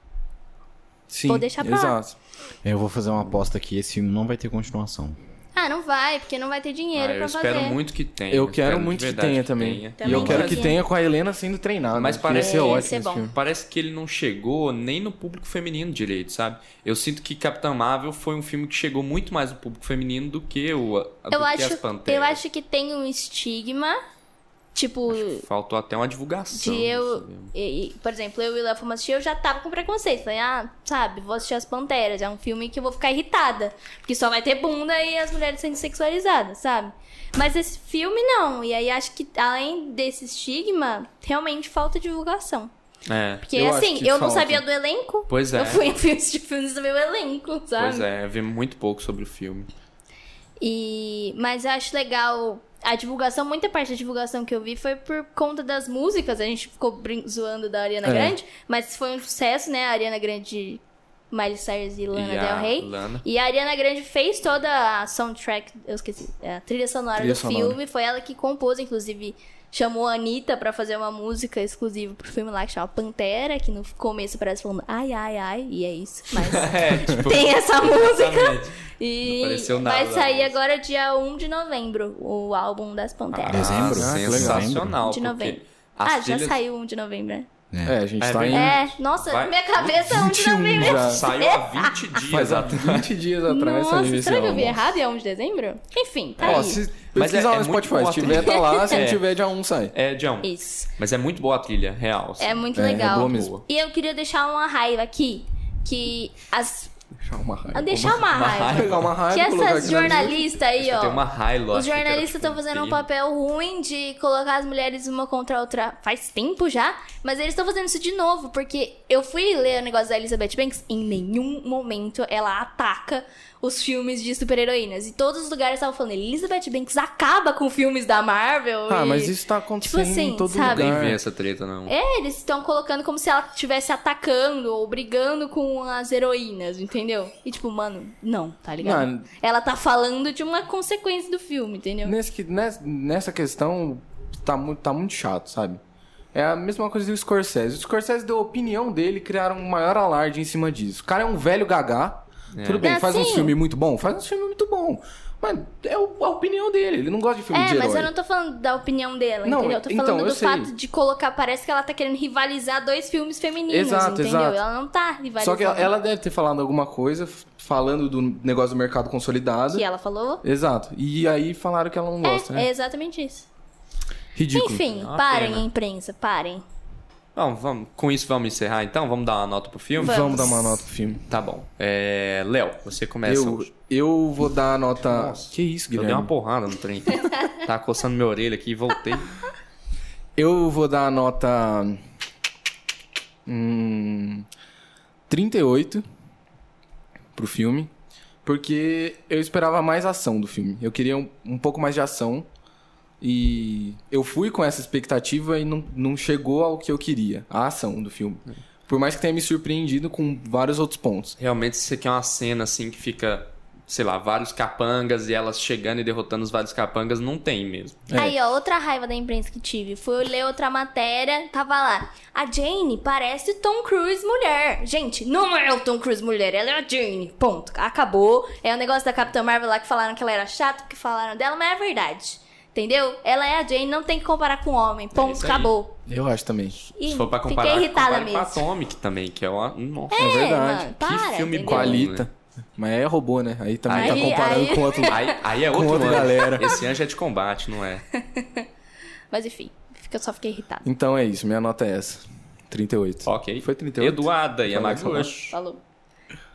Speaker 6: Sim,
Speaker 3: Vou deixar pra lá.
Speaker 6: exato.
Speaker 5: Eu vou fazer uma aposta aqui, esse filme não vai ter continuação.
Speaker 3: Ah, não vai, porque não vai ter dinheiro
Speaker 4: Ah,
Speaker 3: pra
Speaker 4: eu espero
Speaker 3: fazer.
Speaker 4: muito que tenha.
Speaker 6: Eu
Speaker 4: espero
Speaker 6: quero
Speaker 4: de
Speaker 6: muito que
Speaker 4: verdade
Speaker 6: tenha também. E
Speaker 3: Também
Speaker 6: eu quero
Speaker 3: quero.
Speaker 6: que tenha com a Helena sendo treinada. né?
Speaker 4: Mas
Speaker 6: Ia
Speaker 4: parece-
Speaker 6: ser
Speaker 3: É, ia
Speaker 6: ótimo
Speaker 3: ser
Speaker 6: esse
Speaker 3: bom.
Speaker 6: filme.
Speaker 4: Parece que ele não chegou nem no público feminino direito, sabe? Eu sinto que Capitão Marvel foi um filme que chegou muito mais no público feminino do que o do
Speaker 3: Eu
Speaker 4: que as
Speaker 3: acho, eu
Speaker 4: Panteras.
Speaker 3: acho que tem um estigma, tipo,
Speaker 4: Faltou até uma divulgação.
Speaker 3: de eu.
Speaker 4: sabe?
Speaker 3: e- e, por exemplo, eu e o Léo fomos assistir, eu já tava com preconceito. Falei, ah, sabe, vou assistir As Panteras. É um filme que eu vou ficar irritada. Porque só vai ter bunda e as mulheres sendo sexualizadas, sabe? Mas esse filme não. E aí acho que, além desse estigma, realmente falta divulgação.
Speaker 4: É.
Speaker 3: Porque,
Speaker 6: Eu acho
Speaker 3: assim,
Speaker 6: que
Speaker 3: eu não
Speaker 6: falta.
Speaker 3: sabia do elenco.
Speaker 4: Pois é.
Speaker 3: Eu fui em filmes de filmes do meu elenco, sabe?
Speaker 4: Pois é, eu vi muito pouco sobre o filme.
Speaker 3: E mas eu acho legal a divulgação, muita parte da divulgação que eu vi foi por conta das músicas. A gente ficou brin- zoando da Ariana
Speaker 6: É.
Speaker 3: Grande, mas foi um sucesso, né? A Ariana Grande, Miley Cyrus e Lana
Speaker 4: e
Speaker 3: Del
Speaker 4: a
Speaker 3: Rey.
Speaker 4: Lana.
Speaker 3: E a Ariana Grande fez toda a soundtrack, eu esqueci, é, a trilha sonora
Speaker 6: Trilha
Speaker 3: do
Speaker 6: sonora.
Speaker 3: filme. Foi ela que compôs, inclusive chamou a Anitta pra fazer uma música exclusiva pro filme lá que chama Pantera, que no começo parece falando ai, ai, ai, e é isso. Mas
Speaker 4: É, tipo,
Speaker 3: tem essa música.
Speaker 4: exatamente.
Speaker 3: E
Speaker 4: Não apareceu nada
Speaker 3: vai sair
Speaker 4: da música.
Speaker 3: agora dia 1 de novembro, o álbum das Panteras.
Speaker 5: Dezembro?
Speaker 4: Ah,
Speaker 5: Ah, que legal.
Speaker 4: sensacional.
Speaker 3: De
Speaker 4: porque
Speaker 3: novembro.
Speaker 4: as
Speaker 3: Ah, já
Speaker 4: trilhas-
Speaker 3: saiu 1 de novembro, né?
Speaker 6: É, a gente
Speaker 4: É
Speaker 6: tá
Speaker 4: verdade.
Speaker 6: em
Speaker 3: É, nossa,
Speaker 4: Vai-
Speaker 3: minha cabeça é 1 de
Speaker 6: 21
Speaker 3: novembro.
Speaker 6: já.
Speaker 4: Saiu há 20 dias
Speaker 6: Faz há
Speaker 4: atrás.
Speaker 6: 20 dias atrás essa
Speaker 3: Nossa,
Speaker 6: revista.
Speaker 3: será que eu vi errado e é 1 de dezembro? Enfim, tá
Speaker 6: Ó,
Speaker 3: aí.
Speaker 6: se
Speaker 4: Mas é-
Speaker 6: pesquisar
Speaker 4: é
Speaker 6: no
Speaker 4: muito
Speaker 6: Spotify,
Speaker 4: boa
Speaker 6: se tiver, tá lá. Se
Speaker 4: É.
Speaker 6: não tiver, já um sai.
Speaker 4: É, John.
Speaker 3: Isso.
Speaker 4: Mas é muito boa a trilha, real. assim.
Speaker 3: É muito
Speaker 6: É, é
Speaker 3: legal.
Speaker 6: boa mesmo.
Speaker 3: E eu queria deixar uma raiva aqui. Que as.
Speaker 6: Deixar É, uma
Speaker 3: Ah,
Speaker 6: raiva.
Speaker 3: deixar uma raiva.
Speaker 6: Pegar uma raiva
Speaker 3: Que
Speaker 6: e colocar
Speaker 3: essas
Speaker 6: aqui na lista.
Speaker 3: jornalistas aí, ó.
Speaker 4: Tem uma highlight.
Speaker 3: Os jornalistas
Speaker 6: tipo,
Speaker 3: estão fazendo um papel ruim de colocar as mulheres uma contra a outra faz tempo já, mas eles estão fazendo isso de novo, porque eu fui ler o negócio da Elizabeth Banks, em nenhum momento ela ataca os filmes de super-heroínas. E todos os lugares estavam falando, Elizabeth Banks acaba com filmes da Marvel.
Speaker 6: Ah,
Speaker 3: e-
Speaker 6: mas isso tá acontecendo
Speaker 3: assim,
Speaker 6: em todo
Speaker 3: sabe?
Speaker 4: Nem
Speaker 6: lugar.
Speaker 4: vi essa treta, não.
Speaker 3: É, eles estão colocando como se ela estivesse atacando ou brigando com as heroínas, entendeu? E tipo, mano, não, tá ligado?
Speaker 6: Não.
Speaker 3: Ela tá falando de uma consequência do filme, entendeu?
Speaker 6: Nesse, que- nes- nessa questão, tá muito, tá muito chato, sabe? É a mesma coisa do Scorsese. O Scorsese deu a opinião dele e criaram um maior alarde em cima disso. O cara é um velho gagá. Tudo bem,
Speaker 3: É,
Speaker 6: faz um
Speaker 3: sim.
Speaker 6: filme muito bom? Faz um filme muito bom. Mas é o- a opinião dele. Ele não gosta de filme
Speaker 3: É,
Speaker 6: de herói.
Speaker 3: mas eu não tô falando da opinião dela,
Speaker 6: Não,
Speaker 3: entendeu? Eu tô
Speaker 6: então,
Speaker 3: falando
Speaker 6: eu
Speaker 3: do
Speaker 6: sei.
Speaker 3: fato de colocar, parece que ela tá querendo rivalizar dois filmes femininos,
Speaker 6: Exato,
Speaker 3: entendeu?
Speaker 6: exato.
Speaker 3: Ela não tá rivalizando.
Speaker 6: Só que ela, ela deve ter falado alguma coisa, f- falando do negócio do mercado consolidado.
Speaker 3: Que ela falou.
Speaker 6: Exato. E aí falaram que ela não gosta,
Speaker 3: é,
Speaker 6: né?
Speaker 3: é exatamente isso.
Speaker 6: Ridículo. né?
Speaker 3: Enfim,
Speaker 4: É uma
Speaker 3: parem,
Speaker 4: pena.
Speaker 3: imprensa, parem.
Speaker 4: Bom, vamos, com isso vamos encerrar então? Vamos dar uma nota pro filme?
Speaker 3: Vamos.
Speaker 6: Vamos dar uma nota pro filme.
Speaker 4: Tá bom. É, Léo, você começa
Speaker 6: Eu,
Speaker 4: hoje.
Speaker 6: eu vou dar a nota.
Speaker 4: Nossa.
Speaker 6: que isso,
Speaker 4: Eu
Speaker 6: Guilherme?
Speaker 4: dei
Speaker 6: Eu,
Speaker 4: uma porrada no trem. tá coçando minha orelha aqui e voltei.
Speaker 6: vou dar a nota. Hum, 38 pro filme. Porque eu esperava mais ação do filme. Eu queria um, um pouco mais de ação. E eu fui com essa expectativa e não, não chegou ao que eu queria a ação do filme.
Speaker 4: Hum.
Speaker 6: Por mais que tenha me surpreendido com vários outros pontos.
Speaker 4: Realmente, isso aqui é uma cena assim que fica, sei lá, vários capangas e elas chegando e derrotando os vários capangas. Não tem mesmo.
Speaker 3: Aí, ó, outra raiva da imprensa que tive. Fui ler outra matéria, tava lá. A Jane parece Tom Cruise mulher. Gente, não é o Tom Cruise mulher, ela é a Jane. Ponto. Acabou. É o negócio da Capitã Marvel lá que falaram que ela era chata, porque falaram dela, mas é verdade. Entendeu? Ela é a Jane, não tem que comparar com homem. Ponto,
Speaker 4: É isso aí.
Speaker 3: acabou.
Speaker 6: Eu acho também.
Speaker 3: E
Speaker 4: Se for pra comparar,
Speaker 3: fiquei irritada
Speaker 4: compare
Speaker 3: mesmo.
Speaker 4: com Atomic também, que é uma... Nossa,
Speaker 6: É verdade.
Speaker 3: mano, para,
Speaker 4: que filme
Speaker 3: entendeu?
Speaker 6: Com a
Speaker 4: Bom,
Speaker 6: Alita.
Speaker 4: né?
Speaker 6: Mas é robô, né? Aí também
Speaker 3: Aí-
Speaker 6: tá comparando
Speaker 3: aí-
Speaker 6: com outro.
Speaker 4: Aí, aí é
Speaker 6: Com
Speaker 4: outro
Speaker 6: outra
Speaker 4: anjo.
Speaker 6: galera.
Speaker 4: Esse anjo é de combate, não é?
Speaker 3: Mas enfim, fica- eu só fiquei irritada.
Speaker 6: Então é isso, minha nota é essa. 38.
Speaker 4: Ok. é
Speaker 6: Foi 38.
Speaker 4: Eduarda
Speaker 6: Foi
Speaker 4: Yamaguchi.
Speaker 6: essa,
Speaker 3: Falou.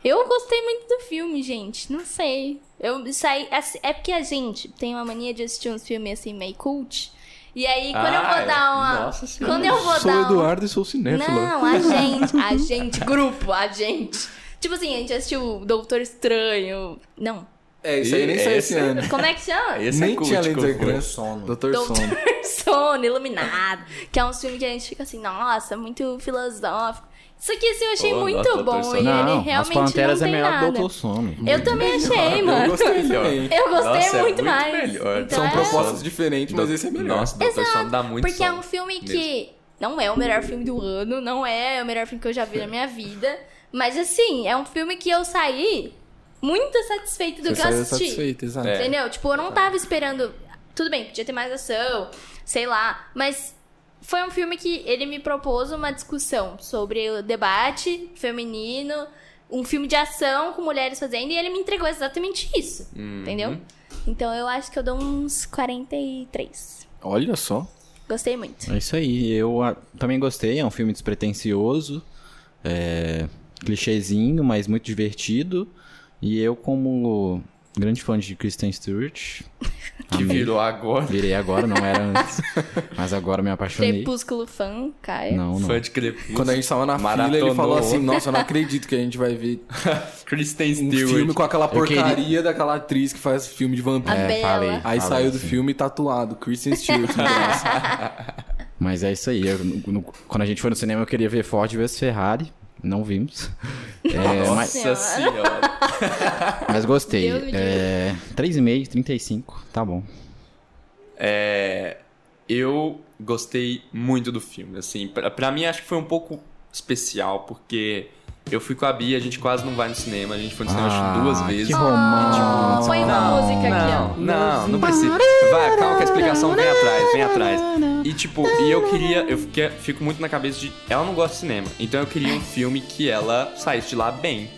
Speaker 3: Eu gostei muito do filme, gente. Não sei. Eu saí. assim, É porque a gente tem uma mania de assistir uns filmes assim meio cult. E aí, quando eu
Speaker 4: Ah,
Speaker 3: vou
Speaker 4: é.
Speaker 3: dar uma.
Speaker 4: Nossa Senhora.
Speaker 3: quando eu vou
Speaker 6: sou
Speaker 3: dar uma.
Speaker 6: Eduardo e sou
Speaker 5: né,
Speaker 6: cinéfilo.
Speaker 3: Não, a gente, a gente, grupo, a gente. Tipo assim, a gente assistiu Doutor Estranho. Não.
Speaker 6: É, isso aí nem
Speaker 4: Ih,
Speaker 6: saiu
Speaker 4: esse-
Speaker 6: esse ano.
Speaker 3: Como é que chama?
Speaker 4: Esse
Speaker 6: nem
Speaker 4: né? é
Speaker 6: tinha
Speaker 4: cult,
Speaker 6: Lenda
Speaker 4: Cocô.
Speaker 6: Grande.
Speaker 5: Sono.
Speaker 6: Doutor
Speaker 3: Doutor
Speaker 6: Sono.
Speaker 3: Sono, Iluminado. Que é um filme que a gente fica assim, nossa, muito filosófico. Isso aqui assim, eu achei
Speaker 4: Pô,
Speaker 3: muito
Speaker 4: nossa, Dr.
Speaker 3: bom.
Speaker 4: Sono.
Speaker 3: E ele
Speaker 5: Não, as
Speaker 3: realmente
Speaker 5: Panteras
Speaker 3: não
Speaker 5: é
Speaker 3: tem
Speaker 5: melhor
Speaker 3: nada.
Speaker 5: que Doutor Sono.
Speaker 3: Eu também achei, mano.
Speaker 6: Gostei
Speaker 4: Melhor.
Speaker 6: também.
Speaker 3: Eu gostei
Speaker 4: Nossa,
Speaker 3: muito,
Speaker 4: é muito
Speaker 3: mais.
Speaker 4: melhor.
Speaker 3: Então
Speaker 6: São
Speaker 3: é-
Speaker 6: propostas diferentes, mas esse é melhor.
Speaker 4: Nossa, Doutor Sono dá muito
Speaker 3: Porque é
Speaker 4: sono.
Speaker 3: um filme que não é o melhor filme do ano, não é o melhor filme que eu já vi na minha vida. Mas assim, é um filme que eu saí muito satisfeita do
Speaker 6: Você
Speaker 3: que eu
Speaker 6: saiu
Speaker 3: assisti.
Speaker 6: satisfeito, exato.
Speaker 4: É.
Speaker 3: Entendeu? Tipo, eu não tava esperando. Tudo bem, podia ter mais ação, sei lá. Mas foi um filme que ele me propôs uma discussão sobre o debate feminino, um filme de ação com mulheres fazendo, e ele me entregou exatamente isso.
Speaker 4: Uhum.
Speaker 3: Entendeu? Então eu acho que eu dou uns 43.
Speaker 6: Olha só.
Speaker 3: Gostei muito.
Speaker 5: É isso aí. Eu ah, também gostei. É um filme despretensioso. É, clichêzinho, mas muito divertido. E eu, como grande fã de Kristen Stewart,
Speaker 4: Que
Speaker 5: amei.
Speaker 4: virou agora.
Speaker 5: Virei agora, não era antes. mas agora me apaixonei.
Speaker 3: Crepúsculo fã, Caio.
Speaker 5: Não, não.
Speaker 4: Fã de Crepúsculo.
Speaker 6: Quando a gente tava na fila, ele
Speaker 4: Maratonou
Speaker 6: falou assim:
Speaker 4: ontem.
Speaker 6: Nossa, eu não acredito que a gente vai ver
Speaker 4: Kristen
Speaker 6: um
Speaker 4: Stewart.
Speaker 6: filme com aquela
Speaker 5: queria-
Speaker 6: porcaria daquela atriz que faz filme de vampiro.
Speaker 3: A Bela.
Speaker 5: falei.
Speaker 6: Aí
Speaker 5: Falei
Speaker 6: saiu do
Speaker 5: assim.
Speaker 6: filme tatuado, Kristen Stewart. no braço.
Speaker 5: Mas é isso aí. eu- no- no- quando a gente foi no cinema, eu queria ver Ford vs Ferrari. Não vimos. É, mas,
Speaker 4: Nossa senhora.
Speaker 5: mas gostei.
Speaker 3: Deus me livre.
Speaker 5: É, 3,5, 35. Tá bom.
Speaker 4: É, eu gostei muito do filme, assim. Pra, pra mim, acho que foi um pouco especial, porque eu fui com a Bia, a gente quase não vai no cinema. A gente foi no cinema acho que duas
Speaker 5: Ah,
Speaker 4: vezes.
Speaker 5: Que romântico.
Speaker 3: Ah, põe uma música
Speaker 4: não,
Speaker 3: aqui, ó.
Speaker 4: Não, não precisa. Vai, calma que a explicação vem atrás, vem atrás. E tipo, e eu queria, eu fiquei- fico muito na cabeça de ela não gosta de cinema. Então eu queria um filme que ela saísse de lá bem.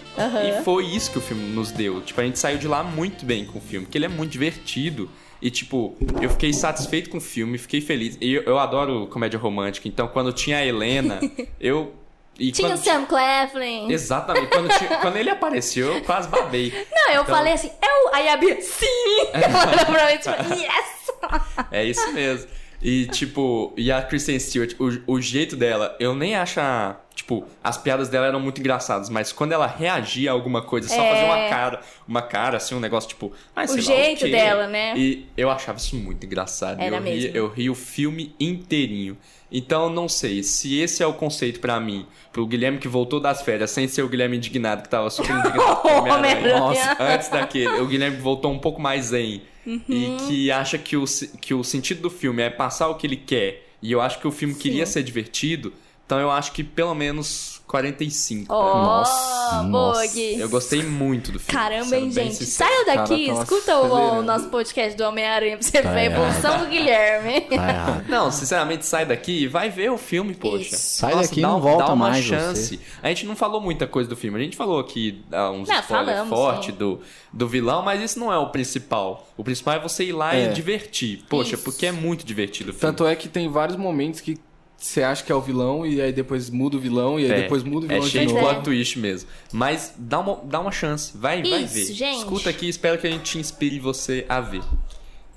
Speaker 4: E foi isso que o filme nos deu. Tipo, a gente saiu de lá muito bem com o filme, porque ele é muito divertido. E, tipo, eu fiquei satisfeito com o filme, fiquei feliz. E eu, eu adoro comédia romântica, então quando tinha a Helena, eu. E
Speaker 3: Tinha o
Speaker 4: quando
Speaker 3: Sam Cleflin.
Speaker 4: Exatamente. Quando, tinha- quando ele apareceu, eu quase babei.
Speaker 3: Não, eu
Speaker 4: Então-
Speaker 3: falei assim, eu. Aí a Bia, sim! Ela olhou pra mim e tipo, yes!
Speaker 4: É isso mesmo. E, tipo, e a Kristen Stewart, o, o jeito dela, eu nem acho a. Tipo, as piadas dela eram muito engraçadas, mas quando ela reagia a alguma coisa, só
Speaker 3: É.
Speaker 4: fazer uma cara, uma cara, assim, um negócio tipo. Ah, sei lá,
Speaker 3: jeito
Speaker 4: quê?"
Speaker 3: dela, né?
Speaker 4: E eu achava isso muito engraçado.
Speaker 3: Era
Speaker 4: eu,
Speaker 3: mesmo.
Speaker 4: Ri, eu ri o filme inteirinho. Então, não sei se esse é o conceito pra mim, pro Guilherme que voltou das férias, sem ser o Guilherme indignado, que tava super indignado com o Homem-Aranha.
Speaker 3: Homem-Aranha.
Speaker 4: Nossa, antes daquele. O Guilherme voltou um pouco mais zen.
Speaker 3: Uhum.
Speaker 4: E que acha que o, se- que o sentido do filme é passar o que ele quer. E eu acho que o filme queria ser divertido. Então eu acho que pelo menos 45.
Speaker 3: Ó,
Speaker 5: Nossa, nossa.
Speaker 3: Bug.
Speaker 4: Eu gostei muito do filme.
Speaker 3: Caramba,
Speaker 4: sendo
Speaker 3: hein,
Speaker 4: bem
Speaker 3: gente.
Speaker 4: sincero.
Speaker 3: Saiu daqui,
Speaker 6: Cara, tá
Speaker 3: escuta o,
Speaker 6: acelerando.
Speaker 3: nosso podcast do Homem-Aranha pra você
Speaker 5: Tá
Speaker 3: ver a evolução do Guilherme.
Speaker 5: Tá errado.
Speaker 4: Não, sinceramente, sai daqui e vai ver o filme, poxa.
Speaker 3: Isso.
Speaker 5: Sai
Speaker 4: Nossa,
Speaker 5: daqui e
Speaker 4: dá,
Speaker 5: não
Speaker 4: um-
Speaker 5: volta
Speaker 4: dá uma
Speaker 5: mais
Speaker 4: chance. A gente não falou muita coisa do filme. A gente falou aqui ah, uns
Speaker 3: Não,
Speaker 4: spoilers
Speaker 3: falamos,
Speaker 4: fortes
Speaker 3: sim.
Speaker 4: do, do vilão, mas isso não é o principal. O principal é você ir lá
Speaker 6: É.
Speaker 4: e divertir. Poxa,
Speaker 3: Isso.
Speaker 4: porque é muito divertido o filme.
Speaker 6: Tanto é que tem vários momentos que você acha que é o vilão, e aí depois muda o vilão, e aí
Speaker 4: É,
Speaker 6: depois muda o
Speaker 4: É
Speaker 6: vilão
Speaker 4: cheio de
Speaker 3: Pois é.
Speaker 4: plot twist mesmo. Mas dá uma, dá uma chance. Vai, vai
Speaker 3: Isso,
Speaker 4: ver.
Speaker 3: gente.
Speaker 4: Escuta aqui, espero que a gente inspire você a ver.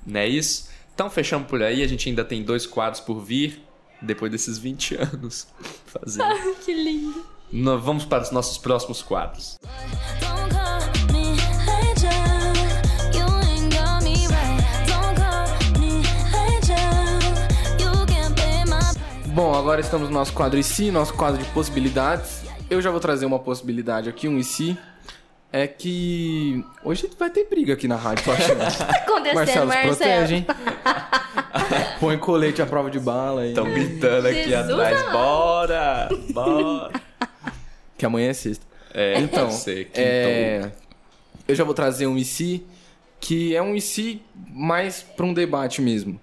Speaker 4: Não é isso? Então fechamos por aí. A gente ainda tem dois quadros por vir. Depois desses 20 anos fazendo.
Speaker 3: que lindo.
Speaker 4: Nó- Vamos para os nossos próximos quadros.
Speaker 9: Don't call me angel. You ain't got me right. Don't call me angel. You can pay my price.
Speaker 6: Bom, agora estamos no nosso quadro e se, nosso quadro de possibilidades. Eu já vou trazer uma possibilidade aqui, um e se. É que. Hoje vai ter briga aqui na rádio, eu acho. né?
Speaker 3: Tá acontecendo,
Speaker 6: Marcelo,
Speaker 3: Marcelo?
Speaker 6: se protege, hein? Põe colete à prova de bala aí.
Speaker 4: Estão gritando aqui
Speaker 3: Jesus
Speaker 4: atrás.
Speaker 3: amado.
Speaker 4: Bora! Bora!
Speaker 6: Que amanhã é sexta.
Speaker 4: É,
Speaker 6: Então,
Speaker 4: não sei. quinta
Speaker 6: é,
Speaker 4: ou-
Speaker 6: eu já vou trazer um IC que é um IC mais pra um debate mesmo.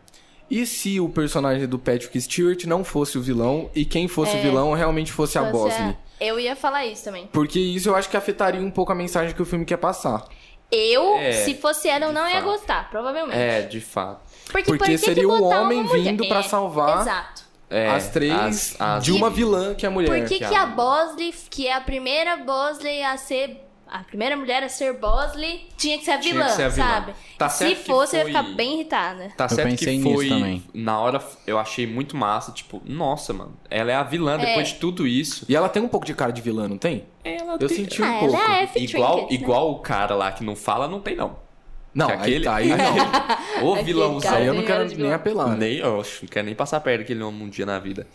Speaker 6: E se o personagem do Patrick Stewart não fosse o vilão e quem fosse
Speaker 3: É.
Speaker 6: o vilão realmente fosse a Bosley?
Speaker 3: Eu ia falar isso também.
Speaker 6: Porque isso eu acho que afetaria um pouco a mensagem que o filme quer passar.
Speaker 3: Eu,
Speaker 4: É,
Speaker 3: se fosse ela, eu não ia
Speaker 4: fato.
Speaker 3: gostar, provavelmente.
Speaker 4: É, de fato.
Speaker 3: Porque, por
Speaker 6: Porque
Speaker 3: que que
Speaker 6: seria o
Speaker 3: botar uma
Speaker 6: homem
Speaker 3: mulher?
Speaker 6: vindo pra
Speaker 3: É,
Speaker 6: salvar
Speaker 3: Exato.
Speaker 4: É,
Speaker 6: as três
Speaker 4: as- as-
Speaker 6: de uma vilã que é a mulher.
Speaker 3: Por que,
Speaker 4: que
Speaker 3: que
Speaker 4: a-
Speaker 3: a Bosley, que é a primeira Bosley a ser. A primeira mulher a ser Bosley tinha que ser a
Speaker 4: Tinha
Speaker 3: vilã,
Speaker 4: que ser a vilã.
Speaker 3: sabe?
Speaker 4: Tá
Speaker 3: E se
Speaker 4: certo que
Speaker 3: fosse, eu ia
Speaker 4: foi-
Speaker 3: ficar bem irritada.
Speaker 4: Tá
Speaker 5: Eu
Speaker 4: certo
Speaker 5: pensei
Speaker 4: que
Speaker 5: nisso
Speaker 4: foi.
Speaker 5: também.
Speaker 4: Na hora eu achei muito massa, tipo, nossa, mano, ela é a vilã depois de tudo isso.
Speaker 6: E ela tem um pouco de cara de vilã, não tem?
Speaker 4: Ela
Speaker 6: Eu senti um
Speaker 3: ah,
Speaker 6: pouco.
Speaker 3: ela é F.
Speaker 4: igual,
Speaker 3: Trinkets, né?
Speaker 4: igual o cara lá que não fala, não tem não.
Speaker 6: Não,
Speaker 4: Que
Speaker 6: aquele...
Speaker 4: aquele-
Speaker 6: aí, não.
Speaker 4: O
Speaker 3: Aquele
Speaker 4: vilãozão.
Speaker 3: cara
Speaker 6: Aí eu não
Speaker 3: Tem
Speaker 6: quero
Speaker 3: cara de
Speaker 6: nem
Speaker 3: vilã.
Speaker 6: apelar. né?
Speaker 4: Nem, eu acho, não quero nem passar perto daquele homem um dia na vida.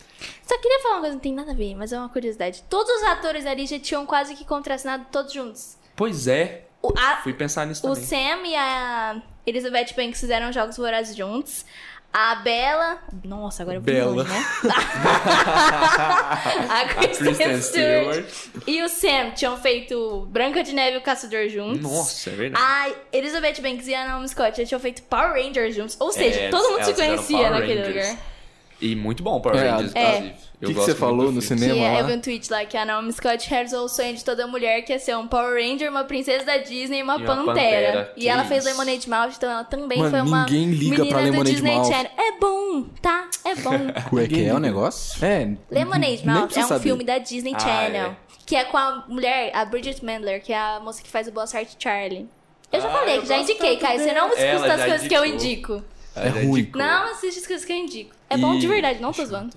Speaker 3: Só queria falar uma coisa, não tem nada a ver, mas é uma curiosidade. Todos os atores ali já tinham quase que contracenado todos juntos.
Speaker 4: Pois é,
Speaker 3: O, a-
Speaker 4: fui pensar nisso
Speaker 3: o
Speaker 4: também.
Speaker 3: Sam e a Elizabeth Banks fizeram jogos vorazes juntos. A Bela. Nossa, agora eu vou
Speaker 4: Bela.
Speaker 3: longe, né? a
Speaker 4: Kristen
Speaker 3: Kristen Stewart. E o Sam tinham feito Branca de Neve e o Caçador juntos.
Speaker 4: Nossa, é verdade.
Speaker 3: A Elizabeth Banks e a Naomi Scott já tinham feito Power Rangers juntos. Ou seja,
Speaker 4: É,
Speaker 3: todo mundo se
Speaker 4: elas fizeram
Speaker 3: conhecia
Speaker 4: Power
Speaker 3: naquele
Speaker 4: Rangers.
Speaker 3: lugar.
Speaker 4: E muito bom Power
Speaker 6: É,
Speaker 4: Rangers,
Speaker 3: é.
Speaker 4: inclusive.
Speaker 6: O que
Speaker 4: Eu
Speaker 6: que
Speaker 4: gosto
Speaker 6: você
Speaker 4: muito
Speaker 6: falou
Speaker 4: do
Speaker 6: no
Speaker 4: filme.
Speaker 6: cinema?
Speaker 3: Que é,
Speaker 6: lá.
Speaker 3: eu vi um tweet lá que a Naomi Scott realizou o sonho de toda mulher, que é ser um Power Ranger, uma princesa da Disney e uma,
Speaker 4: E uma
Speaker 3: pantera.
Speaker 4: pantera,
Speaker 3: E
Speaker 4: que
Speaker 3: ela fez
Speaker 4: isso.
Speaker 3: Lemonade Mouth, então ela também
Speaker 6: Mano,
Speaker 3: foi uma
Speaker 6: ninguém liga
Speaker 3: menina
Speaker 6: pra
Speaker 3: do
Speaker 6: Lemonade
Speaker 3: Disney
Speaker 6: Mouth.
Speaker 3: Channel. É bom, tá? É bom.
Speaker 5: Como é que é o negócio?
Speaker 6: É.
Speaker 3: Lemonade
Speaker 6: nem
Speaker 3: Mouth é
Speaker 6: precisa
Speaker 3: um
Speaker 6: saber.
Speaker 3: filme da Disney
Speaker 4: Ah,
Speaker 3: Channel,
Speaker 4: é.
Speaker 3: que é com a mulher, a Bridget Mendler, que é a moça que faz o Boa Sorte Charlie. Eu já
Speaker 4: Ah,
Speaker 3: falei,
Speaker 4: eu
Speaker 3: que já
Speaker 4: gosto
Speaker 3: indiquei,
Speaker 4: tanto
Speaker 3: Caio. Você não
Speaker 4: dela.
Speaker 3: escuta
Speaker 4: Ela
Speaker 3: as
Speaker 4: já
Speaker 3: coisas que eu
Speaker 4: indicou.
Speaker 3: indico.
Speaker 6: É ruim.
Speaker 3: Não assiste as coisas que eu indico. É bom
Speaker 4: E-
Speaker 3: de verdade, não tô zoando.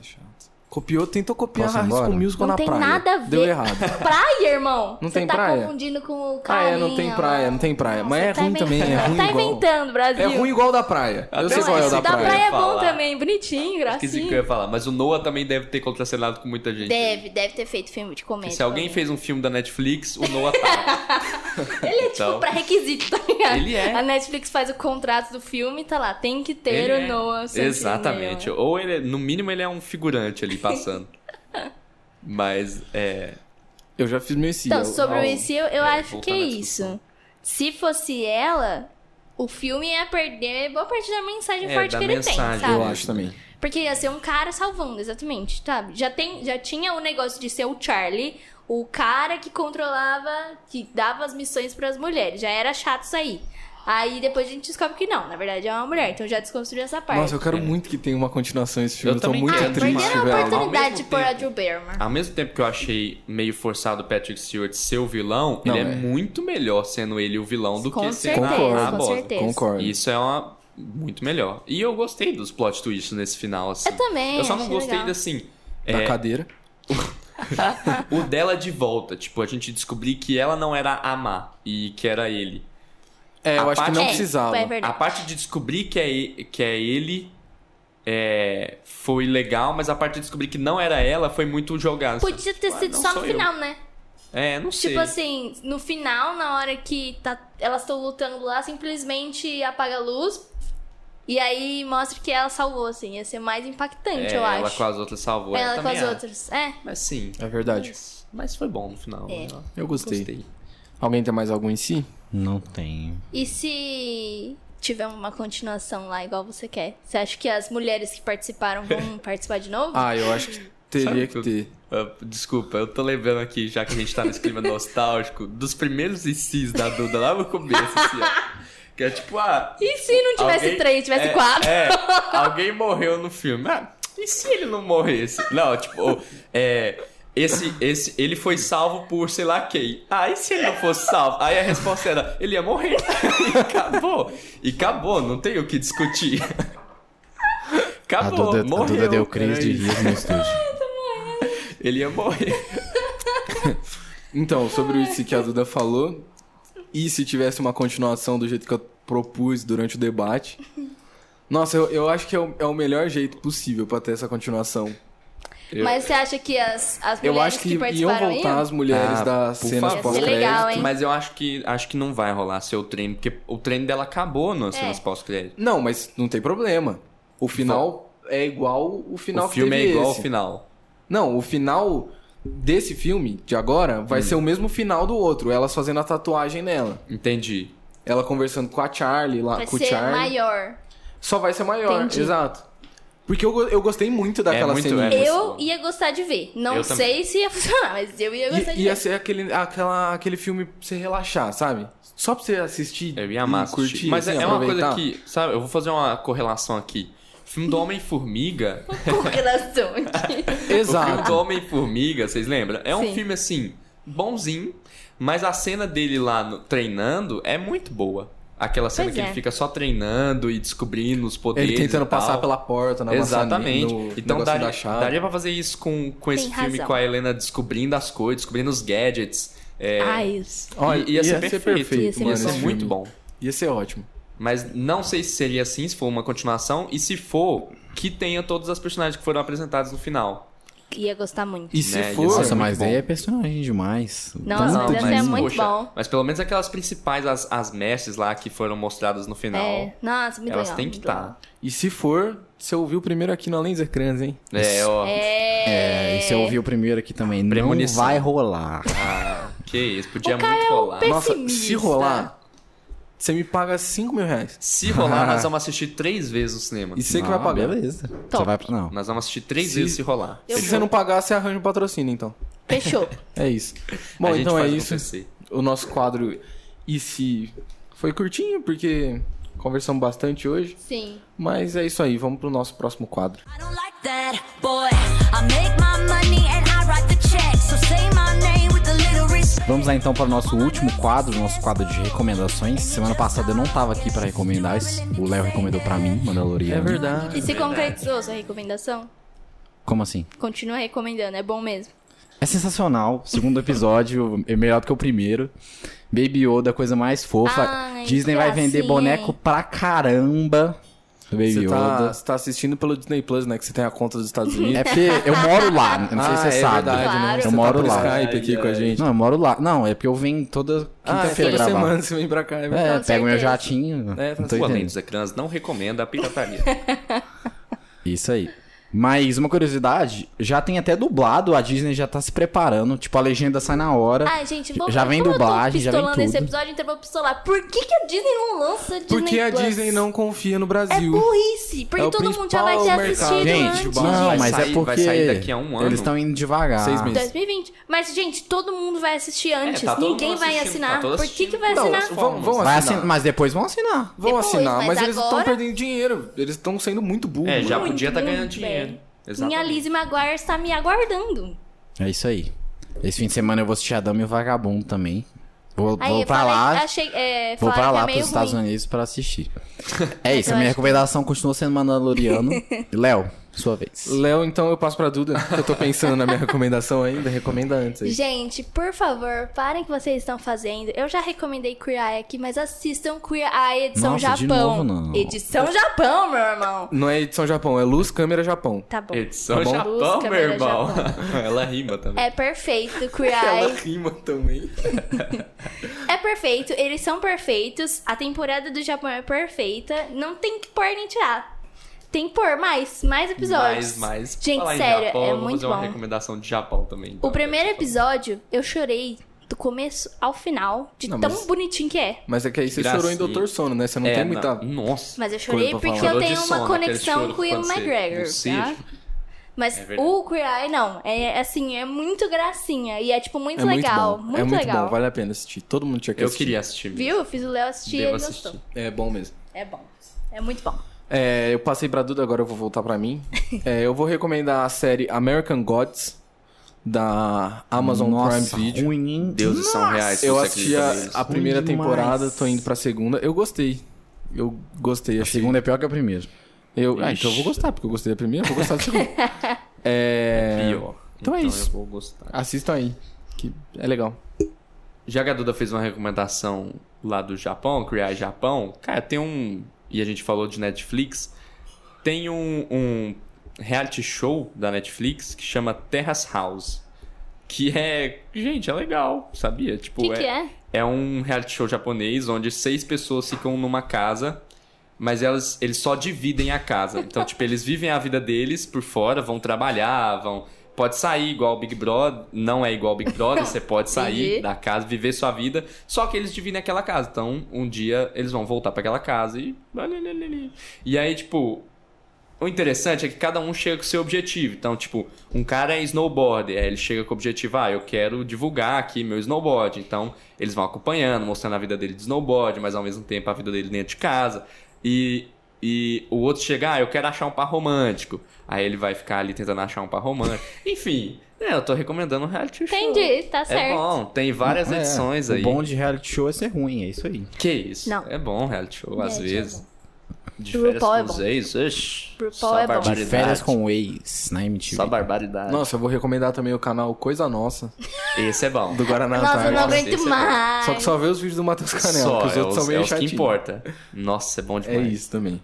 Speaker 6: Copiou, tentou copiar
Speaker 5: Posso ir
Speaker 6: a
Speaker 5: embora?
Speaker 6: High School Musical
Speaker 3: Não
Speaker 6: na
Speaker 3: tem
Speaker 6: praia.
Speaker 3: nada a ver.
Speaker 6: Deu errado.
Speaker 3: Praia, irmão.
Speaker 6: Não
Speaker 3: Você
Speaker 6: tem
Speaker 3: tá
Speaker 6: praia?
Speaker 3: confundindo com o
Speaker 6: Ah,
Speaker 3: carinha.
Speaker 6: é, não tem praia, não tem praia.
Speaker 3: Não,
Speaker 6: Mas
Speaker 3: você
Speaker 6: é
Speaker 3: tá
Speaker 6: ruim também, é
Speaker 3: inventando.
Speaker 6: ruim
Speaker 3: Tá
Speaker 6: igual.
Speaker 3: inventando, Brasil.
Speaker 6: É ruim igual o da praia. Eu
Speaker 4: Até
Speaker 6: sei
Speaker 4: o
Speaker 6: qual é o da
Speaker 3: da
Speaker 6: praia.
Speaker 3: praia é bom
Speaker 4: Falar.
Speaker 3: também, bonitinho,
Speaker 4: Esqueci o que eu
Speaker 3: gracinha.
Speaker 4: ia falar, mas o Noah também deve ter contracenado com muita gente.
Speaker 3: Deve, deve ter feito filme de comédia.
Speaker 4: Se alguém
Speaker 3: também.
Speaker 4: fez um filme da Netflix, o Noah tá.
Speaker 3: Ele é tipo
Speaker 4: Então,
Speaker 3: pra requisito, tá ligado?
Speaker 4: ele é.
Speaker 3: A Netflix faz o contrato do filme e tá lá. Tem que ter
Speaker 4: Ele
Speaker 3: o
Speaker 4: é-
Speaker 3: Noah. Centineo. né?
Speaker 4: Exatamente. Ou ele, é- no mínimo, ele é um figurante ali passando. mas, é.
Speaker 6: Eu já fiz meu esse.
Speaker 3: Então,
Speaker 6: eu-
Speaker 3: sobre o
Speaker 6: eu-
Speaker 3: Messi, eu, eu
Speaker 4: é,
Speaker 3: acho que é
Speaker 4: voltando à discussão.
Speaker 3: isso. Se fosse ela, o filme ia perder boa parte da mensagem
Speaker 4: É,
Speaker 3: forte
Speaker 4: da
Speaker 3: que ele tem,
Speaker 4: mensagem,
Speaker 3: sabe?
Speaker 6: Eu acho também.
Speaker 3: Porque ia ser um cara salvando, exatamente, sabe? Já, tem, já tinha o negócio de ser o Charlie, o cara que controlava, que dava as missões pras mulheres. Já era chato isso aí. Aí depois a gente descobre que não, na verdade é uma mulher. Então já desconstruiu essa parte.
Speaker 6: Nossa, eu quero muito que tenha uma continuação esse
Speaker 4: Eu
Speaker 6: filme. É. Eu tô
Speaker 4: também
Speaker 6: muito
Speaker 4: quero.
Speaker 3: ah,
Speaker 4: é
Speaker 6: triste,
Speaker 3: perderam a
Speaker 6: velho.
Speaker 3: oportunidade de
Speaker 4: Ao mesmo
Speaker 3: pôr a
Speaker 4: tempo-
Speaker 3: Drew Barrymore.
Speaker 4: Ao mesmo tempo que eu achei meio forçado o Patrick Stewart ser o vilão,
Speaker 6: Não,
Speaker 4: ele é.
Speaker 6: é.
Speaker 4: muito melhor sendo ele o vilão do
Speaker 3: Com
Speaker 4: que sendo
Speaker 3: certeza,
Speaker 4: a, a
Speaker 3: com
Speaker 4: Bosa.
Speaker 3: certeza.
Speaker 6: Concordo.
Speaker 4: Isso é uma. Muito melhor. E eu gostei dos plot twists nesse final, assim.
Speaker 3: Eu também,
Speaker 4: Eu só não
Speaker 3: achei
Speaker 4: gostei,
Speaker 3: legal.
Speaker 4: de, assim,
Speaker 6: Da cadeira.
Speaker 4: o dela de volta. Tipo, a gente descobrir que ela não era a Má e que era ele.
Speaker 6: É, eu
Speaker 4: A
Speaker 6: acho que
Speaker 4: parte-
Speaker 6: não
Speaker 4: É,
Speaker 6: precisava.
Speaker 3: é verdade.
Speaker 4: A parte de descobrir que é, e- que é ele é, foi legal, mas a parte de descobrir que não era ela foi muito jogada.
Speaker 3: Podia ter
Speaker 4: Ah,
Speaker 3: sido
Speaker 4: não
Speaker 3: só
Speaker 4: sou
Speaker 3: no
Speaker 4: eu.
Speaker 3: final, né?
Speaker 4: É, não sei.
Speaker 3: Tipo assim, no final, na hora que tá- elas estão lutando lá, simplesmente apaga a luz. E aí mostra que ela salvou, assim. Ia ser mais impactante, eu
Speaker 4: É, ela
Speaker 3: acho.
Speaker 4: com as outras salvou. eu
Speaker 3: ela com
Speaker 4: também
Speaker 3: as
Speaker 4: acho.
Speaker 3: outras. É.
Speaker 4: Mas sim.
Speaker 6: É verdade.
Speaker 4: Mas, mas foi bom no final.
Speaker 3: É.
Speaker 4: né?
Speaker 6: Eu gostei. Alguém tem mais algum em si?
Speaker 5: Não tem.
Speaker 3: E se tiver uma continuação lá igual você quer? Você acha que as mulheres que participaram vão participar de novo?
Speaker 6: Ah, eu acho que
Speaker 4: Sabe
Speaker 6: teria
Speaker 4: que
Speaker 6: que
Speaker 4: eu-
Speaker 6: ter.
Speaker 4: Ah, Desculpa, eu tô lembrando aqui, já que a gente tá nesse clima nostálgico, dos primeiros ICs da Duda lá no começo, assim, ó. Que é tipo, ah,
Speaker 3: E se não tivesse
Speaker 4: Alguém-
Speaker 3: três, tivesse
Speaker 4: é,
Speaker 3: quatro?
Speaker 4: É, alguém morreu no filme. Ah, e se ele não morresse? Não, tipo, é. Esse, esse, ele foi salvo por sei lá quem. Ah, e se ele não fosse salvo? Aí a resposta era, ele ia morrer. E acabou. E acabou, não tem o que discutir.
Speaker 5: A
Speaker 4: Acabou,
Speaker 5: Duda, a
Speaker 4: Ah, morreu.
Speaker 5: Duda deu crise de
Speaker 4: Era isso.
Speaker 5: rir no estúdio.
Speaker 4: Ele ia morrer.
Speaker 6: Então, sobre o IC que a Duda falou, e se tivesse uma continuação do jeito que eu propus durante o debate? Nossa, eu, eu acho que é o, é o melhor jeito possível pra ter essa continuação.
Speaker 3: Mas você acha que as, as
Speaker 6: Eu
Speaker 3: mulheres
Speaker 6: acho
Speaker 3: que,
Speaker 6: que, iam
Speaker 3: participaram
Speaker 6: voltar
Speaker 3: iam?
Speaker 6: as mulheres
Speaker 4: Ah,
Speaker 6: das
Speaker 4: por
Speaker 6: cenas
Speaker 4: favor.
Speaker 3: Ia ser legal,
Speaker 6: pós-crédito.
Speaker 3: hein?
Speaker 4: Mas eu acho que acho que não vai rolar seu treino, porque o treino dela acabou nas
Speaker 3: É.
Speaker 4: cenas pós-crédito.
Speaker 6: Não, mas não tem problema. O final é igual o final
Speaker 4: O filme
Speaker 6: que
Speaker 4: é
Speaker 6: teve
Speaker 4: igual ao
Speaker 6: esse.
Speaker 4: final.
Speaker 6: Não, o final desse filme, de agora,
Speaker 4: Hum.
Speaker 6: vai ser o mesmo final do outro. Elas fazendo a tatuagem nela.
Speaker 4: Entendi.
Speaker 6: Ela conversando com a Charlie lá,
Speaker 3: Vai
Speaker 6: com o
Speaker 3: ser
Speaker 6: Charlie.
Speaker 3: maior.
Speaker 6: Só vai ser maior,
Speaker 3: Entendi.
Speaker 6: exato. Porque eu, go- eu gostei muito daquela
Speaker 4: muito,
Speaker 6: cena.
Speaker 4: é.
Speaker 3: Eu ia gostar de ver. Não
Speaker 4: Eu
Speaker 3: sei
Speaker 4: também.
Speaker 3: se ia funcionar, mas eu ia gostar de
Speaker 6: I, ia
Speaker 3: ver.
Speaker 6: ser aquele, aquela, aquele filme pra você relaxar, sabe? Só pra você assistir.
Speaker 4: É, Eu ia amar
Speaker 6: e curtir.
Speaker 4: assistir. Mas
Speaker 6: assim,
Speaker 4: é uma coisa
Speaker 6: aproveitar.
Speaker 4: que, sabe, eu vou fazer uma correlação aqui. O filme do Homem-Formiga.
Speaker 3: Com relação de...
Speaker 4: O filme do Homem-Formiga, vocês lembram? É um
Speaker 3: Sim.
Speaker 4: filme assim, bonzinho, mas a cena dele lá no- treinando é muito boa. Aquela cena
Speaker 3: Pois
Speaker 4: que
Speaker 3: é.
Speaker 4: ele fica só treinando e descobrindo os poderes.
Speaker 6: Ele tentando
Speaker 4: e tal.
Speaker 6: passar pela porta, na
Speaker 4: Exatamente.
Speaker 6: maçane- no
Speaker 4: então
Speaker 6: negocinho
Speaker 4: daria,
Speaker 6: da chave.
Speaker 4: daria pra fazer isso com, com esse
Speaker 3: Tem
Speaker 4: filme
Speaker 3: razão.
Speaker 4: com a Helena descobrindo as coisas, descobrindo os gadgets. É,
Speaker 3: Ah, isso.
Speaker 6: Olha,
Speaker 4: ia, ser perfeito.
Speaker 3: Ia ser
Speaker 4: Ia
Speaker 6: mano,
Speaker 4: ser
Speaker 6: esse
Speaker 4: muito
Speaker 6: filme.
Speaker 4: bom.
Speaker 6: Ia ser ótimo.
Speaker 4: Mas não sei se seria assim, se for uma continuação, e se for, que tenha todas as personagens que foram apresentadas no final.
Speaker 3: Ia gostar muito.
Speaker 6: E se
Speaker 4: Né, ia
Speaker 6: for...
Speaker 4: ser
Speaker 5: Nossa,
Speaker 4: muito
Speaker 5: mas
Speaker 4: bom.
Speaker 5: daí é personagem demais. Tá
Speaker 3: Nossa,
Speaker 5: Tanto
Speaker 3: mas essa é
Speaker 5: de-
Speaker 3: muito bom.
Speaker 4: Então, Mas pelo menos aquelas principais, as, as mestres lá que foram mostradas no final,
Speaker 3: É. Nossa, muito
Speaker 4: elas
Speaker 3: legal.
Speaker 4: têm que tá,
Speaker 5: tá.
Speaker 3: muito legal.
Speaker 4: estar.
Speaker 6: E se for, você ouviu primeiro aqui no Além dos Ecrãs, hein?
Speaker 4: É, ó.
Speaker 3: É.
Speaker 5: É, e você ouviu primeiro aqui também.
Speaker 4: Premonição.
Speaker 5: Não vai rolar.
Speaker 4: Que isso, podia
Speaker 3: O cara
Speaker 4: muito
Speaker 3: é um
Speaker 4: rolar.
Speaker 3: pe-
Speaker 6: Nossa, se
Speaker 3: Pessimista.
Speaker 6: rolar, você me paga 5 mil reais.
Speaker 4: Se rolar, nós vamos assistir três vezes no cinema.
Speaker 6: E você que vai
Speaker 5: Ah,
Speaker 6: pagar.
Speaker 5: Beleza.
Speaker 3: Top.
Speaker 5: Você vai pra... Não.
Speaker 4: Nós vamos assistir três
Speaker 6: Se-
Speaker 4: vezes se rolar.
Speaker 3: Eu
Speaker 6: Se
Speaker 3: vou.
Speaker 6: você não pagar, você arranja um patrocínio, então.
Speaker 3: Fechou.
Speaker 6: É isso.
Speaker 4: A
Speaker 6: Bom,
Speaker 4: gente
Speaker 6: então é
Speaker 4: faz
Speaker 6: isso.
Speaker 4: acontecer.
Speaker 6: O nosso quadro E se foi curtinho, porque conversamos bastante hoje.
Speaker 3: Sim.
Speaker 6: Mas é isso aí, vamos pro nosso próximo quadro.
Speaker 9: I don't like that, boy. I make my money and I write the checks. So say my name with a little respect.
Speaker 5: Vamos lá então para o nosso último quadro, nosso quadro de recomendações. Semana passada eu não tava aqui para recomendar, isso o Léo recomendou para mim,
Speaker 4: É
Speaker 5: né? Mandaloriano.
Speaker 3: E se concretizou sua recomendação?
Speaker 5: Como assim?
Speaker 3: Continua recomendando, é bom mesmo.
Speaker 5: É sensacional. Segundo episódio é melhor do que o primeiro. Baby Yoda, coisa mais fofa.
Speaker 3: Ai, é assim.
Speaker 5: Disney vai vender
Speaker 3: gracinha,
Speaker 5: boneco
Speaker 3: hein?
Speaker 5: pra caramba do Baby
Speaker 6: Você tá,
Speaker 5: Yoda.
Speaker 6: você tá assistindo pelo Disney Plus, né? Que você tem a conta dos Estados Unidos.
Speaker 5: É porque eu moro lá, não sei
Speaker 6: Ah,
Speaker 5: se você
Speaker 6: é
Speaker 5: sabe.
Speaker 6: verdade, né?
Speaker 3: Claro.
Speaker 5: Eu
Speaker 6: Você
Speaker 5: moro
Speaker 6: tá por
Speaker 5: lá.
Speaker 6: Skype aqui com a gente.
Speaker 5: Não, eu moro lá. Não, é porque eu venho toda
Speaker 6: Ah, é
Speaker 5: quinta-feira
Speaker 6: toda
Speaker 5: gravar.
Speaker 6: semana você vem pra cá. É,
Speaker 5: É,
Speaker 3: Com
Speaker 5: pego meu
Speaker 3: certeza.
Speaker 5: jatinho.
Speaker 6: É, tá
Speaker 5: não tô
Speaker 4: O Além
Speaker 5: entendendo.
Speaker 4: dos Ecrãs não recomenda a pirataria.
Speaker 5: Isso aí. Mas uma curiosidade, já tem até dublado, a Disney já tá se preparando, tipo, a legenda sai na hora.
Speaker 3: Ai, gente, vou
Speaker 5: Já vem
Speaker 3: como eu tô
Speaker 5: dublagem, já vem
Speaker 3: pistolando esse
Speaker 5: tudo.
Speaker 3: episódio, então eu vou pistolar. Por que, que a Disney não lança Disney
Speaker 6: Porque a
Speaker 3: Plus?
Speaker 6: Disney não confia no
Speaker 3: É
Speaker 6: Brasil.
Speaker 3: burrice, porque
Speaker 6: É o
Speaker 3: todo mundo já vai ter
Speaker 6: principal
Speaker 3: assistido
Speaker 6: mercado.
Speaker 5: Gente,
Speaker 3: antes.
Speaker 5: não,
Speaker 4: Vai
Speaker 5: mas
Speaker 4: sair-
Speaker 5: é
Speaker 4: vai
Speaker 5: porque
Speaker 4: sair daqui a um ano.
Speaker 5: eles estão indo devagar.
Speaker 6: Seis meses.
Speaker 3: 2020. Mas, gente, todo mundo vai assistir antes.
Speaker 4: tá todo
Speaker 3: Ninguém
Speaker 4: mundo
Speaker 3: vai
Speaker 4: assistindo,
Speaker 3: assinar.
Speaker 4: tá todo
Speaker 3: Por que, que
Speaker 4: assistindo.
Speaker 3: vai
Speaker 4: Não,
Speaker 3: assinar?
Speaker 4: eu sou-
Speaker 6: Vão, vão
Speaker 5: Vai
Speaker 6: assinar.
Speaker 5: assin- Mas depois vão assinar.
Speaker 6: Vão
Speaker 3: Depois,
Speaker 6: assinar,
Speaker 3: É mas
Speaker 6: mas, eles estão
Speaker 3: agora-
Speaker 6: perdendo dinheiro. Eles estão sendo muito burros.
Speaker 4: É, já
Speaker 3: Muito,
Speaker 4: podia estar
Speaker 3: muito
Speaker 4: ganhando dinheiro.
Speaker 3: bem. Minha
Speaker 4: Exatamente.
Speaker 3: Lizzie Maguire está me aguardando.
Speaker 5: É isso aí. Esse fim de semana eu vou assistir a Dama e o Vagabundo também. Vou,
Speaker 3: Aí
Speaker 5: vou
Speaker 3: eu
Speaker 5: pra
Speaker 3: falei,
Speaker 5: lá,
Speaker 3: achei, é,
Speaker 5: vou
Speaker 3: falaram
Speaker 5: pra
Speaker 3: que é
Speaker 5: lá
Speaker 3: meio
Speaker 5: pros Estados
Speaker 3: ruim.
Speaker 5: Unidos pra assistir. É isso,
Speaker 3: eu
Speaker 5: a minha
Speaker 3: acho que-
Speaker 5: recomendação continua sendo Mandaloriano. Léo, sua vez.
Speaker 6: Léo, então eu passo pra Duda. que Eu tô pensando na minha recomendação ainda. Recomenda antes aí.
Speaker 3: Gente, por favor, parem o que vocês estão fazendo. Eu já recomendei Queer Eye aqui, mas assistam Queer Eye edição
Speaker 5: Nossa, de
Speaker 3: Japão.
Speaker 5: novo, não.
Speaker 3: Edição Japão, meu irmão.
Speaker 6: Não é edição Japão, é luz, câmera, Japão.
Speaker 3: Tá bom.
Speaker 4: Edição
Speaker 6: Tá bom?
Speaker 4: Japão,
Speaker 3: Luz,
Speaker 4: meu
Speaker 3: câmera
Speaker 4: irmão. Ela rima também.
Speaker 3: É perfeito, Queer Eye.
Speaker 6: rima também.
Speaker 3: É perfeito, eles são perfeitos. A temporada do Japão é perfeita. Não tem que pôr nem tirar. Tem que pôr mais, mais episódios.
Speaker 4: Mas, mas.
Speaker 3: Gente,
Speaker 4: falar em
Speaker 3: sério,
Speaker 4: Japão,
Speaker 3: é
Speaker 4: eu vou
Speaker 3: muito
Speaker 4: fazer uma
Speaker 3: bom.
Speaker 4: recomendação de Japão também.
Speaker 3: O
Speaker 4: então.
Speaker 3: primeiro episódio, eu chorei do começo ao final, de
Speaker 6: Não,
Speaker 3: tão
Speaker 6: mas-
Speaker 3: bonitinho que é.
Speaker 6: Mas é que aí você
Speaker 4: Gracinha.
Speaker 6: chorou em Doutor Sono, né? Você não
Speaker 4: É,
Speaker 6: tem muita.
Speaker 4: na- Nossa.
Speaker 3: Mas eu chorei
Speaker 6: pra
Speaker 3: porque
Speaker 6: falar.
Speaker 3: eu
Speaker 4: Chorou de
Speaker 3: tenho uma
Speaker 4: sono, aquele
Speaker 3: conexão
Speaker 4: choro
Speaker 3: com o Ian
Speaker 4: quando você-
Speaker 3: McGregor,
Speaker 4: no
Speaker 3: tá?
Speaker 4: sítio.
Speaker 3: Mas
Speaker 4: É verdade.
Speaker 3: o Queer Eye, não. É assim, é muito gracinha. E é, tipo, muito
Speaker 6: É muito
Speaker 3: legal.
Speaker 6: bom.
Speaker 3: Muito,
Speaker 6: é muito
Speaker 3: legal.
Speaker 6: bom, vale a pena assistir. Todo mundo tinha que
Speaker 4: Eu
Speaker 6: assistir.
Speaker 4: queria assistir mesmo.
Speaker 3: Viu? Eu fiz o Léo assistir e
Speaker 4: Devo
Speaker 3: ele
Speaker 4: assistir.
Speaker 3: gostou.
Speaker 6: É bom mesmo.
Speaker 3: É bom. É muito bom.
Speaker 6: É, eu passei pra Duda, agora eu vou voltar pra mim. É, eu vou recomendar a série American Gods, da Amazon
Speaker 5: Nossa,
Speaker 6: Prime Video.
Speaker 5: ruim, hein?
Speaker 4: Deuses são reais.
Speaker 6: Eu
Speaker 4: você
Speaker 6: assisti
Speaker 4: acredita
Speaker 6: a,
Speaker 4: neles?
Speaker 6: a primeira
Speaker 5: Ruim demais.
Speaker 6: temporada, tô indo pra segunda. Eu gostei. Eu gostei,
Speaker 5: A
Speaker 6: achei.
Speaker 5: segunda é pior que a primeira.
Speaker 6: Eu, ah,
Speaker 5: Ixi.
Speaker 6: então eu vou gostar, porque eu gostei da primeira, eu vou gostar da segunda. é...
Speaker 4: Pior.
Speaker 6: Então é isso.
Speaker 4: Eu vou gostar.
Speaker 6: Assistam aí, que é legal.
Speaker 4: Já que a Duda fez uma recomendação lá do Japão, criar Japão, cara, tem um. E a gente falou de Netflix. Tem um, um reality show da Netflix que chama Terrace House. Que é. Gente, é legal, sabia?
Speaker 3: O
Speaker 4: Tipo,
Speaker 3: que, que é?
Speaker 4: é um reality show japonês onde seis pessoas ficam numa casa, mas elas, eles só dividem a casa. Então, tipo, eles vivem a vida deles por fora, vão trabalhar, vão. Pode sair igual ao Big Brother, não é igual ao Big Brother, você pode sair
Speaker 3: Entendi.
Speaker 4: da casa, viver sua vida, só que eles dividem aquela casa. Então, um dia eles vão voltar pra aquela casa e. E aí, tipo, o interessante é que cada um chega com o seu objetivo. Então, tipo, um cara é snowboarder, aí ele chega com o objetivo, ah, eu quero divulgar aqui meu snowboard. Então, eles vão acompanhando, mostrando a vida dele de snowboard, mas ao mesmo tempo a vida dele dentro de casa. E, e e o outro chegar, ah, eu quero achar um par romântico. Aí ele vai ficar ali tentando achar um par romântico. Enfim, é, eu tô recomendando um reality show.
Speaker 3: Entendi, tá
Speaker 4: É
Speaker 3: certo.
Speaker 4: bom, tem várias edições
Speaker 5: é,
Speaker 4: aí.
Speaker 5: O bom de reality show é ser ruim, é isso aí.
Speaker 4: Que isso?
Speaker 3: Não.
Speaker 4: É bom reality show, às
Speaker 3: Reality é
Speaker 4: vezes. De
Speaker 3: Do
Speaker 4: férias
Speaker 3: RuPaul é
Speaker 4: com os
Speaker 3: bom.
Speaker 4: ex, ixi,
Speaker 3: RuPaul
Speaker 4: só
Speaker 3: é bom.
Speaker 4: barbaridade.
Speaker 5: De férias com o ex na MTV.
Speaker 4: Só barbaridade.
Speaker 6: Nossa, eu vou recomendar também o canal Coisa Nossa,
Speaker 4: Esse é bom.
Speaker 6: do Guaraná
Speaker 3: Nossa, eu não
Speaker 6: Antártica.
Speaker 3: aguento
Speaker 4: Esse é
Speaker 3: mais.
Speaker 6: Só que só vê os vídeos do Matheus Canela,
Speaker 4: Só,
Speaker 6: porque né? os
Speaker 4: é
Speaker 6: outros são
Speaker 4: os-
Speaker 6: meio
Speaker 4: é os que
Speaker 6: chatinhos.
Speaker 4: importa. Nossa, é bom
Speaker 6: É
Speaker 4: demais.
Speaker 6: isso também.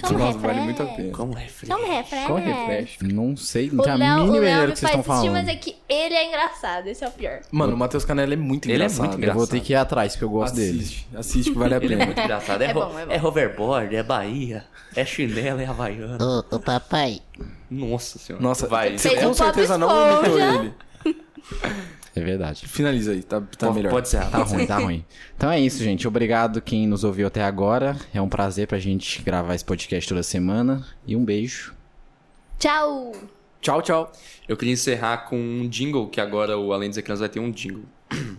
Speaker 3: Como
Speaker 6: Nossa, vale
Speaker 3: refresca.
Speaker 6: muito a pena.
Speaker 4: Como é refri.
Speaker 3: Toma refresca.
Speaker 6: Qual refresh?
Speaker 5: Não sei, não
Speaker 3: um O
Speaker 5: tem a
Speaker 3: Léo, o
Speaker 5: Tá mínima
Speaker 3: Léo
Speaker 5: ideia do
Speaker 3: me
Speaker 5: que vocês
Speaker 3: faz
Speaker 5: estão
Speaker 3: assistir,
Speaker 5: falando.
Speaker 3: mas é que ele é engraçado. Esse é o pior.
Speaker 6: Mano, o Matheus Canela é muito
Speaker 4: Ele é
Speaker 6: engraçado.
Speaker 4: muito
Speaker 5: Eu vou ter
Speaker 4: engraçado.
Speaker 5: que ir atrás, porque eu gosto dele.
Speaker 6: Assiste, assiste que vale a
Speaker 4: Ele é
Speaker 6: pena.
Speaker 4: muito engraçado. É,
Speaker 3: É
Speaker 4: ro-
Speaker 3: bom, é bom.
Speaker 4: é hoverboard, é Bahia, é chinelo, é havaiana.
Speaker 2: Ô, ô papai,
Speaker 4: Nossa senhora.
Speaker 6: Nossa,
Speaker 4: vai.
Speaker 6: você
Speaker 3: Fez
Speaker 6: com
Speaker 3: um
Speaker 6: certeza
Speaker 3: Bob
Speaker 6: não imitou
Speaker 3: Esponja.
Speaker 6: ele.
Speaker 5: É verdade.
Speaker 6: Finaliza aí, tá, tá
Speaker 4: pode,
Speaker 6: melhor.
Speaker 4: pode ser.
Speaker 5: Tá ruim, tá ruim. Então é isso, gente. Obrigado quem nos ouviu até agora. É um prazer pra gente gravar esse podcast toda semana. E um beijo.
Speaker 3: Tchau.
Speaker 6: Tchau, tchau.
Speaker 4: Eu queria encerrar com um jingle, que agora o Além dos Ecrãs vai ter um jingle.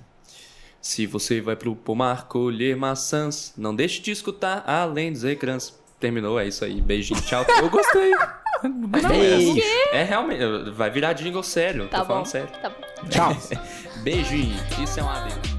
Speaker 4: Se você vai pro pomar colher maçãs, não deixe de escutar Além dos Ecrãs. Terminou, é isso aí. Beijinho, tchau. Eu gostei. Beijo. É realmente, vai virar jingle sério.
Speaker 3: Tá
Speaker 4: tô
Speaker 3: bom.
Speaker 4: falando sério.
Speaker 3: Tá bom.
Speaker 5: Tchau.
Speaker 4: Beijinho. Isso é um adeus.